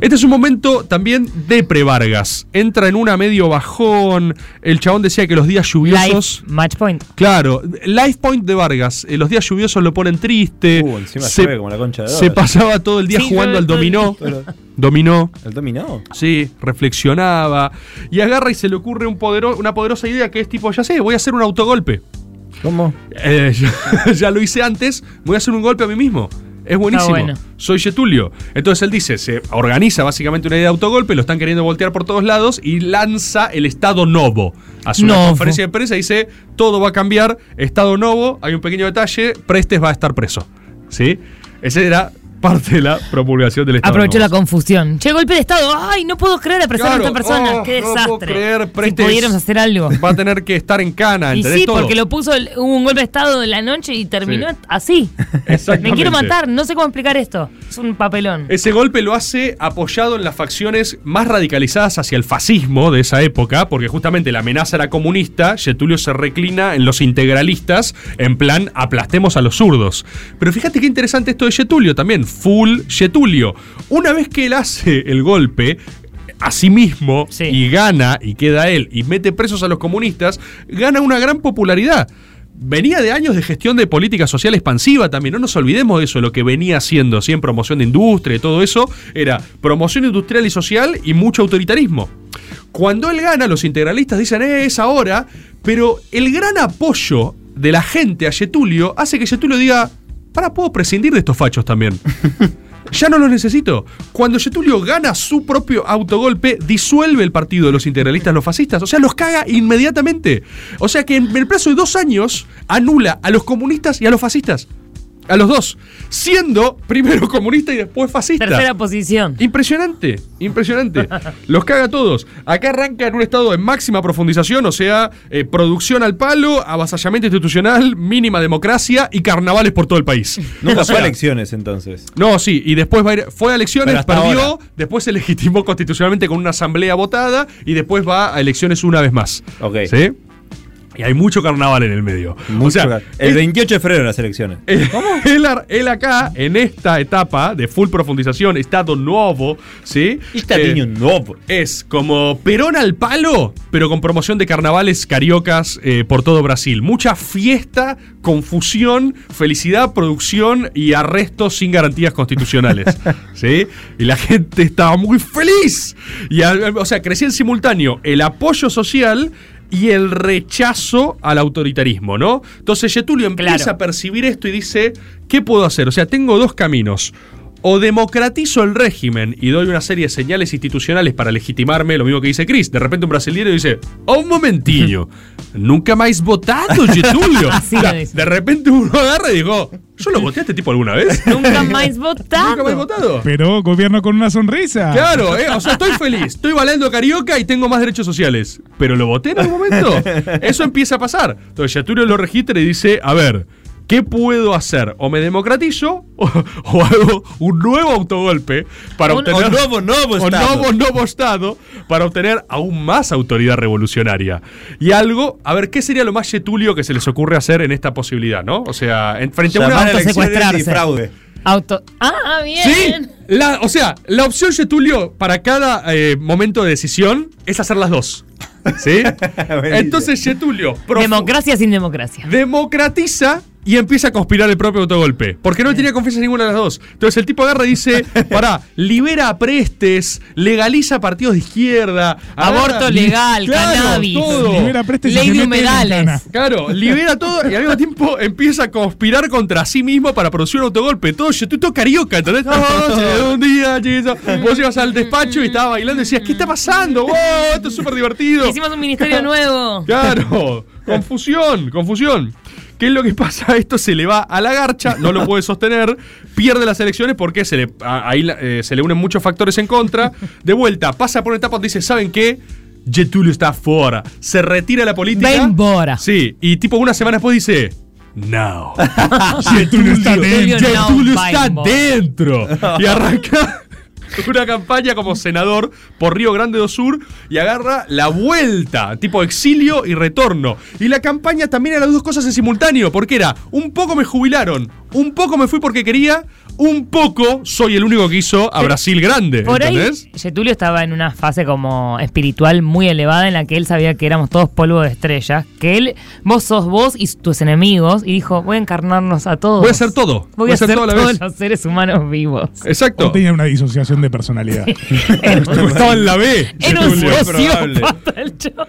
Este es un momento también de pre-Vargas, entra en una medio bajón, el chabón decía que los días lluviosos...
Match point.
Claro, Life Point de Vargas. eh, los días lluviosos lo ponen triste.
Uh, encima
se,
llueve como la concha de
se
dólar.
pasaba todo el día
Sí,
jugando
llueve
al
todo el
dominó.
día.
Dominó.
¿El dominó?
Sí, reflexionaba. Y agarra y se le ocurre un podero- una poderosa idea que es tipo, ya sé, voy a hacer un autogolpe.
¿Cómo?
Eh, ya, ya lo hice antes, voy a hacer un golpe a mí mismo. Es buenísimo.
bueno.
Soy Getulio. Entonces él dice, se organiza básicamente una idea de autogolpe, lo están queriendo voltear por todos lados y lanza el Estado Novo. Hace una
Novo.
conferencia de prensa y dice, todo va a cambiar, Estado Novo, hay un pequeño detalle, Prestes va a estar preso. ¿Sí? Ese era parte de la promulgación del Estado.
Aprovechó
de
la confusión. Che, golpe de Estado. ¡Ay, no puedo creer la presión de esta
Claro.
persona!
Oh,
¡Qué
no puedo
desastre!
creer,
si
Prestes.
pudiéramos hacer algo.
Va a tener que estar en cana,
Y
¿entendés?
sí,
Todo.
porque lo puso, el- hubo un golpe de Estado en la noche y terminó
Sí.
así. Me
Exactamente.
quiero matar, no sé cómo explicar esto. Es un papelón.
Ese golpe lo hace apoyado en las facciones más radicalizadas hacia el fascismo de esa época, porque justamente la amenaza era comunista, Getulio se reclina en los integralistas, en plan aplastemos a los zurdos. Pero fíjate qué interesante esto de Getulio también, full Getulio. Una vez que él hace el golpe, a sí mismo y gana y queda él y mete presos a los comunistas, gana una gran popularidad. Venía de años de gestión de política social expansiva también, no nos olvidemos de eso, lo que venía haciendo, así en promoción de industria y todo eso, era promoción industrial y social y mucho autoritarismo. Cuando él gana, los integralistas dicen, "Eh, es ahora, pero el gran apoyo de la gente a Getulio hace que Getulio diga, para, puedo prescindir de estos fachos también. Ya no los necesito. Cuando Getulio gana su propio autogolpe, disuelve el partido de los integralistas, los fascistas. O sea, los caga inmediatamente. O sea que en el plazo de dos años anula a los comunistas y a los fascistas. A los dos. Siendo primero comunista y después fascista.
Tercera posición.
Impresionante, impresionante. Los caga a todos. Acá arranca en un estado de máxima profundización, o sea, eh, producción al palo, avasallamiento institucional, mínima democracia y carnavales por todo el país.
Nunca
O sea,
fue a elecciones entonces.
no, sí, y después va a ir- fue a
Pero
elecciones,
hasta
perdió,
ahora.
después se legitimó constitucionalmente con una asamblea votada y después va a elecciones una vez más.
Ok.
¿Sí? Y hay mucho carnaval en el medio. o sea,
El
es-
28 de febrero las elecciones.
él, él ar- él acá, en esta etapa de full profundización, estado nuevo, ¿sí? Eh,
Estadinho
nuevo. Es como Perón al palo, pero con promoción de carnavales cariocas eh, por todo Brasil. Mucha fiesta, confusión, felicidad, producción y arrestos sin garantías constitucionales. ¿sí? Y la gente estaba muy feliz. Y, al- o sea, crecía en simultáneo el apoyo social y el rechazo al autoritarismo, ¿no? Entonces Getulio empieza
Claro.
a percibir esto y dice, ¿qué puedo hacer? O sea, tengo dos caminos. O democratizo el régimen y doy una serie de señales institucionales para legitimarme, lo mismo que dice Chris. De repente un brasileño dice, oh, un momentinho, nunca más votado, Getulio.
Así
O sea,
lo dice.
de repente uno agarra y dijo, ¿yo lo voté a este tipo alguna vez?
Nunca más votado.
Nunca más votado.
Pero gobierno con una sonrisa.
Claro, eh, o sea, estoy feliz, estoy bailando carioca y tengo más derechos sociales. Pero lo voté en algún momento. Eso empieza a pasar. Entonces Yaturo lo registra y dice, a ver, ¿qué puedo hacer? O me democratizo o, o hago un nuevo autogolpe para
Un-
obtener...
o novo, novo
o
Estado.
novo, novo Estado para obtener aún más autoridad revolucionaria. Y algo, a ver, ¿qué sería lo más Yetulio que se les ocurre hacer en esta posibilidad, no? O sea, en- frente a una...
Llamar a elecciones Autosecuestrarse. y fraude.
Auto. Ah, bien.
Sí, la- o sea, la opción Getulio para cada eh, momento de decisión es hacer las dos. ¿Sí? Entonces Getulio profu-
Democracia sin democracia.
democratiza y empieza a conspirar el propio autogolpe. Porque no le tenía confianza en ninguna de las dos. Entonces el tipo agarra y dice: Pará, libera a prestes, legaliza partidos de izquierda.
Aborto
agarra-
legal, cannabis. Libera prestes y Ley se de mete en humedales. cana.
Claro, libera todo y al mismo tiempo empieza a conspirar contra sí mismo para producir un autogolpe. Todo, yo todo carioca, ¿entendés? No, se le da un día, chiquito. Vos ibas al
Mm,
despacho y estabas bailando y decías, ¿qué está pasando? ¡Wow! Esto es súper divertido.
Hicimos un ministerio nuevo.
Claro, confusión, confusión. ¿Qué es lo que pasa? Esto se le va a la garcha, no lo puede sostener, pierde las elecciones porque se le, a- ahí la- eh, se le unen muchos factores en contra. De vuelta, pasa por una etapa donde dice, ¿saben qué? Getulio está fuera, se retira de la política.
embora.
Sí, y tipo una semana después dice, no. Getulio está
Getulio
dentro.
no
Getulio
va
está
embora.
dentro. Y arranca una campaña como senador por Río Grande do Sur y agarra la vuelta, tipo exilio y retorno. Y la campaña también era las dos cosas en simultáneo, porque era un poco me jubilaron, un poco me fui porque quería, un poco soy el único que hizo a Brasil grande.
Por
¿Entendés?
ahí, Getulio estaba en una fase como espiritual muy elevada en la que él sabía que éramos todos polvo de estrellas, que él, vos sos vos y tus enemigos, y dijo, voy a encarnarnos a todos.
Voy a hacer todo.
Voy, a hacer,
todo a la
todos
vez.
los seres humanos vivos.
Exacto.
No tenía una disociación de personalidad.
Estaba en la B.
Era un
Getulio.
sociópata el chavo.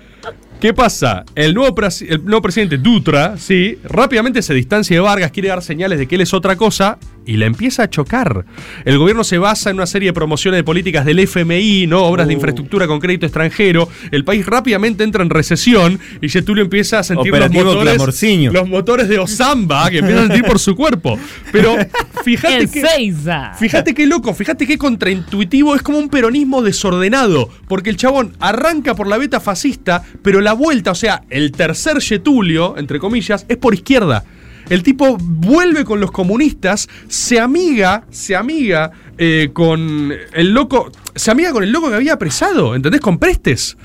¿Qué pasa? El nuevo, presi- el nuevo presidente Dutra, sí, rápidamente se distancia de Vargas, quiere dar señales de que él es otra cosa y la empieza a chocar. El gobierno se basa en una serie de promociones de políticas del FMI, ¿no? Obras de infraestructura con crédito extranjero. El país rápidamente entra en recesión y Getulio empieza a sentir los
Operativo
motores,
Clamorciño.
los motores de Osamba que empiezan a sentir por su cuerpo. Pero fíjate que.
Ah.
Fíjate qué loco, fíjate qué contraintuitivo, es como un peronismo desordenado, porque el chabón arranca por la beta fascista, pero la vuelta, o sea, el tercer Getulio, entre comillas, es por izquierda. El tipo vuelve con los comunistas, se amiga, se amiga eh, con el loco, se amiga con el loco que había apresado, ¿entendés? Con Prestes.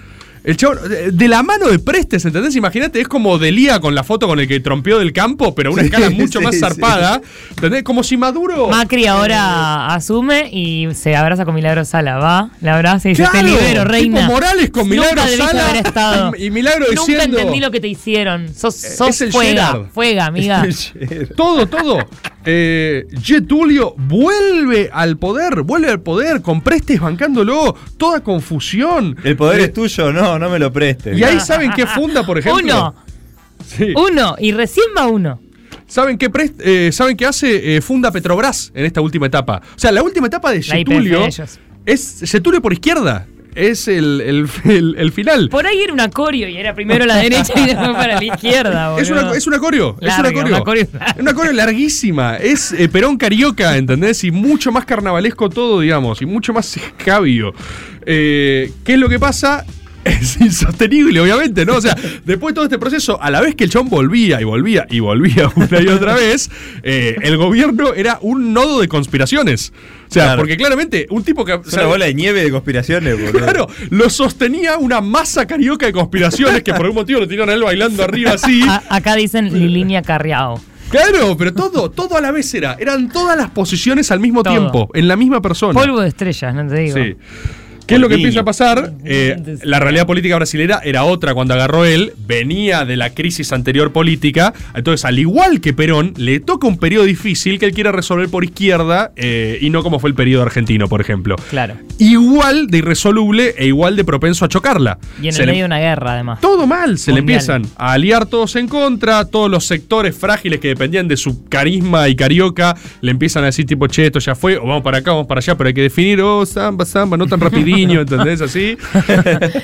El chabón, de- de la mano de Prestes, ¿entendés? Imagínate, es como Delía con la foto con el que trompeó del campo, pero a una
Sí,
escala mucho
sí,
más
sí.
zarpada. ¿Entendés? Como si Maduro.
Macri ahora asume y se abraza con Milagro Sala. Va, la abraza y dice:
Claro,
Te libero,
tipo
reina.
Morales con Milagro
Nunca debiste
Sala
haber estado.
y- y Milagro
Nunca
diciendo-
entendí lo que te hicieron. Sos,
Eh,
sos
es el
fuega,
Gerard.
fuega, amiga.
Todo, todo. Eh, Getulio vuelve al poder, vuelve al poder, con Prestes bancándolo, toda confusión.
El poder
Eh,
es tuyo, no, no me lo prestes.
Y ahí saben qué funda, por ejemplo.
Uno.
Sí.
Uno, y recién va uno.
¿Saben qué, prest- eh, ¿saben qué hace? Eh, funda Petrobras en esta última etapa. O sea, la última etapa de
La YPF de
Getulio
ellos.
es Getulio por izquierda. Es el, el- el- el final.
Por ahí era un acorio y era primero la derecha y después para la izquierda.
Es
boludo.
una, es una coreo. es
Larga,
una coreo.
una coreo.
Es una coreo larguísima. Es eh, Perón Carioca, ¿entendés? Y mucho más carnavalesco todo, digamos. Y mucho más escabio. Eh, ¿Qué es lo que pasa? Es insostenible, obviamente, ¿no? O sea, después de todo este proceso, a la vez que el chon volvía y volvía y volvía una y otra vez, eh, el gobierno era un nodo de conspiraciones. O sea,
Claro.
porque claramente un tipo que. o
Es
sea,
una bola de nieve de conspiraciones, boludo.
Claro, lo sostenía una masa carioca de conspiraciones que por algún motivo lo tiraron a él bailando arriba así.
A- acá dicen Liliña Carriao.
Claro, pero todo, todo a la vez era. Eran todas las posiciones al mismo
Todo.
tiempo, en la misma persona.
Polvo de estrellas, no te digo.
Sí. ¿Qué es lo que empieza a pasar? Eh, la realidad política brasilera era otra cuando agarró él, venía de la crisis anterior política, entonces al igual que Perón, le toca un periodo difícil que él quiere resolver por izquierda eh, y no como fue el periodo argentino, por ejemplo.
Claro.
Igual de irresoluble e igual de propenso a chocarla.
Y en
Se
el
le-
medio de una guerra, además.
todo mal, se le
Mundial.
empiezan a aliar todos en contra, todos los sectores frágiles que dependían de su carisma y carioca, le empiezan a decir tipo, che, esto ya fue, o vamos para acá, vamos para allá, pero hay que definir, oh, samba, samba, no tan rapidiño, ¿entendés? Así.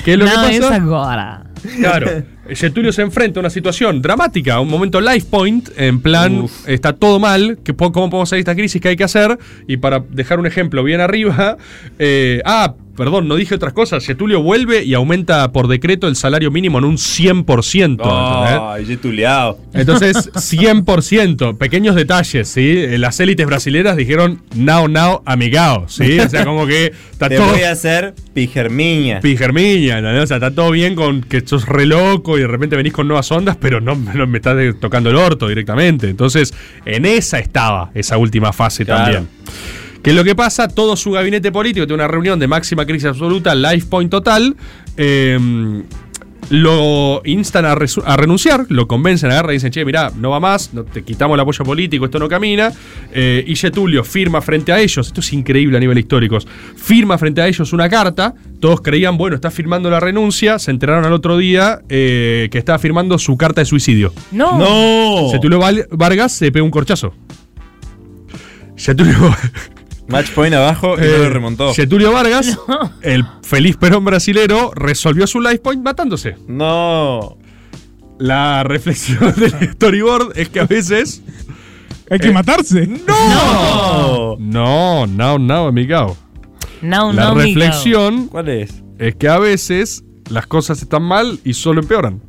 ¿Qué es lo
Nada
que
es
pasa?
agora.
Claro. Getulio se enfrenta a una situación dramática, a un momento life point, en plan, está todo mal, que, po- ¿cómo podemos salir de esta crisis? ¿Qué hay que hacer? Y para dejar un ejemplo bien arriba, eh, ah, perdón, no dije otras cosas, Getulio vuelve y aumenta por decreto el salario mínimo en un 100%. ¿entendés?
Ay, yetuleado.
Entonces, 100%, pequeños detalles, ¿sí? Eh, Las élites brasileras dijeron, now, now, amigao, ¿sí? O sea, como que está
Te
todo...
voy a hacer pijermiña.
Pijermiña, ¿entendés? O sea, está todo bien con que sos re loco y de repente venís con nuevas ondas, pero no, no me estás de- tocando el orto directamente. Entonces, en esa estaba esa última fase
Claro.
también. Que es lo que pasa, todo su gabinete político tiene una reunión de máxima crisis absoluta, life point total. eh, lo instan a, resu- a renunciar, lo convencen, agarra y dicen, che, mirá, no va más, no, te quitamos el apoyo político, esto no camina. Eh, y Getulio firma frente a ellos, esto es increíble a nivel histórico, firma frente a ellos una carta, todos creían, bueno, está firmando la renuncia, se enteraron al otro día eh, que estaba firmando su carta de suicidio.
No. No.
Getulio Val- Vargas se pega un corchazo. Getulio... Eh,
Match point abajo y no lo remontó.
Getulio Vargas, el feliz perón brasilero, resolvió su life point matándose.
No.
La reflexión del storyboard es que a veces.
Hay que
Eh,
matarse.
¡No! No, no, no, amigao.
Oh, No,
la
no, amigo.
reflexión.
¿Cuál es?
Es que a veces las cosas están mal y solo empeoran.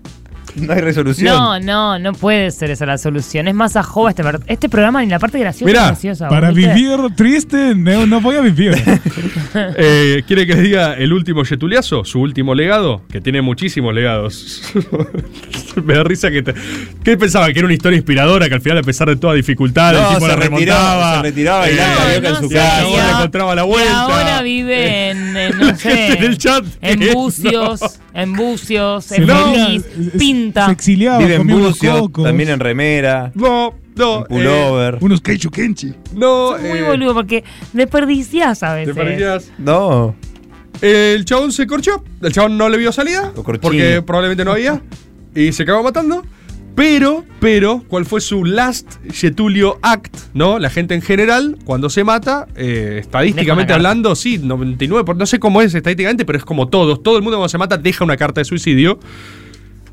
No hay resolución.
No, no, no puede ser esa la solución. Es más ajoba este, ver- este programa ni la parte graciosa es
Mira,
graciosa.
para
¿viste? Ah,
vivir triste, no, no voy a vivir.
Eh, ¿Quiere que les diga el último yetuliazo? Su último legado, que tiene muchísimos legados. Me da risa que te. ¿Qué pensaba? Que era una historia inspiradora, que al final, a pesar de toda dificultad,
No,
el tipo
se
la remontaba. Eh,
retiraba, se retiraba y la carioca en su
y
casa.
ahora le encontraba la
Y
vuelta.
ahora vive en, en, no
La
sé,
gente en el chat,
en
eh,
bucios, en bucios,
Se
en
no.
feliz, pinta.
Vive en bucio, también en remera.
No, eh, no.
En pullover.
unos queichu kenchi.
No, eh.
Muy boludo, porque desperdiciás a veces.
Desperdiciás.
No.
El chabón se corchó. El chabón no le vio salida.
corchini.
Porque probablemente no había. Y se acabó matando. Pero, pero, ¿cuál fue su last Getulio act? ¿No? La gente en general, cuando se mata, eh,
Deja una
estadísticamente
carta.
hablando, sí, 99, por- no sé cómo es estadísticamente, pero es como todos. Todo el mundo cuando se mata deja una carta de suicidio.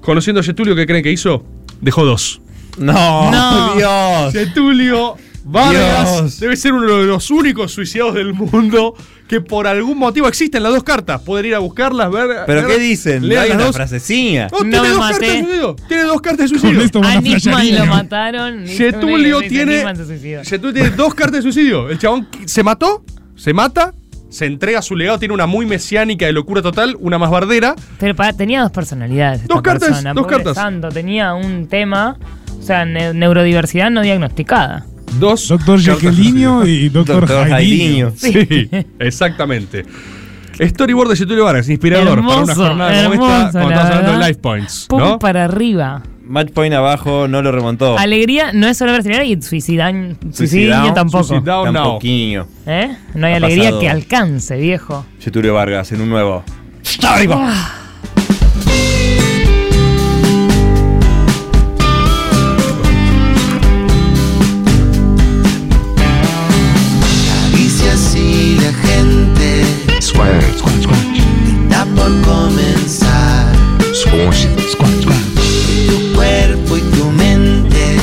Conociendo a Getulio, ¿qué creen que hizo? Dejó dos.
No, No. Dios.
Getulio Vargas debe ser uno de los únicos suicidados del mundo que por algún motivo existen las dos cartas. Poder ir a buscarlas, ver.
¿Pero
ver-
qué dicen?
leer
Hay
las
una
dos.
frasecilla.
No,
No
tiene
me
dos
maté.
cartas de suicidio. Tiene dos cartas de suicidio.
A Nisman lo mataron. y
Getulio
dice,
tiene-
Nisman se suicidó.
Yetulio tiene dos cartas de suicidio. El chabón que- se mató, se mata, se entrega a su legado, tiene una muy mesiánica de locura total, una más bardera.
Pero pará, tenía dos personalidades.
Dos
esta
cartas,
persona,
dos
pobre
cartas.
santo, tenía un tema, o sea, ne- neurodiversidad no diagnosticada.
Dos.
Doctor
cartas de
Jequelinho
suicidio.
y Doctor, Jairzinho.
Sí, exactamente. Storyboard de Getulio Vargas, inspirador para una
Hermoso,
jornada como
hermoso,
esta, cuando
la
estamos hablando de
verdad.
Life Points,
Pum
¿no?
para arriba.
Match point abajo, no lo remontó.
Alegría no es solo brasileña y suicidan, suicidio tampoco.
Suicidao, no.
¿Eh? No hay
Ha
alegría
pasado.
que alcance, viejo.
Getulio Vargas en un nuevo.
Ah,
Dice así la gente. Está por comenzar. Tu cuerpo y tu mente.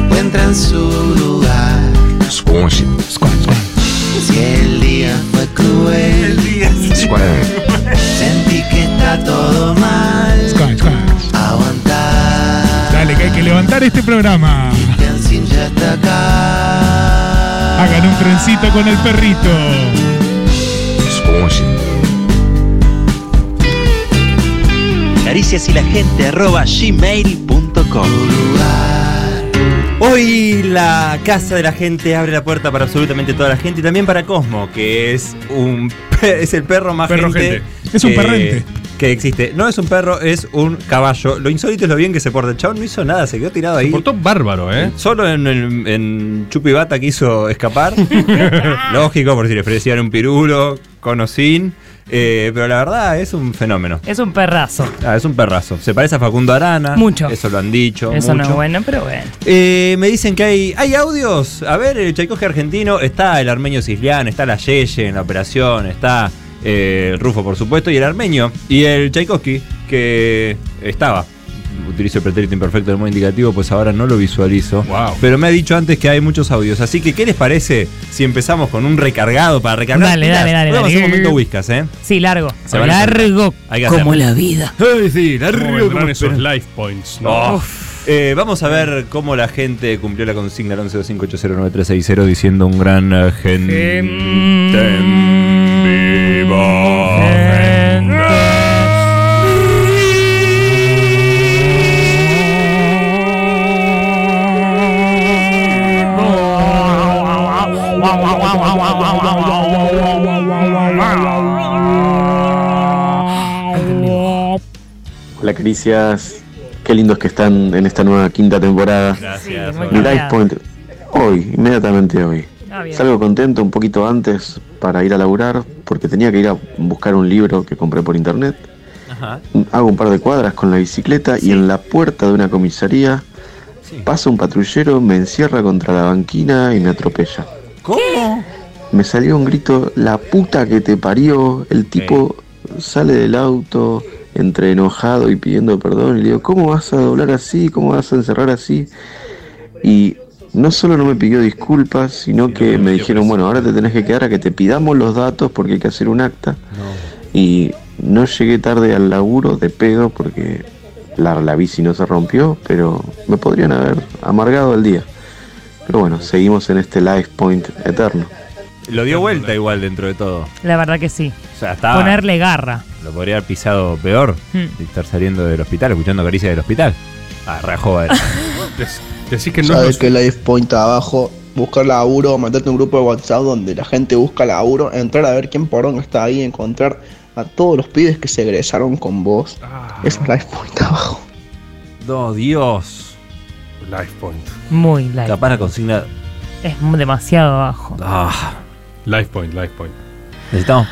Encuentran su lugar. Si el día fue cruel. Sentí que está todo mal. Aguantar.
Dale, que hay que levantar este programa.
Sin ya está acá.
Hagan un trencito con el perrito.
Caricias y la gente arroba gmail.com
Hoy la casa de la gente abre la puerta para absolutamente toda la gente y también para Cosmo, que es un pe- es el perro más
Perro
gente
gente. Es un
que-
perrente.
que existe. No es un perro, es un caballo. Lo insólito es lo bien que se porta. El chabón no hizo nada, se quedó tirado ahí. Se portó
bárbaro, ¿eh?
Solo en, en, en Chupibata quiso escapar. Lógico, por si le ofrecían un pirulo, conocín. Eh, pero la verdad es un fenómeno.
es un perrazo.
Ah, es un perrazo. Se parece a Facundo Arana.
Mucho.
Eso lo han dicho.
Eso no
mucho.
es bueno, pero bueno.
Eh, me dicen que hay, hay audios. A ver, el Chaikovsky argentino, está el armenio Cislián, está la Yeye en la operación, está eh, el Rufo, por supuesto, y el armenio. Y el Tchaikovsky, que estaba. Utilizo el pretérito imperfecto de modo indicativo, pues ahora no lo visualizo. Pero me ha dicho antes que hay muchos audios. Así que, ¿qué les parece si empezamos con un recargado para recargar?
Dale, dale, dale,
Vamos a hacer un
dale.
momento whiskas, ¿eh?
Sí, largo.
Se van a
largo.
sentar. Hay que hacer. Ay, sí, largo
¿Cómo vendrán
como
esos
espera.
life points?
No.
¿no?
Eh, vamos a ver cómo la gente cumplió la consigna al 1125809360 diciendo un gran eh, gente
Em,
en vivo.
Hola Caricias, qué lindos que están en esta nueva quinta temporada.
Gracias.
Mi Life Point, hoy, inmediatamente hoy. Salgo contento un poquito antes para ir a laburar, porque tenía que ir a buscar un libro que compré por internet.
Ajá.
Hago un par de cuadras con la bicicleta y en la puerta de una comisaría pasa un patrullero, me encierra contra la banquina y me atropella.
¿Cómo?
Me salió un grito, la puta que te parió. El tipo sale del auto entre enojado y pidiendo perdón. Y le digo, ¿cómo vas a doblar así? ¿Cómo vas a encerrar así? Y no solo no me pidió disculpas, sino que me dijeron, bueno, ahora te tenés que quedar a que te pidamos los datos porque hay que hacer un acta. Y no llegué tarde al laburo de pedo porque la, la bici no se rompió, pero me podrían haber amargado el día. Pero bueno, seguimos en este life point eterno.
Lo dio vuelta igual dentro de todo.
La verdad que sí.
O sea, estaba-
Ponerle garra.
Lo podría haber pisado peor
Hmm.
y estar saliendo del hospital, escuchando caricias del hospital. Ah, rajo, eh.
Decís que
Sabes que Life Point abajo, buscar laburo, meterte en un grupo de WhatsApp donde la gente busca laburo, entrar a ver quién porón está ahí, encontrar a todos los pibes que se egresaron con vos. Eso es Life Point abajo.
No, Dios. Life Point.
Muy light.
Capaz la consigna.
Es demasiado bajo.
Ah,
Life point, life point.
necesitamos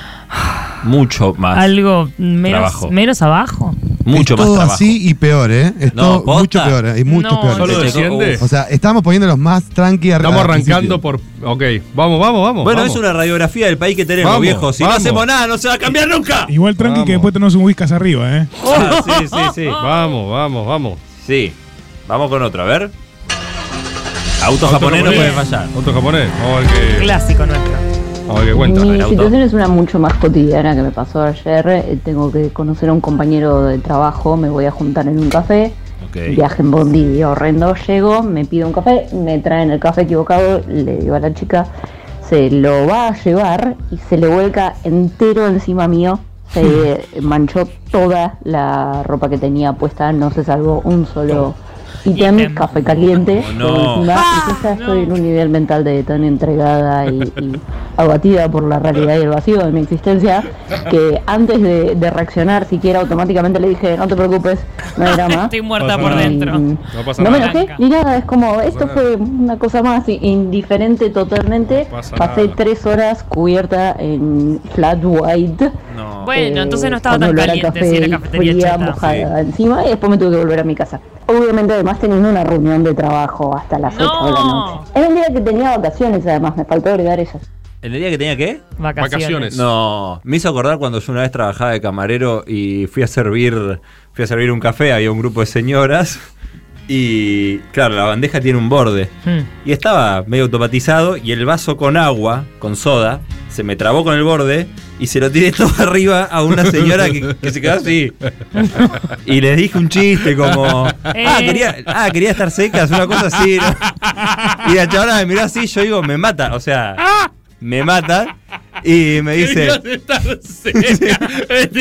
mucho más.
Algo menos,
Trabajo.
menos abajo.
Mucho
es
más
todo
trabajo.
así y peor, ¿eh? Es
No,
todo
¿posta? Este,
mucho peor, ¿eh? y mucho
No,
peor.
¿Solo Che, desciende?
O sea, estamos poniéndolos más tranqui al-
Estamos
al
arrancando por. Ok, vamos, vamos, vamos.
Bueno,
vamos.
es una radiografía del país que tenemos,
Vamos,
viejo. Si
vamos.
no hacemos nada, no se va a cambiar nunca.
Igual tranqui que después tenemos un whiskas arriba, ¿eh?
Oh,
Ah, sí, sí, sí. vamos, vamos, vamos. Sí. Vamos con otro, a ver. Auto, japonés no puede fallar.
Auto japonés. Vamos a ver qué.
Clásico nuestro.
Vamos a ver qué cuenta.
Mi situación es una mucho más cotidiana que me pasó ayer. Eh, Tengo que conocer a un compañero de trabajo, me voy a juntar en un café. Viaje en Bondi horrendo, llego, me pido un café, me traen el café equivocado, le digo a la chica, se lo va a llevar y se le vuelca entero encima mío. Se manchó toda la ropa que tenía puesta, no se salvó un solo ítem, café caliente.
no.
por encima. Y yo ya estoy en un nivel mental de tan entregada y- y abatida por la realidad y el vacío de mi existencia, que antes de, de reaccionar siquiera automáticamente le dije, no te preocupes, no hay drama.
Estoy muerta
No
por
pasa nada.
dentro.
No pasa
No me
nada.
enojé ni nada, es como, esto
nada.
fue una cosa más i- indiferente totalmente.
No pasa
Pasé
nada.
tres horas cubierta en flat white.
Bueno, entonces no estaba
con
tan
olor a
caliente si era
y
cafetería
fría,
cheta.
mojada encima y después me tuve que volver a mi casa. Obviamente además teniendo una reunión de trabajo hasta las 8 de la noche. Era el día que tenía vacaciones además, me faltó agregar eso.
¿En el día que tenía qué?
Vacaciones. Vacaciones.
No, me hizo acordar cuando yo una vez trabajaba de camarero y fui a servir, fui a servir un café, había un grupo de señoras y claro, la bandeja tiene un borde
Hmm.
y estaba medio automatizado y el vaso con agua, con soda, se me trabó con el borde y se lo tiré todo arriba a una señora que, que se quedó así. Y les dije un chiste como, ah, quería, ah, quería estar secas, una cosa así. ¿no? Y la chabona me miró así, yo digo, me mata, o sea, me mata y me dice...
Querías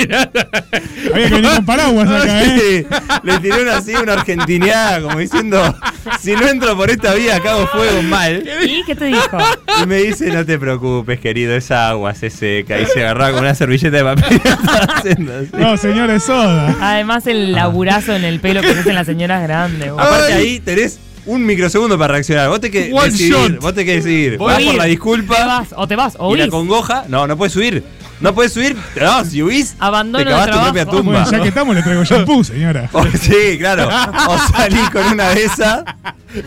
Había que venir con paraguas acá, ¿eh?
Sí. Le tiré una así, una argentineada, como diciendo, si no entro por esta vía, cago fuego mal.
¿Y qué te dijo?
Y me dice, no te preocupes, querido, esa agua se seca. Y se agarraba con una servilleta de papel.
No, señores, soda.
Además el laburazo en el pelo que se hacen las señoras grandes. boludo.
Aparte ahí tenés un microsegundo para reaccionar. Vos te que
One
decidir,
shot.
vos te que decidir.
Voy a
Vas por
ir.
la disculpa.
Te vas, o te vas, o
y la
huís.
congoja, no, no puedes subir. No puedes subir, no, si huís,
Abandono
te cavás
de
tu
trabajo.
propia tumba.
Bueno, ya que estamos, le traigo shampoo, señora.
O- sí, claro. O salís con una de esas.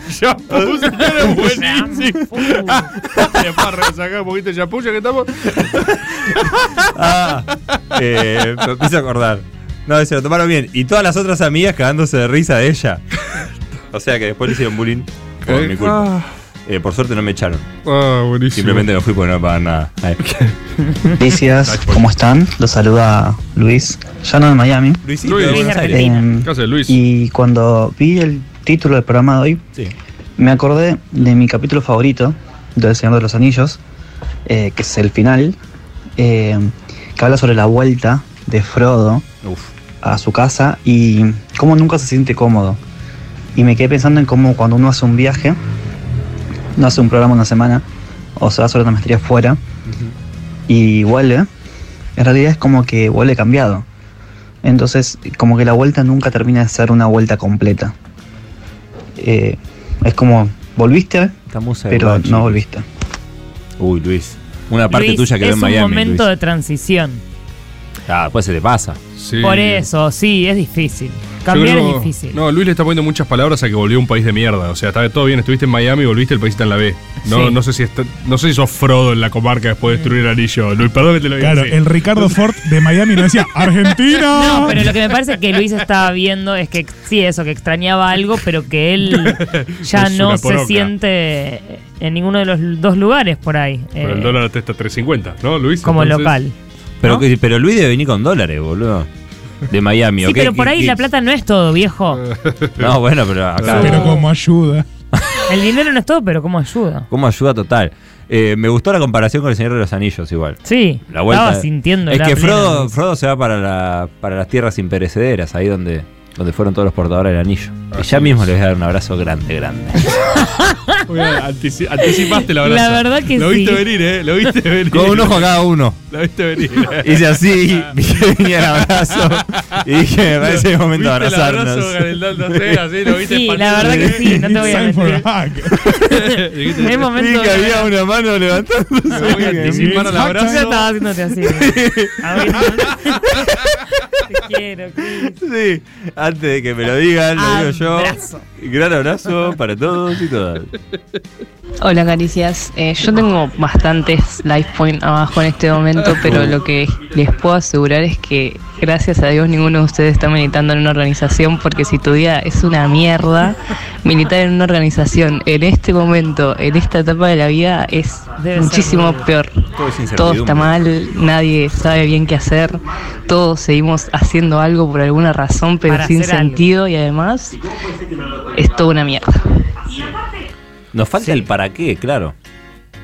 Shampoo, señora, buenísimo. Después resacar un poquito de shampoo, ya que estamos.
Ah, eh, me empiezo a acordar. No, se lo tomaron bien. Y todas las otras amigas cagándose de risa de ella. O sea que después le hicieron bullying por
¿Qué?
mi culpa.
Ah.
Eh, por suerte no me echaron.
Ah, buenísimo.
Simplemente me fui porque no me pagaban nada. Ay.
Noticias, ¿cómo están? Los saluda Luis, ya no en Miami.
Luisito de Buenos Aires.
Eh, Y cuando vi el título del programa de hoy, me acordé de mi capítulo favorito del Señor de los Anillos, eh, que es el final, eh, que habla sobre la vuelta de Frodo a su casa y cómo nunca se siente cómodo. Y me quedé pensando en cómo cuando uno hace un viaje, no hace un programa una semana, o se va sobre una maestría fuera, y vuelve, en realidad es como que vuelve cambiado. Entonces, como que la vuelta nunca termina de ser una vuelta completa. Eh, es como, volviste,
Estamos ahí,
pero
guachi.
no volviste.
Uy, Luis. Una parte
Luis,
tuya quedó
es
en Miami.
un momento
Luis.
de transición.
Ah, después se te pasa.
Por eso, sí, es difícil. Cambiar
Yo creo-
es difícil.
No, Luis le está poniendo muchas palabras a que volvió a un país de mierda. O sea, está todo bien, estuviste en Miami, volviste, el país está en la B. No,
Sí.
no sé si está- no sé si sos Frodo en la comarca después de
Mm.
destruir el anillo. Luis, perdón que te lo diga.
Claro,
así.
el Ricardo Ford de Miami lo decía, ¡Argentina!
No, pero lo que me parece que Luis estaba viendo es que sí, eso, que extrañaba algo, pero que él ya
Es
no
una
se
poronga.
siente en ninguno de los dos lugares por ahí.
Pero el
Eh,
dólar está 3.50, ¿no, Luis?
Como local.
Pero, que- pero Luis debe venir con dólares, boludo. De Miami,
sí,
¿ok?
pero por
¿Qué-
ahí
qué-
la plata no es todo, viejo.
No, bueno, pero acá.
Pero como ayuda.
El dinero no es todo, pero ¿cómo ayuda?
Como ayuda total. Eh, me gustó la comparación con el Señor de los Anillos, igual.
Sí,
La vuelta.
estaba sintiendo
Es
la
que
plena
Frodo,
luz.
Frodo se va para, la- para las tierras imperecederas, ahí donde, donde fueron todos los portadores del anillo. Y ya mismo les voy a dar un abrazo grande, grande.
Muy bien, antici- anticipaste la verdad.
La verdad que
Lo viste
sí.
venir, ¿eh? Lo viste venir.
Con un ojo a cada uno.
Lo viste venir.
Hice así, vi que venía el abrazo. Y dije, me parece el momento de
¿Viste el abrazo,
abrazarnos.
Gareldo? No sé, así, lo viste
Sí,
expandido.
la verdad que sí, no te voy a mentir. Es
Vi
momento
que
de-
había una mano levantándose.
Anticiparon el
Yo
abrazo.
estaba haciéndote así. quiero, Cris.
Sí, antes de que me lo digan, lo digo yo.
Abrazo.
Gran abrazo para todos y todas.
Hola Caricias, Eh, yo tengo bastantes life point abajo en este momento, pero lo que les puedo asegurar es que gracias a Dios ninguno de ustedes está militando en una organización, porque si tu vida es una mierda, militar en una organización en este momento, en esta etapa de la vida, es
Debe ser
muchísimo
muy-
peor.
Todo es
Todo está
incertidumbre.
mal, nadie sabe bien qué hacer, todos seguimos haciendo algo por alguna razón, pero
Para
sin
hacer algo.
sentido y además es toda una mierda.
Nos falta el para qué, claro.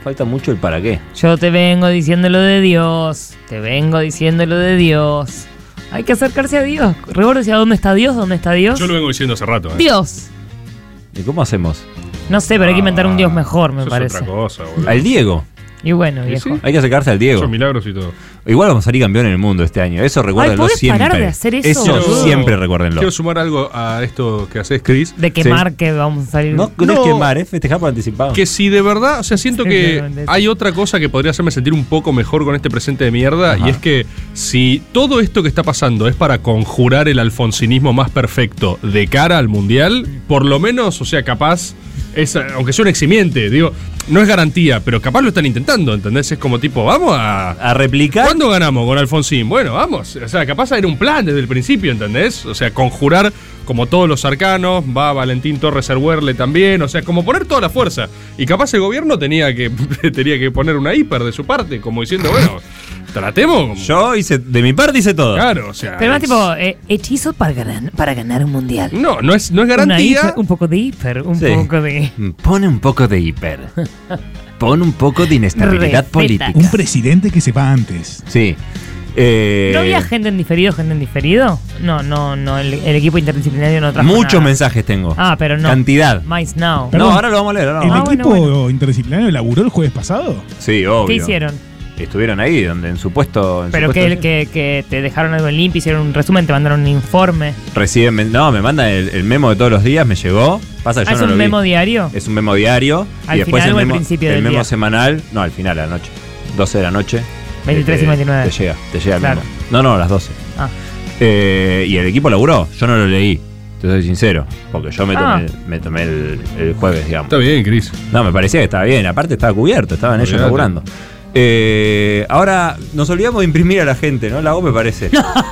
Falta mucho el para qué.
Yo te vengo diciendo lo de Dios. Te vengo diciendo lo de Dios. Hay que acercarse a Dios. Rebor decía, ¿dónde está Dios? ¿Dónde está Dios?
Yo lo vengo diciendo hace rato. ¿eh?
Dios.
¿Y cómo hacemos?
No sé, pero hay que inventar un Dios mejor, me
Eso
parece.
es otra cosa, boludo.
Al Diego.
Y bueno,
¿Y
viejo.
sí?
Hay que acercarse al Diego.
Son milagros y todo.
Igual vamos a salir campeón en el mundo este año. Eso recuérdenlo
¿podés
siempre.
parar de hacer eso,
eso
boludo?
siempre recuérdenlo.
Quiero sumar algo a esto que haces, Chris.
De quemar que vamos a salir.
No, no, es quemar, es festejar por anticipado.
Que si de verdad, o sea, siento que hay otra cosa que podría hacerme sentir un poco mejor con este presente de mierda, y es que si todo esto que está pasando es para conjurar el alfonsinismo más perfecto de cara al mundial, por lo menos, o sea, capaz, es, aunque sea un eximiente, digo, no es garantía, pero capaz lo están intentando, ¿entendés? Es como tipo, vamos a.
A replicar.
¿Cuándo ganamos con Alfonsín? Bueno, vamos. O sea, capaz era un plan desde el principio, ¿entendés? O sea, conjurar como todos los arcanos, va Valentín Torres Erwerle también, o sea, como poner toda la fuerza. Y capaz el gobierno tenía que, tenía que poner una hiper de su parte, como diciendo, bueno, tratemos.
Yo hice, de mi parte hice todo.
Claro, o sea.
Pero más
es-
tipo, eh, hechizo para ganar, para ganar un mundial.
No, no es, no es
Una
garantía.
hiper- un poco de hiper, un
Sí.
poco de.
Pone un poco de hiper. Pone un poco de inestabilidad
Respeta.
política.
Un
presidente que se va antes. Sí. Eh,
¿No había gente en diferido, gente en diferido? No, no, no. El, el equipo interdisciplinario no trajo.
muchos
nada.
mensajes tengo.
Ah, pero no.
Cantidad.
Mice Now. Ah,
No, ahora lo vamos a leer. ahora lo
¿El
vamos a leer.
equipo interdisciplinario laburó el jueves pasado?
Sí, obvio.
¿Qué hicieron?
Estuvieron ahí, donde en su puesto. en
Pero
su puesto-
que, que, que te dejaron algo en limpio, hicieron un resumen, te mandaron un informe.
Reciben, men- no, me mandan el, el memo de todos los días, me llegó. Pasa que
Ah,
yo
¿Es
no
un
lo vi.
memo diario?
Es un memo diario.
¿Al
y después
final
el
o al
memo,
principio
el
del
memo
día?
semanal. No, al final, a la noche. 12 de la noche.
Eh,
23 y
Te-
29.
Este, Te llega, te llega
Claro.
el memo. No, no, a las 12.
Ah.
Eh, y el equipo laburó, yo no lo leí. Te soy sincero, porque yo me tomé,
Ah.
me tomé el, el jueves, digamos.
Está bien, Cris.
No, me parecía que estaba bien. Aparte estaba cubierto, estaban ellos
Olvídate.
laburando. Eh, ahora nos olvidamos de imprimir a la gente, ¿no? La me parece.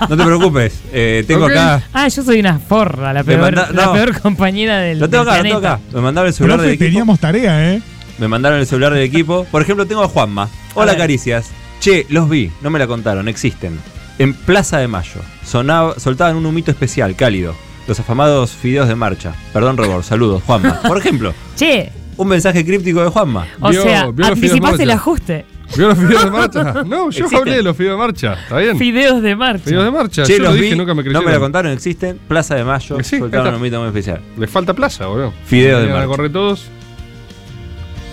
No te preocupes. eh, tengo
Ok.
acá.
Ah, yo soy una forra, la
Me
peor,
manda-
la
no.
peor compañera del.
Lo tengo
del
acá, lo tengo
planeta.
acá. Me mandaron el celular
Profe,
del equipo.
teníamos tarea, ¿eh?
Me mandaron el celular del equipo. Por ejemplo, tengo a Juanma. Hola, caricias. Che, los vi, no me la contaron, existen. En Plaza de Mayo, sonaba, soltaban un humito especial, cálido. Los afamados fideos de marcha. Perdón, Rebor, saludos, Juanma. Por ejemplo,
Che,
un mensaje críptico de Juanma.
o sea, anticipaste el ajuste.
¿Vio los fideos de marcha? No, yo hablé de los fideos de marcha, ¿está bien?
Fideos de marcha.
Fideos de marcha,
Che,
yo lo
los
dije,
vi,
nunca me
no
creyeron.
me la contaron, existen. Plaza de Mayo,
Sí,
soltaron
acá.
un humito muy especial.
Les falta plaza, boludo.
Fideos de
Vengan a
marcha.
correr todos.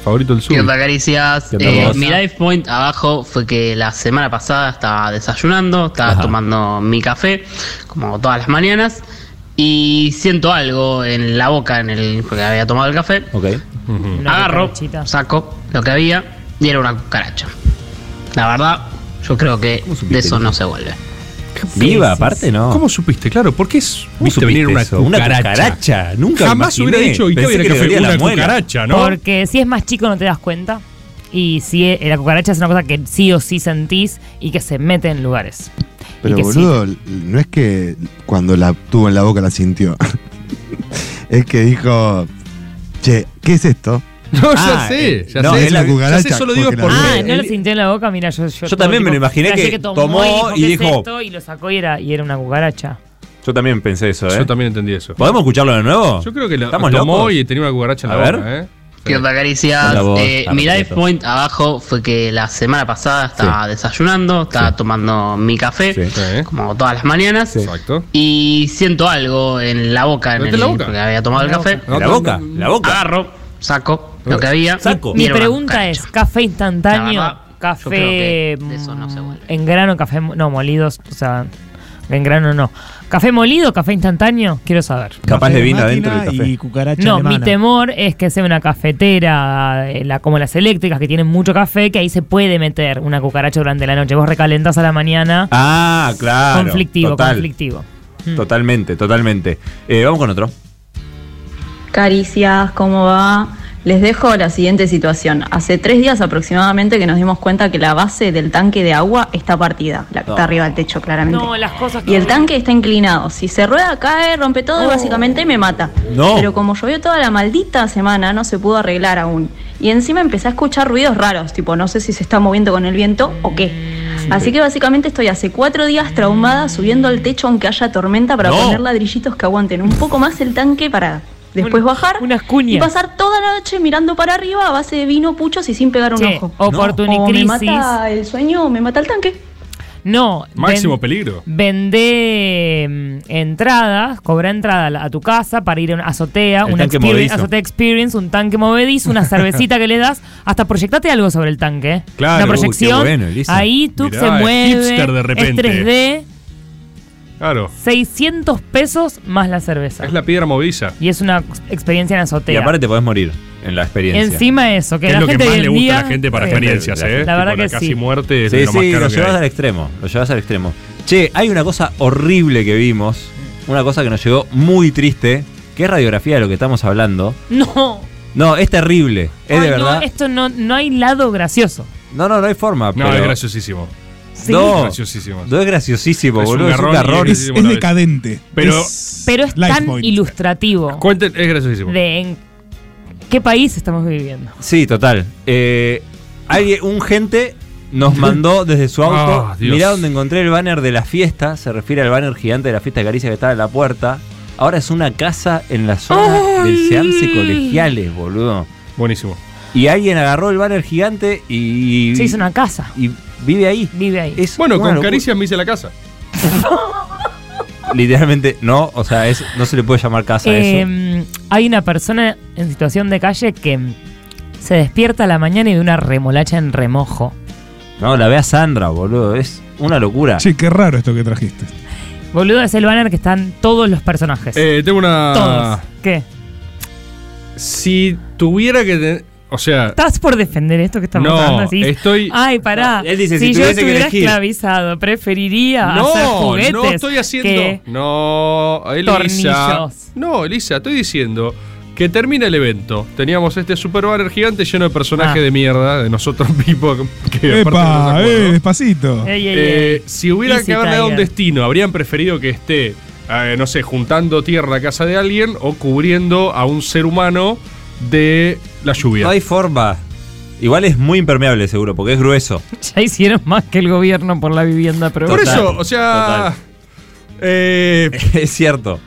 Favorito el sur.
¿Qué onda, caricias?
¿Qué onda,
Eh,
vos?
mi life point abajo fue que la semana pasada estaba desayunando, estaba tomando mi café, como todas las mañanas, y siento algo en la boca, en el, porque había tomado el café. Agarro, saco lo que había y era una cucaracha. La verdad, yo creo que de eso no se vuelve.
Viva, aparte, ¿no?
¿Cómo supiste? Claro, porque es viste
supiste
venir una
eso? Una
cucaracha.
cucaracha, nunca me
Jamás
imaginé.
hubiera dicho y te
Pensé
hubiera
que le
café
dolía la
una
muela.
cucaracha, ¿no?
Porque si es más chico no te das cuenta. Y si eh, la cucaracha es una cosa que sí o sí sentís y que se mete en lugares.
Pero
que
boludo, no es que cuando la tuvo en la boca la sintió. es que dijo, che, ¿qué es esto?
No, ya sé, ya
Ah, eh, no,
sé.
Es la cucaracha.
Ya sé, solo digo
porque la-
por-
Ah,
Él-
no lo sintió en la boca, mira, yo,
Yo también me lo imaginé
flashé
que tomó y
"¿Qué es
dijo-
esto?", y lo sacó y era, y era una cucaracha.
Yo también pensé eso, ¿eh?
Yo también entendí eso.
¿Podemos escucharlo de nuevo?
Yo creo que la
¿Estamos
tomó
locos?
y tenía una cucaracha en
A
la
ver.
boca, ¿eh?
¿Qué onda, caricias?
Hola, vos,
Eh, mi
Carlos
life
Nieto.
point abajo fue que la semana pasada estaba desayunando, estaba tomando mi café, como todas las mañanas.
Exacto.
Y siento algo en la boca, en Mete el, la boca. porque había tomado En el la café. boca. ¿En la boca? La boca. Agarro, saco lo que había. Saco.
Mi pregunta es, ¿café instantáneo?
La verdad, yo creo
¿Café mm, en grano? ¿Café mo- no molidos? O sea, En grano no. ¿Café molido, café instantáneo? Quiero saber.
Capaz de vino adentro del café.
Y cucaracha
No,
alemana.
mi temor es que sea una cafetera eh, la- como las eléctricas que tienen mucho café, que ahí se puede meter una cucaracha durante la noche. Vos recalentás a la mañana.
Ah, claro.
conflictivo,
total,
conflictivo.
Mm.
Totalmente, totalmente. Eh, vamos con otro.
Caricias, ¿cómo va? Les dejo la siguiente situación. Hace tres días aproximadamente que nos dimos cuenta que la base del tanque de agua está partida. La que
No.
está arriba del techo, claramente.
No, las cosas que-
Y el tanque está inclinado. Si se rueda, cae, rompe todo y básicamente me mata.
No.
Pero como llovió toda la maldita semana, no se pudo arreglar aún. Y encima empecé a escuchar ruidos raros, tipo no sé si se está moviendo con el viento o qué. Así que básicamente estoy hace cuatro días traumada subiendo al techo aunque haya tormenta para No. poner ladrillitos que aguanten un poco más el tanque para después bajar
cuñas.
y pasar toda la noche mirando para arriba a base de vino, puchos y sin pegar un
Che,
ojo.
oportunicrisis.
O me mata el sueño o me mata el tanque.
No.
Máximo
ven-
peligro.
Vende mm, entradas, cobra entrada a la- a tu casa para ir a una azotea,
El
una
tanque
experience-
movedizo.
azotea experience, un tanque movedizo, una cervecita que le das, hasta proyectate algo sobre el tanque. ¿eh?
Claro,
una
uy, qué
proyección.
bueno, Elisa.
ahí tú
Mirá,
se
es
mueve.
hipster de
Es
repente.
3D,
Claro.
600 pesos más la cerveza.
Es la piedra movediza.
Y es una experiencia en
Y
azotea.
aparte te podés morir en la experiencia.
Encima eso, que
es
la
lo
gente
que más
hoy en
le gusta a la
día-
gente para
Sí.
experiencias, ¿eh?
La verdad
Tipo,
que sí.
casi muerte es
Sí,
lo más
sí,
caro
lo
que
llevas
hay.
al extremo. Lo llevas al extremo. Che, hay una cosa horrible que vimos. Una cosa que nos llegó muy triste. Que es radiografía de lo que estamos hablando.
No.
No, es terrible. Es
Ay,
de
no,
verdad.
esto no, no hay lado gracioso.
No, no, no hay forma.
No,
pero-
es graciosísimo.
Sí.
No,
Es graciosísimo.
No es graciosísimo,
Es un
boludo. Es un
garrón y
garrón.
es graciosísimo a la vez. Pero-
Pero es
Life
tan
point.
ilustrativo
Cuenten, es graciosísimo.
de en qué país estamos viviendo.
Sí, total. Eh, alguien- un gente nos mandó desde su auto.
Ah, Dios.
mirá donde encontré el banner de la fiesta. Se refiere al banner gigante de la fiesta de Caricia que estaba en la puerta. Ahora es una casa en la zona del Seance Colegiales, boludo.
Buenísimo.
Y alguien agarró el banner gigante y.
Se hizo una casa.
Y vive ahí.
Vive ahí.
Es
Bueno,
una
con
locura.
caricias me hice la casa.
Literalmente, no. O sea, es- no se le puede llamar casa a eso.
Eh, hay una persona en situación de calle que se despierta a la mañana y ve una remolacha en remojo.
No, la ve a Sandra, boludo. Es una locura.
Che, qué raro esto que trajiste.
Boludo, es el banner que están todos los personajes.
Eh, tengo una.
Todos. ¿Qué?
Si tuviera que. te- O sea.
¿Estás por defender esto que estamos
No,
hablando? Así-
estoy-
Ay, pará.
No, él dice,
si,
si
yo
tuviese que
estuviera
elegir.
esclavizado, preferiría
No,
hacer juguetes.
no estoy haciendo.
que-
No, Elisa.
eh, Tornillos.
No, Elisa, estoy diciendo que termina el evento. Teníamos este super banner gigante lleno de personajes
Ah.
de mierda, de nosotros mismos. Que aparte no nos
Epa,
acuerdo.
eh, despacito.
Eh, si hubiera
Easy
que haberle dado un
Tiger.
destino, habrían preferido que esté, eh, no sé, juntando tierra a casa de alguien o cubriendo a un ser humano de la lluvia.
No hay forma. Igual es muy impermeable, seguro, porque es grueso.
Ya hicieron más que el gobierno por la vivienda, pero...
Por eso, o sea. eh,
es cierto.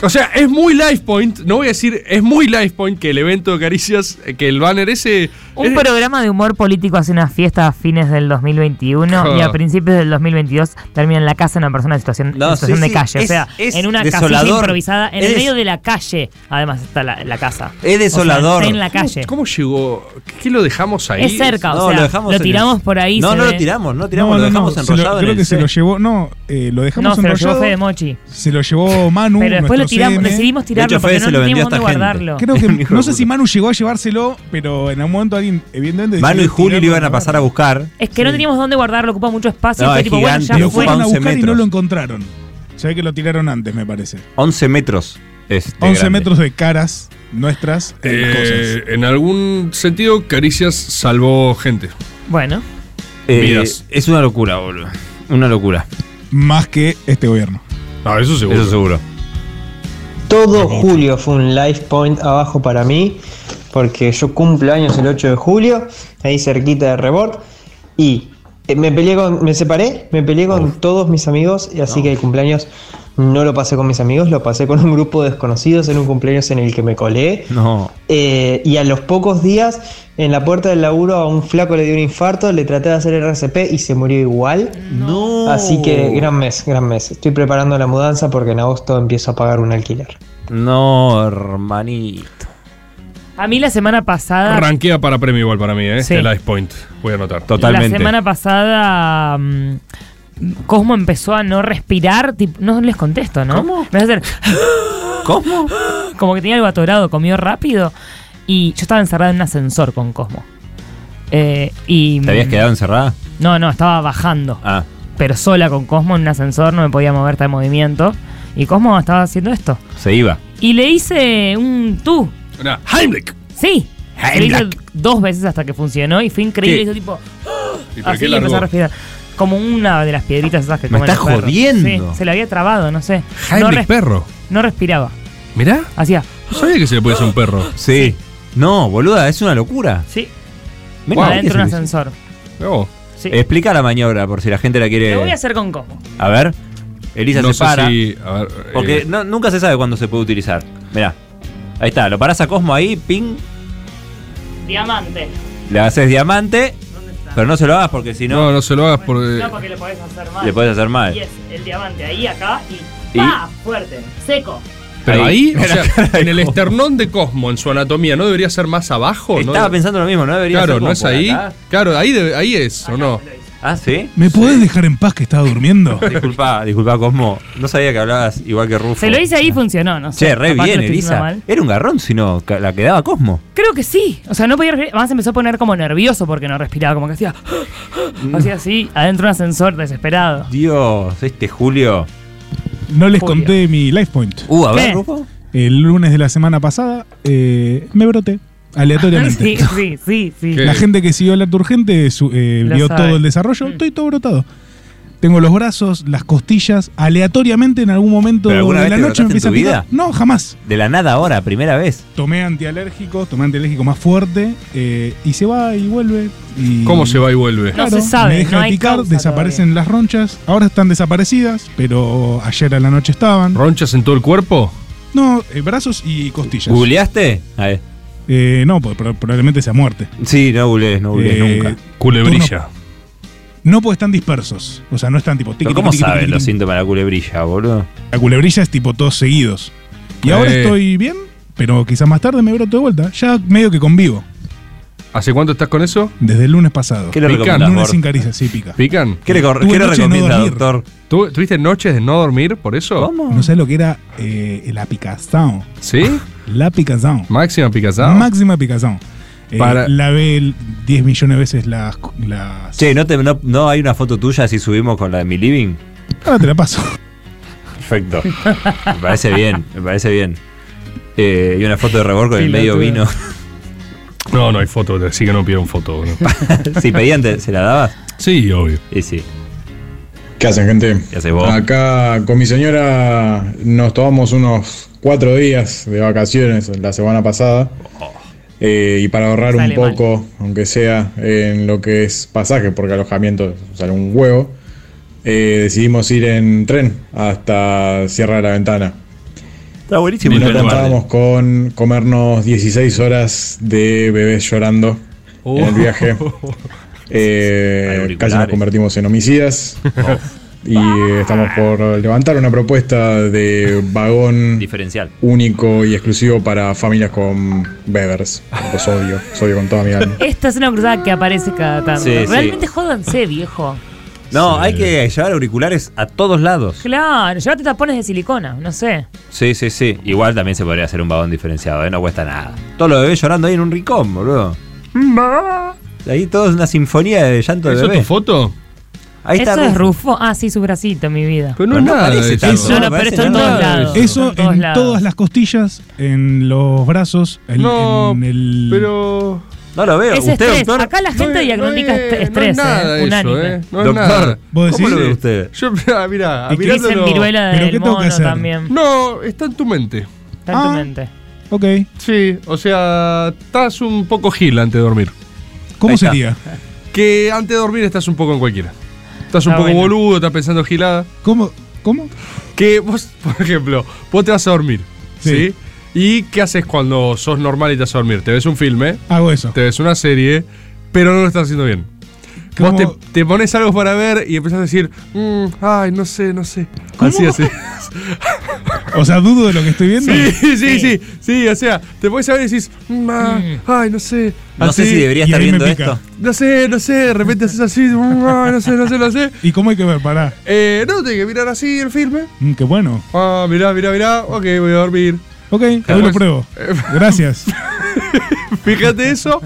O sea, es muy life point. No voy a decir, es muy life point que el evento de Caricias, eh, que el banner ese.
Eh.
Un programa de humor político hace una fiesta a fines del 2021
Oh.
y
Ah.
a principios del 2022 termina en la casa de una persona en situación, en
No,
situación
sí,
de
sí,
calle.
es-
o sea,
es
en una casilla
desolador.
improvisada, en
Es-
el medio de la calle. Además está la, la casa. O
Es
sea,
desolador.
está en la calle.
¿Cómo llegó? ¿Qué lo dejamos ahí?
Es cerca, o No, sea, lo dejamos lo en el- tiramos por ahí,
No,
se
no
ve.
lo tiramos, no lo tiramos, lo dejamos
se
enrollado en
creo
el
que se
set.
lo llevó, no, eh, lo dejamos
No, se lo
enrollado.
llevó Fede Mochi.
Se lo llevó Manu.
Pero después lo
nuestro
tiramos,
CM.
decidimos
De hecho,
tirarlo
Fede
porque
se
no
lo vendió
teníamos
a
dónde
esta
guardarlo.
Creo que no sé si Manu llegó a llevárselo, pero en algún momento alguien, evidentemente.
Manu y
decidió
Juli lo
tirarlo
iban a pasar a buscar.
Es que no teníamos dónde guardarlo, ocupa mucho espacio.
No,
fue
es
tipo, bueno,
gigante,
ya
lo ocupa
fue.
Fueron a
11
buscar y no
metros.
lo encontraron. Se ve que lo tiraron antes, me parece.
11 metros. este,
11
grande.
metros de caras nuestras. en cosas.
Eh, en algún sentido, Caricias salvó gente.
Bueno.
Eh,
Vidas.
Es una locura, boludo. Una locura.
Más que este gobierno.
No, Ah, eso seguro.
Eso seguro.
Todo julio fue un life point abajo para mí, porque yo cumplo años el 8 de julio, ahí cerquita de Rebord, y eh, me peleé con, me separé, me peleé con todos mis amigos, y así que el cumpleaños no lo pasé con mis amigos, lo pasé con un grupo de desconocidos en un cumpleaños en el que me colé.
No.
Eh, y a los pocos días, en la puerta del laburo, a un flaco le dio un infarto, le traté de hacer RCP y se murió igual.
No.
Así que gran mes, gran mes. Estoy preparando la mudanza porque en agosto empiezo a pagar un alquiler.
No, hermanito.
A mí la semana pasada
Ranquea para premio igual para mí, ¿eh?
Sí.
Este Life Point. Voy a anotar.
La semana pasada mm, Cosmo empezó a no respirar, tipo, no les contesto, ¿no? ¿Cómo?
¿Cómo?
Como que tenía algo atorado, comió rápido y yo estaba encerrada en un ascensor con Cosmo. Eh, y
¿Te habías quedado encerrada?
No, no, estaba bajando.
Ah.
Pero sola con Cosmo en un ascensor, no me podía mover, estaba en movimiento. Y Cosmo estaba haciendo esto.
Se iba.
Y le hice un tú.
Una Heimlich.
Sí. Se lo hice dos veces hasta que funcionó y fue increíble.
¿Qué?
Hizo tipo.
¿Y por
Así
qué
y Ah, empezó
largó?
a respirar. Como una de las piedritas esas que
Me
comen
estás
los perros.
jodiendo.
Sí, se le había trabado, no sé. no
Heimlich
res-
perro.
No respiraba.
Mirá.
Hacía.
No sabía que se le podía hacer un perro.
Sí. No, boluda, es una locura.
Sí.
Mirá,
adentro
¿qué
un
es eso?
ascensor.
Mirá vos.
Sí.
Explica la maniobra por si la gente la quiere.
Lo voy a hacer con Cosmo.
A ver. Elisa
No
se
sé
para.
si- a ver,
porque
eh.
no- nunca se sabe cuándo se puede utilizar. Mirá. Ahí está, lo parás a Cosmo ahí, ping,
Diamante.
le haces diamante, pero no se lo hagas porque si no.
No, no se lo hagas eh. porque.
No, porque le podés hacer mal.
Le podés hacer mal.
Y es el diamante ahí, acá y.
Y-
¡Pa! Fuerte, seco.
Pero ahí, o
Mira la
sea, en el esternón de Cosmo, en su anatomía, ¿no debería ser más abajo?
Estaba
¿No?
pensando lo mismo, ¿no debería
Claro,
ser como
¿no es
por
ahí?
acá?
Claro, ahí, debe- ahí es, ¿o no?
Ah, sí.
¿Me podés dejar en paz que estaba durmiendo?
Disculpa, disculpa, Cosmo. No sabía que hablabas igual que Rufo.
Se lo hice ahí y funcionó, no sé.
Che, re
capaz que
bien,
lo estoy diciendo
Elisa.
mal.
Era un garrón si no, ca- la quedaba Cosmo.
Creo que sí. O sea, no podía respirar. Además empezó a poner como nervioso porque no respiraba, como que hacía. Hacía así, adentro un ascensor desesperado.
Dios, este Julio.
No les
Julio.
conté mi life point.
Uh, a
ver, ¿Qué?
El lunes de la semana pasada eh, me broté aleatoriamente.
sí, sí, sí, sí.
La gente que siguió la urgente su- eh,
Lo
vio
sabe. Mm.
todo el desarrollo. Estoy todo brotado. Tengo los brazos, las costillas, aleatoriamente en algún momento
¿Pero
de
alguna
la
vez te
noche me empieza
brotaste en
a
tu
picar.
vida?
No, jamás.
De la nada ahora, primera vez.
Tomé antialérgicos, tomé antialérgico más fuerte eh, y se va y vuelve. Y
¿Cómo se va y vuelve?
Claro, Me deja de picar, desaparecen las ronchas. Ahora están desaparecidas, pero ayer a la noche estaban.
¿Ronchas en todo el cuerpo?
No, eh, brazos y costillas.
¿Googleaste? A ver.
Eh, no, porque pro- probablemente sea muerte.
Sí, no googlees, no googlees
Eh,
nunca.
Culebrilla. No, porque están dispersos. O sea, no están tipo
Pero
tiqui,
¿Cómo
tiqui, tiqui,
saben
tiqui,
los
tiqui.
síntomas de la culebrilla, boludo?
La culebrilla es tipo todos seguidos. Y
Eh.
ahora estoy bien, pero quizás más tarde me broto de vuelta. Ya medio que convivo.
¿Hace cuánto estás con eso?
Desde el lunes pasado.
¿Qué le recomendás,
Lunes
Bor?
sin caricias, sí, pica.
¿Pican?
¿Qué le cor- Tuve qué le noches de no recomienda, dormir.
doctor?
¿Tuviste noches de no dormir por eso?
No sé lo que era eh, la picazón.
¿Sí?
La picazón.
Máxima picazón.
Máxima picazón. Eh,
Para-
Lavé el- 10 millones de veces las, las-
Che, ¿no, te- no, no hay una foto tuya si subimos con la de mi living?
Ahora te la paso.
Perfecto. Me parece bien, me parece bien. Eh, y una foto de Rebor con el medio vino.
No, no hay foto, así que no pidieron foto. boludo.
si pedían, te- ¿se la dabas?
Sí, obvio.
Y sí.
¿Qué hacen, gente?
¿Qué haces
Ah,
vos?
Acá con mi señora nos tomamos unos cuatro días de vacaciones la semana pasada. Eh, y para ahorrar
Sale
un poco, aunque sea en lo que es pasaje, porque alojamiento sale un huevo, eh, decidimos ir en tren hasta Sierra de la Ventana.
Está buenísimo.
Y no contábamos con comernos 16 horas de bebés llorando en
Oh.
el viaje. Eh, casi nos convertimos en homicidas.
Oh.
Y eh, estamos por levantar una propuesta de vagón
diferencial
único y exclusivo para familias con bebers. Los odio, los odio con toda mi alma.
Esta es una cruzada que aparece cada tanto.
Sí, sí.
Realmente jódanse, viejo.
No, hay que llevar auriculares a todos lados.
Claro, llévate tapones de silicona, no sé.
Sí, sí, sí. Igual también se podría hacer un vagón diferenciado, ¿eh? no cuesta nada. Todos los bebés llorando ahí en un rincón, boludo.
Mm,
Ahí todo es una sinfonía de llanto de
¿Eso
bebé.
es tu foto?
Ahí
Eso
está
es
Rufo.
Rufo. Ah, sí, su bracito, mi vida.
Pero no es nada de eso.
No, no, pero esto en todos lados.
Eso
en todos
en
lados.
todas las costillas, en los brazos, en,
No,
en el.
Pero.
No lo
Es estrés. Acá la gente diagnostica est- estrés.
No es nada
eh,
eso,
unánime.
¿eh? No es
Doctor,
nada.
¿vos ¿Cómo decís? Ah, lo ve
usted?
Yo, mirá, mirá,
Y que dicen
mirándolo-
viruela ¿Pero del qué tengo que mono hacer? Ah. también.
No, está en tu mente.
Está en tu mente.
Ok.
Sí, o sea, estás un poco gil antes de dormir.
¿Cómo
está.
sería?
Que antes de dormir estás un poco en cualquiera. Estás un
Está
poco
bueno.
boludo, estás pensando gilada.
¿Cómo? ¿Cómo?
Que vos, por ejemplo, vos te vas a dormir, ¿sí? ¿Y qué haces cuando sos normal y te vas a dormir? Te ves un filme,
Hago eso.
te ves una serie, pero no lo estás haciendo bien. Vos te, te pones algo para ver y empezás a decir, "Mm, ay, no sé, no sé. Así, así.
O sea, dudo de lo que estoy viendo.
Sí, sí, sí, sí, o sea, te puedes saber y decís, mm, ah, ay, no sé.
No sé
así.
si debería Y estar ahí me viendo pica. esto.
No sé, no sé, de repente haces así, mm, ah, no sé, no sé, no sé.
¿Y cómo hay que ver? Pará.
Eh, no, tengo que mirar así el filme.
Mm, qué bueno.
Ah, mirá, mirá, mirá, ok, voy a dormir.
Ok, hoy lo pruebo. Gracias.
Fíjate eso,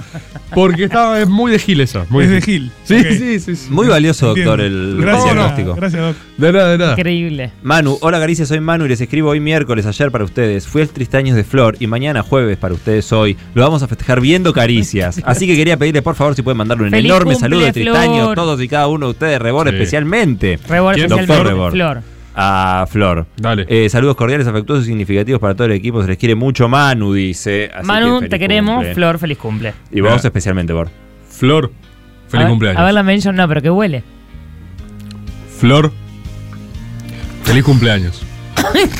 porque estaba es muy de Gil eso. Muy
Es de Gil.
Sí,
Ok.
sí, sí, sí.
Muy valioso, doctor, el
Gracias,
diagnóstico.
Gracias, Doc.
De nada, de nada.
Increíble.
Manu, hola Galicia, soy Manu y les escribo hoy miércoles, ayer para ustedes. Fui el Tristaños de Flor y mañana jueves para ustedes hoy. Lo vamos a festejar viendo caricias. Así que quería pedirle por favor si pueden mandarle un
¡Feliz
enorme
cumple,
saludo de Tristaños,
Flor!
todos y cada uno de ustedes, Rebor
Sí.
especialmente.
Rebor
¿Quién?
especialmente,
Doctor Rebor.
Flor.
A Flor. Dale. saludos cordiales, afectuosos y significativos para todo el equipo. Se les quiere mucho, Manu, dice. Así que
Manu,
feliz
te queremos.
cumple.
Flor, feliz cumple.
Y vos especialmente, Bor.
Flor,
A ver- A ver la mention, no, pero que huele.
Flor, feliz cumpleaños.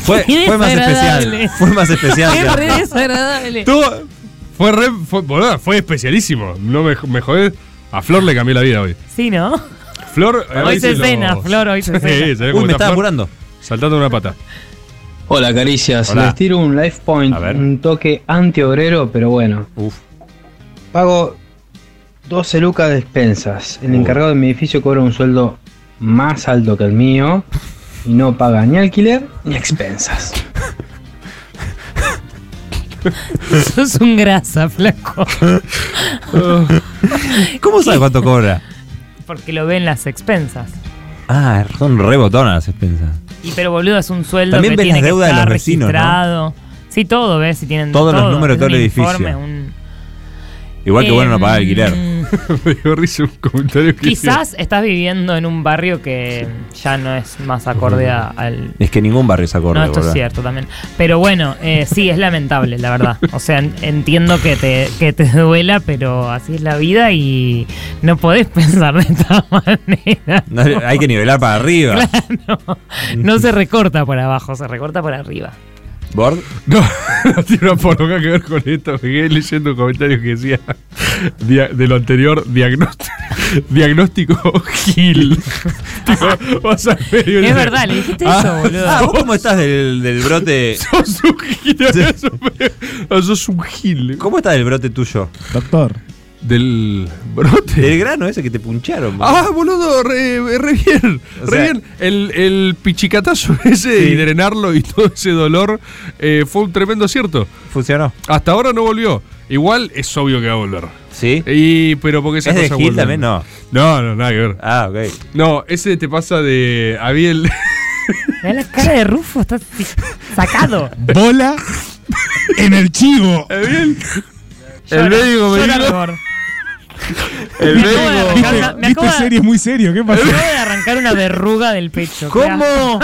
Fue,
Qué
fue más
desagradable.
especial. Fue más especial.
Es re desagradable.
Tú, fue re, fue, boludo, fue especialísimo. No me, me jodés. A Flor le cambié la vida hoy.
Sí, ¿no?
Flor. eh,
Hoy se
lo-
cena, Flor, hoy se
Sí,
cena.
se ve cómo está Flor Saltando una pata.
Hola, caricias.
Hola.
Les tiro un life point, un toque antiobrero, pero bueno. Pago 12 lucas de expensas. El encargado de mi edificio cobra un sueldo más alto que el mío y no paga ni alquiler ni expensas.
Sos un grasa, flaco.
Oh. ¿Cómo sabes cuánto cobra?
Porque lo ven las expensas.
Ah, son rebotonas las expensas.
Y pero boludo, es un sueldo
También
que
ven
tiene
las
que
deudas de
estar
los vecinos, ¿no?
registrado. Sí, todo, ¿ves? Si tienen
Todos los
todo,
números de todo
un
el edificio.
informe, un-
Igual que bueno no pagar
Em,
alquiler.
Me dio Mm. risa un comentario que
Quizás estás viviendo en un barrio que ya no es más acorde a- al...
Es que ningún barrio se acorde,
no, esto es
boludo.
cierto también. Pero bueno, eh, sí, es lamentable, la verdad. O sea, en- entiendo que te, que te duela, pero así es la vida y no podés pensar de esta manera.
No, hay que nivelar para arriba.
Claro. No se recorta por abajo, se recorta por arriba.
¿Bord?
No, no tiene una poronga que ver con esto. Me quedé leyendo un comentario que decía dia- de lo anterior, diagnóstico, diagnóstico Gil. Tipo, vas al medio y
Es
dices,
verdad, le dijiste eso, boludo.
Ah, ¿vos cómo estás del, del brote?
Sos un gil. Sos un gil.
¿Cómo está el brote tuyo?
Doctor.
Del brote.
Del grano ese que te puncharon. boludo.
Ah, boludo, re, re bien.
O
re
sea-
bien. El, el pichicatazo ese y drenarlo y todo ese dolor eh, fue un tremendo acierto.
Funcionó.
Hasta ahora no volvió. Igual es obvio que va a volver.
¿Sí?
Y, pero porque esas
¿Es de
cosas
Gil
vuelven.
también? No.
No, no, nada que ver.
Ah, ok.
No, ese te pasa de. Había el.
Mirá la cara de Rufo, está así, sacado.
Bola en el chivo.
el,
El médico me
llora,
dijo-
Rubor.
El
Me acabo de
médico-
arrancar
Viste-
una- me
viste
acabo de-
series muy serio, ¿qué pasó?
Me acabo de arrancar una verruga del pecho.
¿Cómo?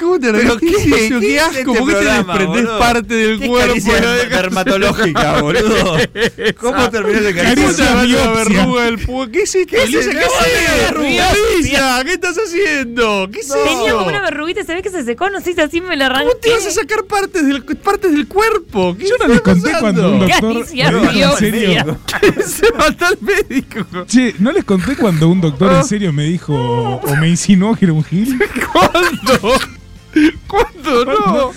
¿Cómo te
Pero
¿Qué,
qué-
qué,
qué es
asco?
este
¿Por qué te
programa,
desprendés
boludo?
parte del
Qué
cuerpo?
caricia
y lo dejas-
Ah, dermatológica, boludo. ¿Cómo terminás de
¿Qué
caricia?
la
Biopsia.
verruga del pu- ¿Qué hiciste?
¿Qué
Elisa?
se
¿Qué
acaba de
haces?
derrugar?
Elisa, ¿Qué estás haciendo? ¿Qué es
Tenía
eso?
como una verruguita, se ve que se secó, no sé si así me la arranqué.
¿Cómo te vas a sacar partes del, partes del cuerpo? ¿Qué
Yo no les conté cuando un doctor.
Caricia,
me dijo en
biopsia.
serio-
Se mata al médico. Ah.
Che, ¿no les conté cuando un doctor en serio me dijo o me insinuó que era un gil?
¿Cuándo? ¿Cuándo no?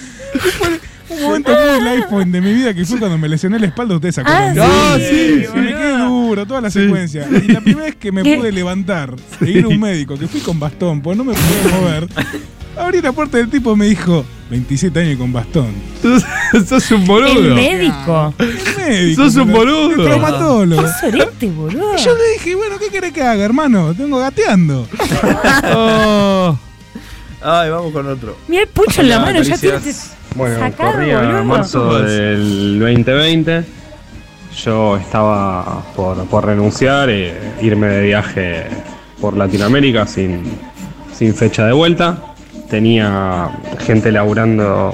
Un momento muy life point de mi vida que fue cuando me lesioné la espalda, ustedes se acuerdan.
Ah, sí. Sí,
Y me quedé duro, toda la secuencia. Y la primera vez que me
¿Qué?
pude levantar e ir a un médico, que fui con bastón, pues no me pude mover, abrí la puerta del tipo me dijo, 27 años y con bastón.
Sos un
El médico.
El médico.
Sos un
pero-
boludo.
El traumatólogo.
Qué sorete, boludo.
Y yo le dije, bueno, ¿qué querés que haga, hermano? Tengo gateando.
Ay, vamos con otro.
Mira el pucho en la
Hola,
mano, ya
Alicia.
tienes
Bueno,
sacado,
corría
boludo.
marzo del 2020 yo estaba por, por renunciar e irme de viaje por Latinoamérica sin, sin fecha de vuelta. Tenía gente laburando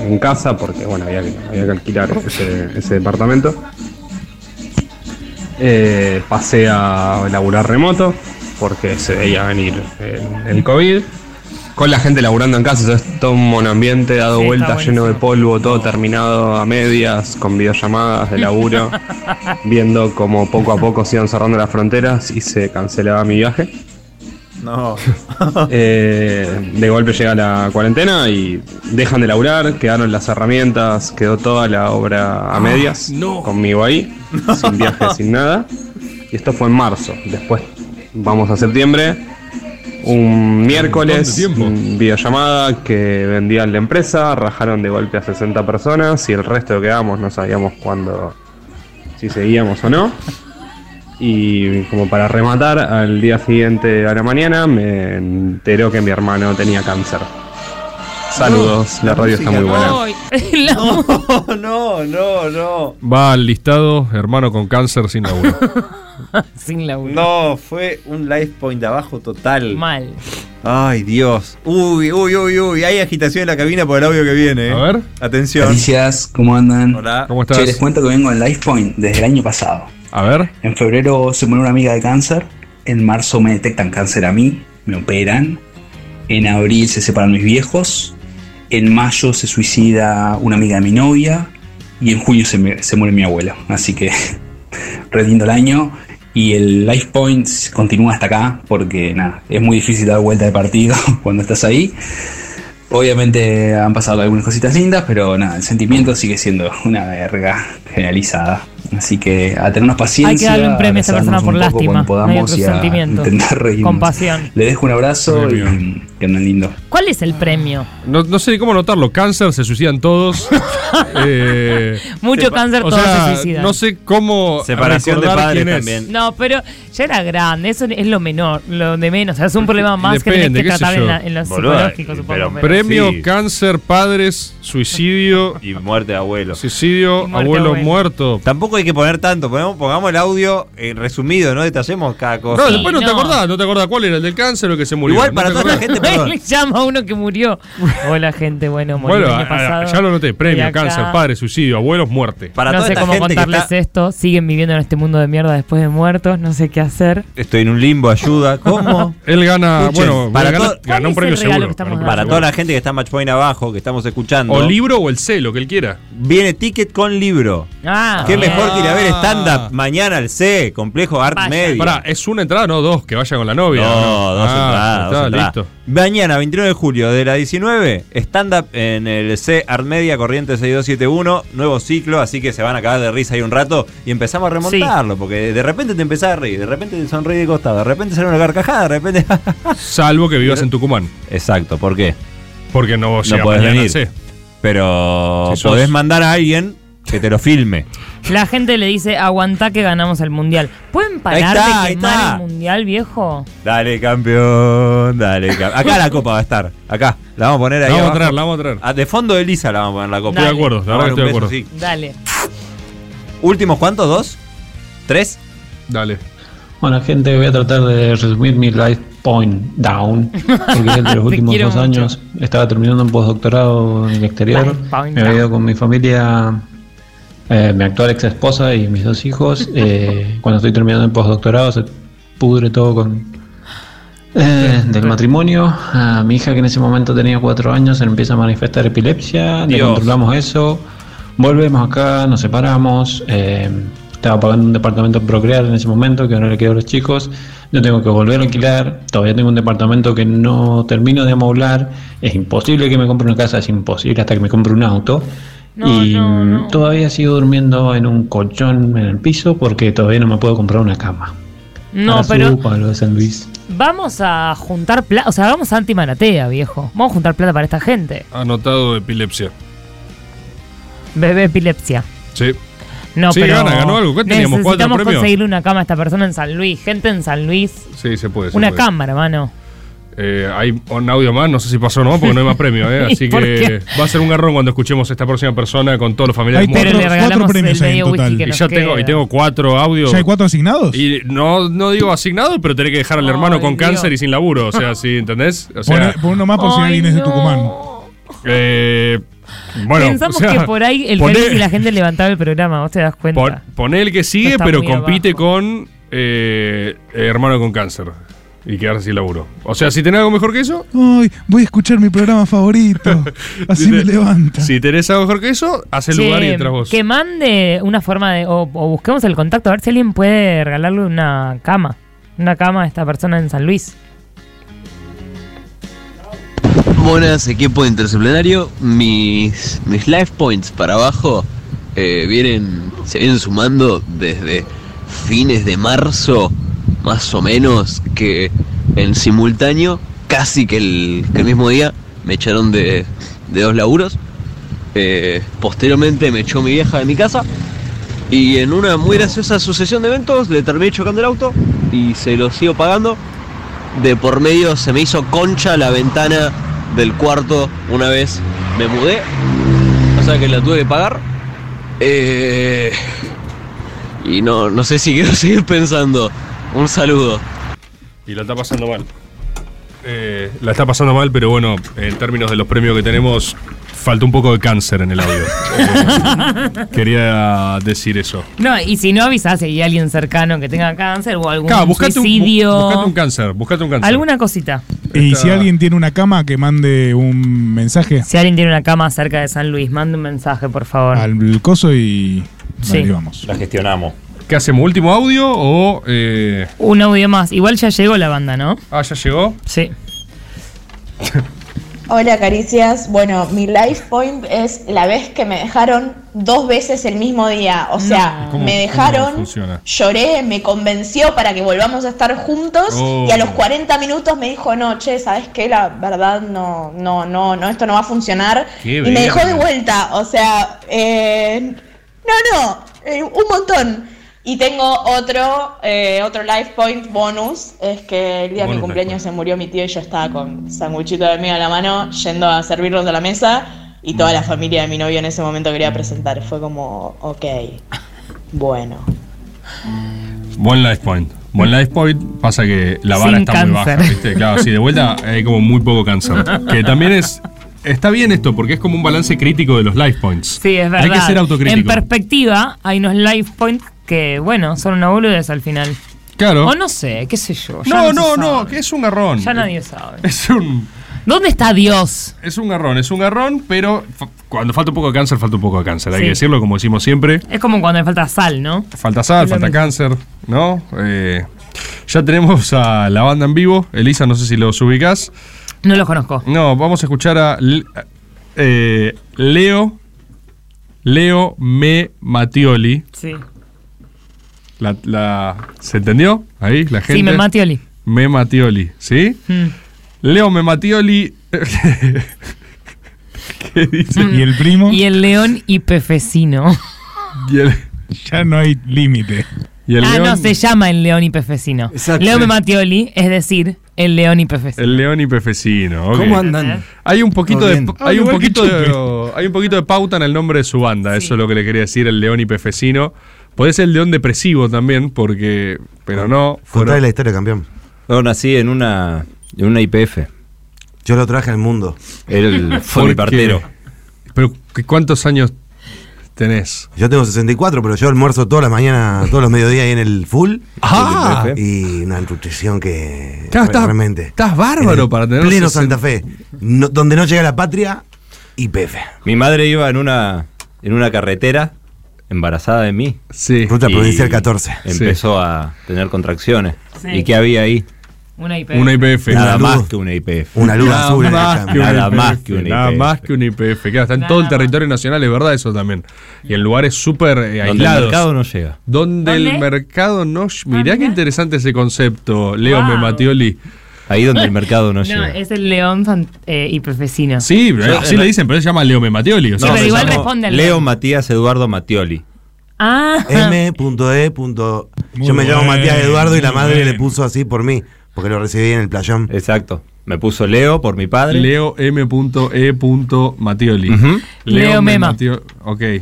en casa porque bueno, había, que- había que alquilar ese, ese departamento. Eh, pasé a laburar remoto porque se veía venir el, el COVID. Con la gente laburando en casa, entonces todo un monoambiente dado
Sí, está
vuelta, lleno de polvo, todo terminado a medias, con videollamadas de laburo, viendo como poco a poco se iban cerrando las fronteras y se cancelaba mi viaje. No. Eh, de golpe llega la cuarentena y dejan de laburar, quedaron las herramientas, quedó toda la obra a medias
no.
conmigo ahí, sin viaje, sin nada. Y esto fue en marzo. Después vamos a septiembre. Un miércoles, mm, videollamada que vendían la empresa, rajaron de golpe a 60 personas y el resto que quedamos no sabíamos cuándo, si seguíamos o no. Y como para rematar, al día siguiente a la mañana me enteró que mi hermano tenía cáncer. Saludos, la radio está muy buena.
No, no, no, no.
Va al listado, hermano con cáncer sin laburo.
Sin laburo.
No, fue un life point abajo total.
Mal.
Ay, Dios. Uy, uy, uy, uy. Hay agitación en la cabina por el audio que viene. A ver. Atención.
Caricias, ¿cómo andan?
Hola.
¿Cómo estás? Che, les cuento que vengo en LifePoint desde el año pasado.
A ver.
En febrero se muere una amiga de cáncer. En marzo me detectan cáncer a mí. Me operan. En abril se separan mis viejos. En mayo se suicida una amiga de mi novia. Y en junio se, me- se muere mi abuela. Así que re lindo el año. Y el Life Points continúa hasta acá porque nada, es muy difícil dar vuelta de partido cuando estás ahí. Obviamente han pasado algunas cositas lindas, pero nada, el sentimiento sigue siendo una verga generalizada. Así que a tenernos paciencia.
Hay que darle un premio a esa persona
abrazarnos
por
un poco
lástima.
cuando
No hay
podamos
otro
y a
sentimiento.
intentar reírnos.
Compasión.
Le dejo un abrazo y que anden lindo.
¿Cuál es el premio?
No, no sé ni cómo notarlo. Cáncer, se suicidan todos. Eh,
Mucho
sepa-
cáncer,
o
todos
sea,
se suicidan.
No sé cómo.
Separación de
recordar
padres
quién es.
también.
No, pero ya era grande, eso es lo menor, lo de menos. O sea, es un problema más que
Depende,
tenés que
qué sé
tratar
yo.
en, la- en lo
Boluda,
eh,
psicológico, supongo.
pero
pero-
premio,
Sí.
cáncer, padres, suicidio.
Y muerte de abuelo.
Suicidio,
muerte de
abuelo,
abuelo.
muerto.
Tampoco hay que poner tanto. Pongamos, pongamos el audio eh, resumido, ¿no? Detallemos cada cosa.
No, después no, te acordás, no te acordás cuál era el del cáncer o el que se murió.
Igual
No
para
te
toda la
acordás.
gente, perdón.
Le llama a uno que murió. Hola, gente, bueno, morí
Bueno,
el año
a- a-
pasado.
ya lo noté. Premio,
acá-
cáncer, padres, suicidio, abuelos, muerte.
Para
no sé cómo contarles esto. Siguen viviendo en este mundo de mierda después de muertos. No sé qué hacer.
Estoy en un limbo, ayuda. ¿Cómo?
Él gana,
Escuchen,
bueno,
para
gana-
todo-
ganó un premio seguro. ganó un premio
Para
seguro.
toda la gente que está en Matchpoint abajo, que estamos escuchando.
O libro o el C, lo que él quiera.
Viene ticket con libro.
Ah,
Qué
bien.
mejor que ir a ver stand-up mañana al C, complejo Art Media.
Pará, es una entrada, no dos, que vaya con la novia.
No, dos
Ah,
entradas, dos
está,
entradas.
listo.
Mañana, 29 de julio, de la 19, stand-up en el C Art Media Corriente 6271, nuevo ciclo, así que se van a acabar de risa ahí un rato y empezamos a remontarlo, porque de repente te empezás a reír, de repente te sonríe de costado, de repente sale una carcajada, de repente...
Salvo que vivas en Tucumán.
Exacto, ¿por qué?
Porque no llega
no podés
mañana
venir.
al C.
Pero
Si sos-
podés mandar a alguien que te lo filme.
La gente le dice, aguantá que ganamos el mundial. ¿Pueden
Ahí
parar
está,
de
ahí
quemar
está.
el mundial, viejo?
Dale, campeón, dale, campeón. Acá la copa va a estar, acá. La vamos a poner ahí.
La vamos a
abajo.
traer, la vamos a traer.
Ah, De fondo de Lisa la vamos a poner la copa.
Estoy de acuerdo, la verdad que estoy de acuerdo.
Dale.
Últimos, ¿cuántos? ¿Dos? ¿Tres?
Dale.
Bueno, gente, voy a tratar de resumir mi life point down. Porque durante los últimos
quiero
dos
mucho.
años estaba terminando un postdoctorado en el exterior.
Life point
Me había ido
down.
con mi familia, eh, mi actual ex esposa y mis dos hijos. Eh, cuando estoy terminando el postdoctorado se pudre todo con eh, del matrimonio. A mi hija que en ese momento tenía cuatro años se le empieza a manifestar epilepsia. Le
Dios.
controlamos eso. Volvemos acá, nos separamos. eh, estaba pagando un departamento en Procrear en ese momento, que ahora le quedó a los chicos. Yo tengo que volver a alquilar. Todavía tengo un departamento que no termino de amoblar. Es imposible que me compre una casa, es imposible hasta que me compre un auto. y mm, todavía sigo durmiendo en un colchón en el piso porque todavía no me puedo comprar una cama.
No,
Ahora
pero
subo para lo de San Luis.
vamos a juntar plata. O sea, vamos anti-manatea, viejo. Vamos a juntar plata para esta gente.
Anotado epilepsia.
Bebé epilepsia.
Sí.
No,
Sí,
pero
gana, ganó algo. ¿Qué teníamos? ¿Cuatro
Necesitamos
premios?
conseguirle una cama a esta persona en San Luis. Gente en San Luis.
Sí, se puede. se
una
puede.
cama, hermano.
Eh, hay un audio más, no sé si pasó o no, porque no hay más premio, ¿eh?
¿Y
Así
por
que va a ser un garrón cuando escuchemos a esta próxima persona con todos los familiares.
Hay cuatro- Pero le cuatro regalamos premios el ahí en medio whisky total. que
Y
nos
ya tengo,
queda.
y tengo cuatro audios.
¿Ya hay cuatro asignados?
Y no, no digo asignado, pero tenés que dejar al hermano con cáncer y sin laburo. O sea, ¿sí? ¿Entendés? O sea,
Pon, pon uno más por si
Ay,
alguien es de Tucumán.
eh, bueno.
Pensamos
o sea,
que por ahí el
poné-
Félix y la gente levantaba el programa, vos te das cuenta.
pon- poné el que sigue,
está
pero
muy
compite con eh, hermano con cáncer y quedarse sin laburo. O sea, si tenés algo mejor que eso,
Ay, voy a escuchar mi programa favorito. Así me levanto.
si tenés algo mejor que eso, hace
Che,
lugar y entras vos.
Que mande una forma de. O, o busquemos el contacto, a ver si alguien puede regalarle una cama. Una cama a esta persona en San Luis.
Buenas, equipo interdisciplinario. Mis, mis life points para abajo eh, vienen, se vienen sumando desde fines de marzo, más o menos, que en simultáneo, casi que el, que el mismo día, me echaron de, de dos laburos. Eh, posteriormente me echó mi vieja de mi casa. Y en una muy graciosa sucesión de eventos le terminé chocando el auto y se lo sigo pagando. De por medio se me hizo concha la ventana del cuarto una vez me mudé. O sea que la tuve que pagar. Eh, y no, no sé si quiero seguir pensando. Un saludo.
Y lo está pasando mal. Eh, la está pasando mal, pero bueno, en términos de los premios que tenemos, falta un poco de cáncer en el audio. Eh, quería decir eso.
No, y si no avisás si hay alguien cercano que tenga cáncer o algún
Claro, buscate un, bu-
suicidio.
buscate un cáncer, buscate un cáncer.
alguna cosita.
Y
Está-
si alguien tiene una cama, que mande un mensaje
Si alguien tiene una cama cerca de San Luis, mande un mensaje, por favor.
al coso y
Sí.
Vale, vamos.
La gestionamos.
¿Qué hacemos? ¿Último audio o.? eh,
Un audio más. Igual ya llegó la banda, ¿no?
Ah, ya llegó.
Sí.
Hola caricias, bueno, mi life point es la vez que me dejaron dos veces el mismo día, o sea,
¿Cómo-
me
cómo
dejaron,
funciona?
lloré, me convenció para que volvamos a estar juntos
Oh.
y a los 40 minutos me dijo, no, che, ¿sabes qué? La verdad, no, no, no, no, esto no va a funcionar.
Qué
y me dejó de
verga.
vuelta, o sea, eh, no, no, eh, un montón. Y tengo otro, eh, otro life point bonus, es que el día de mi
Bonus life
cumpleaños se murió mi tío y yo estaba con sanguchito de miga a la mano yendo a servirlos a la mesa y toda
Mm.
la familia de mi novio en ese momento quería presentar. Fue como, ok, bueno.
Buen life point. Buen life point, pasa que la vara
Sin
está muy
cáncer.
baja, ¿viste? Claro, sí, de vuelta hay como muy poco cáncer. Que también es. Está bien esto, porque es como un balance crítico de los life points.
Sí, es verdad.
Hay que ser
En
autocrítico.
perspectiva, hay unos live points que, bueno, son una boludez al final.
Claro.
O no sé, qué sé yo. ya
No,
se
no,
sabe.
no, que es un garrón.
Ya nadie sabe.
Es un.
¿Dónde está Dios?
Es un garrón, es un garrón, pero fa- cuando falta un poco de cáncer, falta un poco de cáncer. Hay
Sí.
que decirlo como decimos siempre.
Es como cuando le falta sal, ¿no?
Falta sal,
Es lo
falta
mismo.
cáncer, ¿no? Eh, ya tenemos a la banda en vivo. Elisa, no sé si los ubicás.
No los conozco.
No, vamos a escuchar a L- eh, Leo. Leo Me Matioli.
Sí.
La, la- ¿Se entendió? Ahí, la gente.
Sí, me matioli.
Me Matioli, ¿sí?
Mm.
Leo Me Matioli. ¿Qué dice?
¿Y el primo?
Mm. Y el león y pefecino.
Y el-
Ya no hay límite.
Y
ah, no, se llama el león y pefecino.
Exacto.
Leo Matioli, es decir, el león y pefecino.
El león y Pefecino. ok.
¿Cómo andan?
Hay un poquito
Todo
de
bien.
hay
Ah,
un
igual que
poquito de,
Chupe.
hay un poquito de pauta en el nombre de su banda, eso es lo que le quería decir el león y Pefecino. Puede ser el león depresivo también porque pero no
Contale
fueron-
la historia, campeón.
Yo nací en una, en una IPF.
Yo lo traje al mundo.
Él fue mi
¿Por qué?
partero.
Pero ¿cu- ¿cuántos años tenés?
Yo tengo 64, pero yo almuerzo todas las mañanas, todos los mediodías ahí en el full.
Ah.
Y una nutrición que.
Claro, estás-
realmente.
estás bárbaro
En
para tener
Pleno
60.
Santa Fe. no- donde no llega la patria, IPF.
Mi madre iba en una, en una carretera embarazada de mí.
Sí.
Ruta Provincial 14.
Empezó a tener contracciones.
Sí.
¿Y qué había ahí?
Una IPF.
Nada
Una
más
luz.
que una IPF.
Una luz
Nada
azul en
más
el
que una
Nada
IPF,
más que una
Nada
IPF.
más que una IPF. Claro, está en todo el territorio nacional, es verdad eso también. Y en lugares súper eh,
Donde el
aislados.
mercado no llega.
Donde el mercado no. Mirá qué interesante ese concepto, Leo
Ah, Wow.
Mematioli.
Ahí donde el mercado
No, es el león fan- eh, y pefecino.
Sí,
Yo- eh,
pero así le dicen, pero se llama Leo Mematioli. O
Sí,
sea,
pero
se
igual
llama-
responde al
Leo Matías Eduardo Matioli.
Ah,
M.E. E Yo me llamo
bueno,
Matías Eduardo y la
muy
madre
bueno.
le puso así por mí, porque lo recibí en el playón.
Exacto. Me puso Leo por mi padre.
Leo M.E. E, Matioli.
Leo Mema.
Mematio- E. Ok. Ahí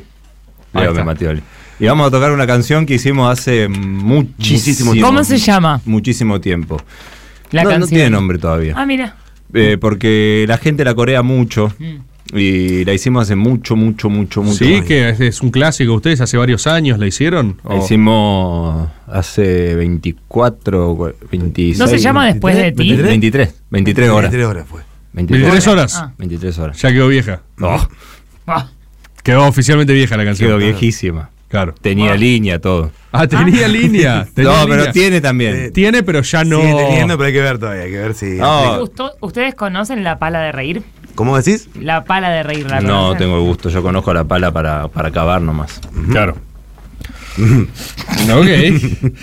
Leo
está.
Mematioli. Y vamos a tocar una canción que hicimos hace muchísimo tiempo.
¿Cómo se llama?
Muchísimo tiempo.
La
no, no
canción.
tiene nombre todavía.
Ah, mira.
Eh, porque la gente la corea mucho.
Mm.
Y la hicimos hace mucho, mucho, mucho, mucho.
Sí,
tiempo.
que es, es un clásico. ¿Ustedes hace varios años la hicieron?
La
¿O-
Oh.
hicimos hace 24, cua- 26.
¿No se llama después de ti?
23, 23, 23 horas.
23 horas fue.
23 horas.
Ah.
23 horas.
Ya quedó vieja.
No,
Ah,
Quedó oficialmente vieja la canción.
quedó viejísima.
Claro.
Tenía línea todo.
Ah, tenía línea. tenía
no, pero
línea.
tiene también.
Tiene, pero ya no.
Sigue teniendo, pero hay que ver todavía, hay que ver si.
Ah.
Ah.
Justo- ¿Ustedes conocen la pala de reír?
¿Cómo decís?
La pala de reír, la
No
conocen?
tengo el gusto, yo conozco la pala para, para acabar nomás.
Claro. ok.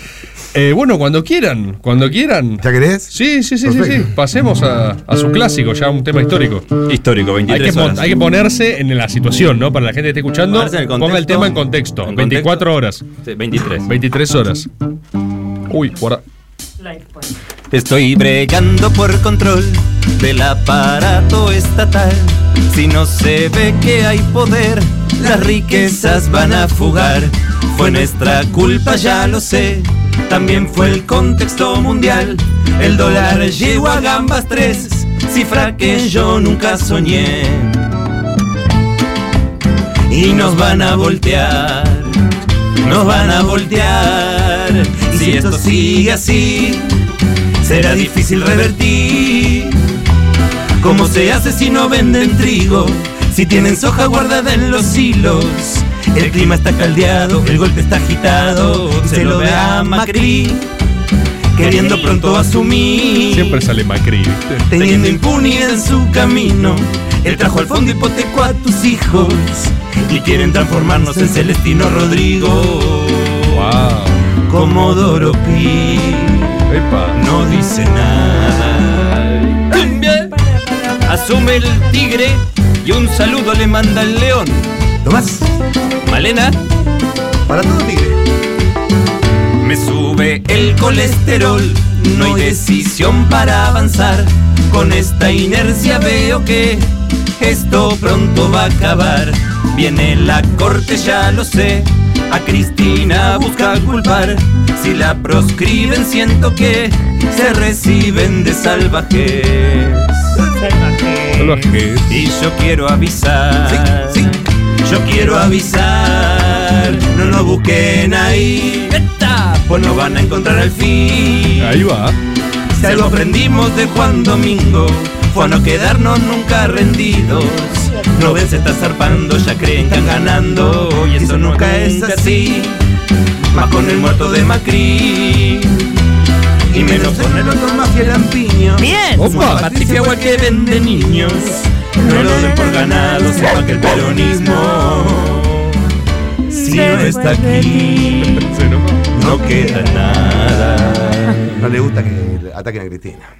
Eh, bueno, cuando quieran, cuando quieran.
¿Ya querés?
Sí, sí, sí, sí, sí. Pasemos a, a su clásico, ya un tema histórico.
Histórico,
Hay
23
que, pon-
horas.
hay que ponerse en la situación, ¿no? Para la gente que esté escuchando,
Ponerse en el
ponga el
contexto.
tema en contexto.
En
24 horas.
Sí, 23.
23 horas. Uy, guarda.
Estoy bregando por control del aparato estatal. Si no se ve que hay poder, las riquezas van a fugar. Fue nuestra culpa, ya lo sé. También fue el contexto mundial. El dólar llegó a gambas tres, cifra que yo nunca soñé. Y nos van a voltear, nos van a voltear. Si esto sigue así, será difícil revertir. ¿Cómo se hace si no venden trigo? Si tienen soja guardada en los hilos. El clima está caldeado, el golpe está agitado. Se lo ve a Macri, queriendo pronto asumir.
Siempre sale Macri. ¿viste?
Teniendo impunidad en su camino, él trajo al fondo hipoteco a tus hijos. Y quieren transformarnos en Celestino Rodrigo.
Wow.
Comodoro Pi. No dice nada. Cumbia. Asume el tigre y un saludo le manda el león.
Tomás.
Malena.
Para todo tigre.
Me sube el colesterol. No hay decisión para avanzar. Con esta inercia veo que esto pronto va a acabar. Viene la corte, ya lo sé. A Cristina busca culpar. Si la proscriben, siento que se reciben de salvajes. Y yo quiero avisar. Yo quiero avisar. No nos busquen ahí. Pues no van a encontrar el fin.
Ahí va.
Si algo aprendimos de Juan Domingo fue a no quedarnos nunca rendidos. No ven, se está zarpando, ya creen que están ganando. Y eso nunca es así. Más con el muerto de Macri. Y menos con el otro más fiel ampiño.
Bien.
Opa. Patricia igual que vende niños. No lo den por ganado, sepa que el peronismo. Si no está aquí, no queda nada.
No le gusta que le ataquen a Cristina.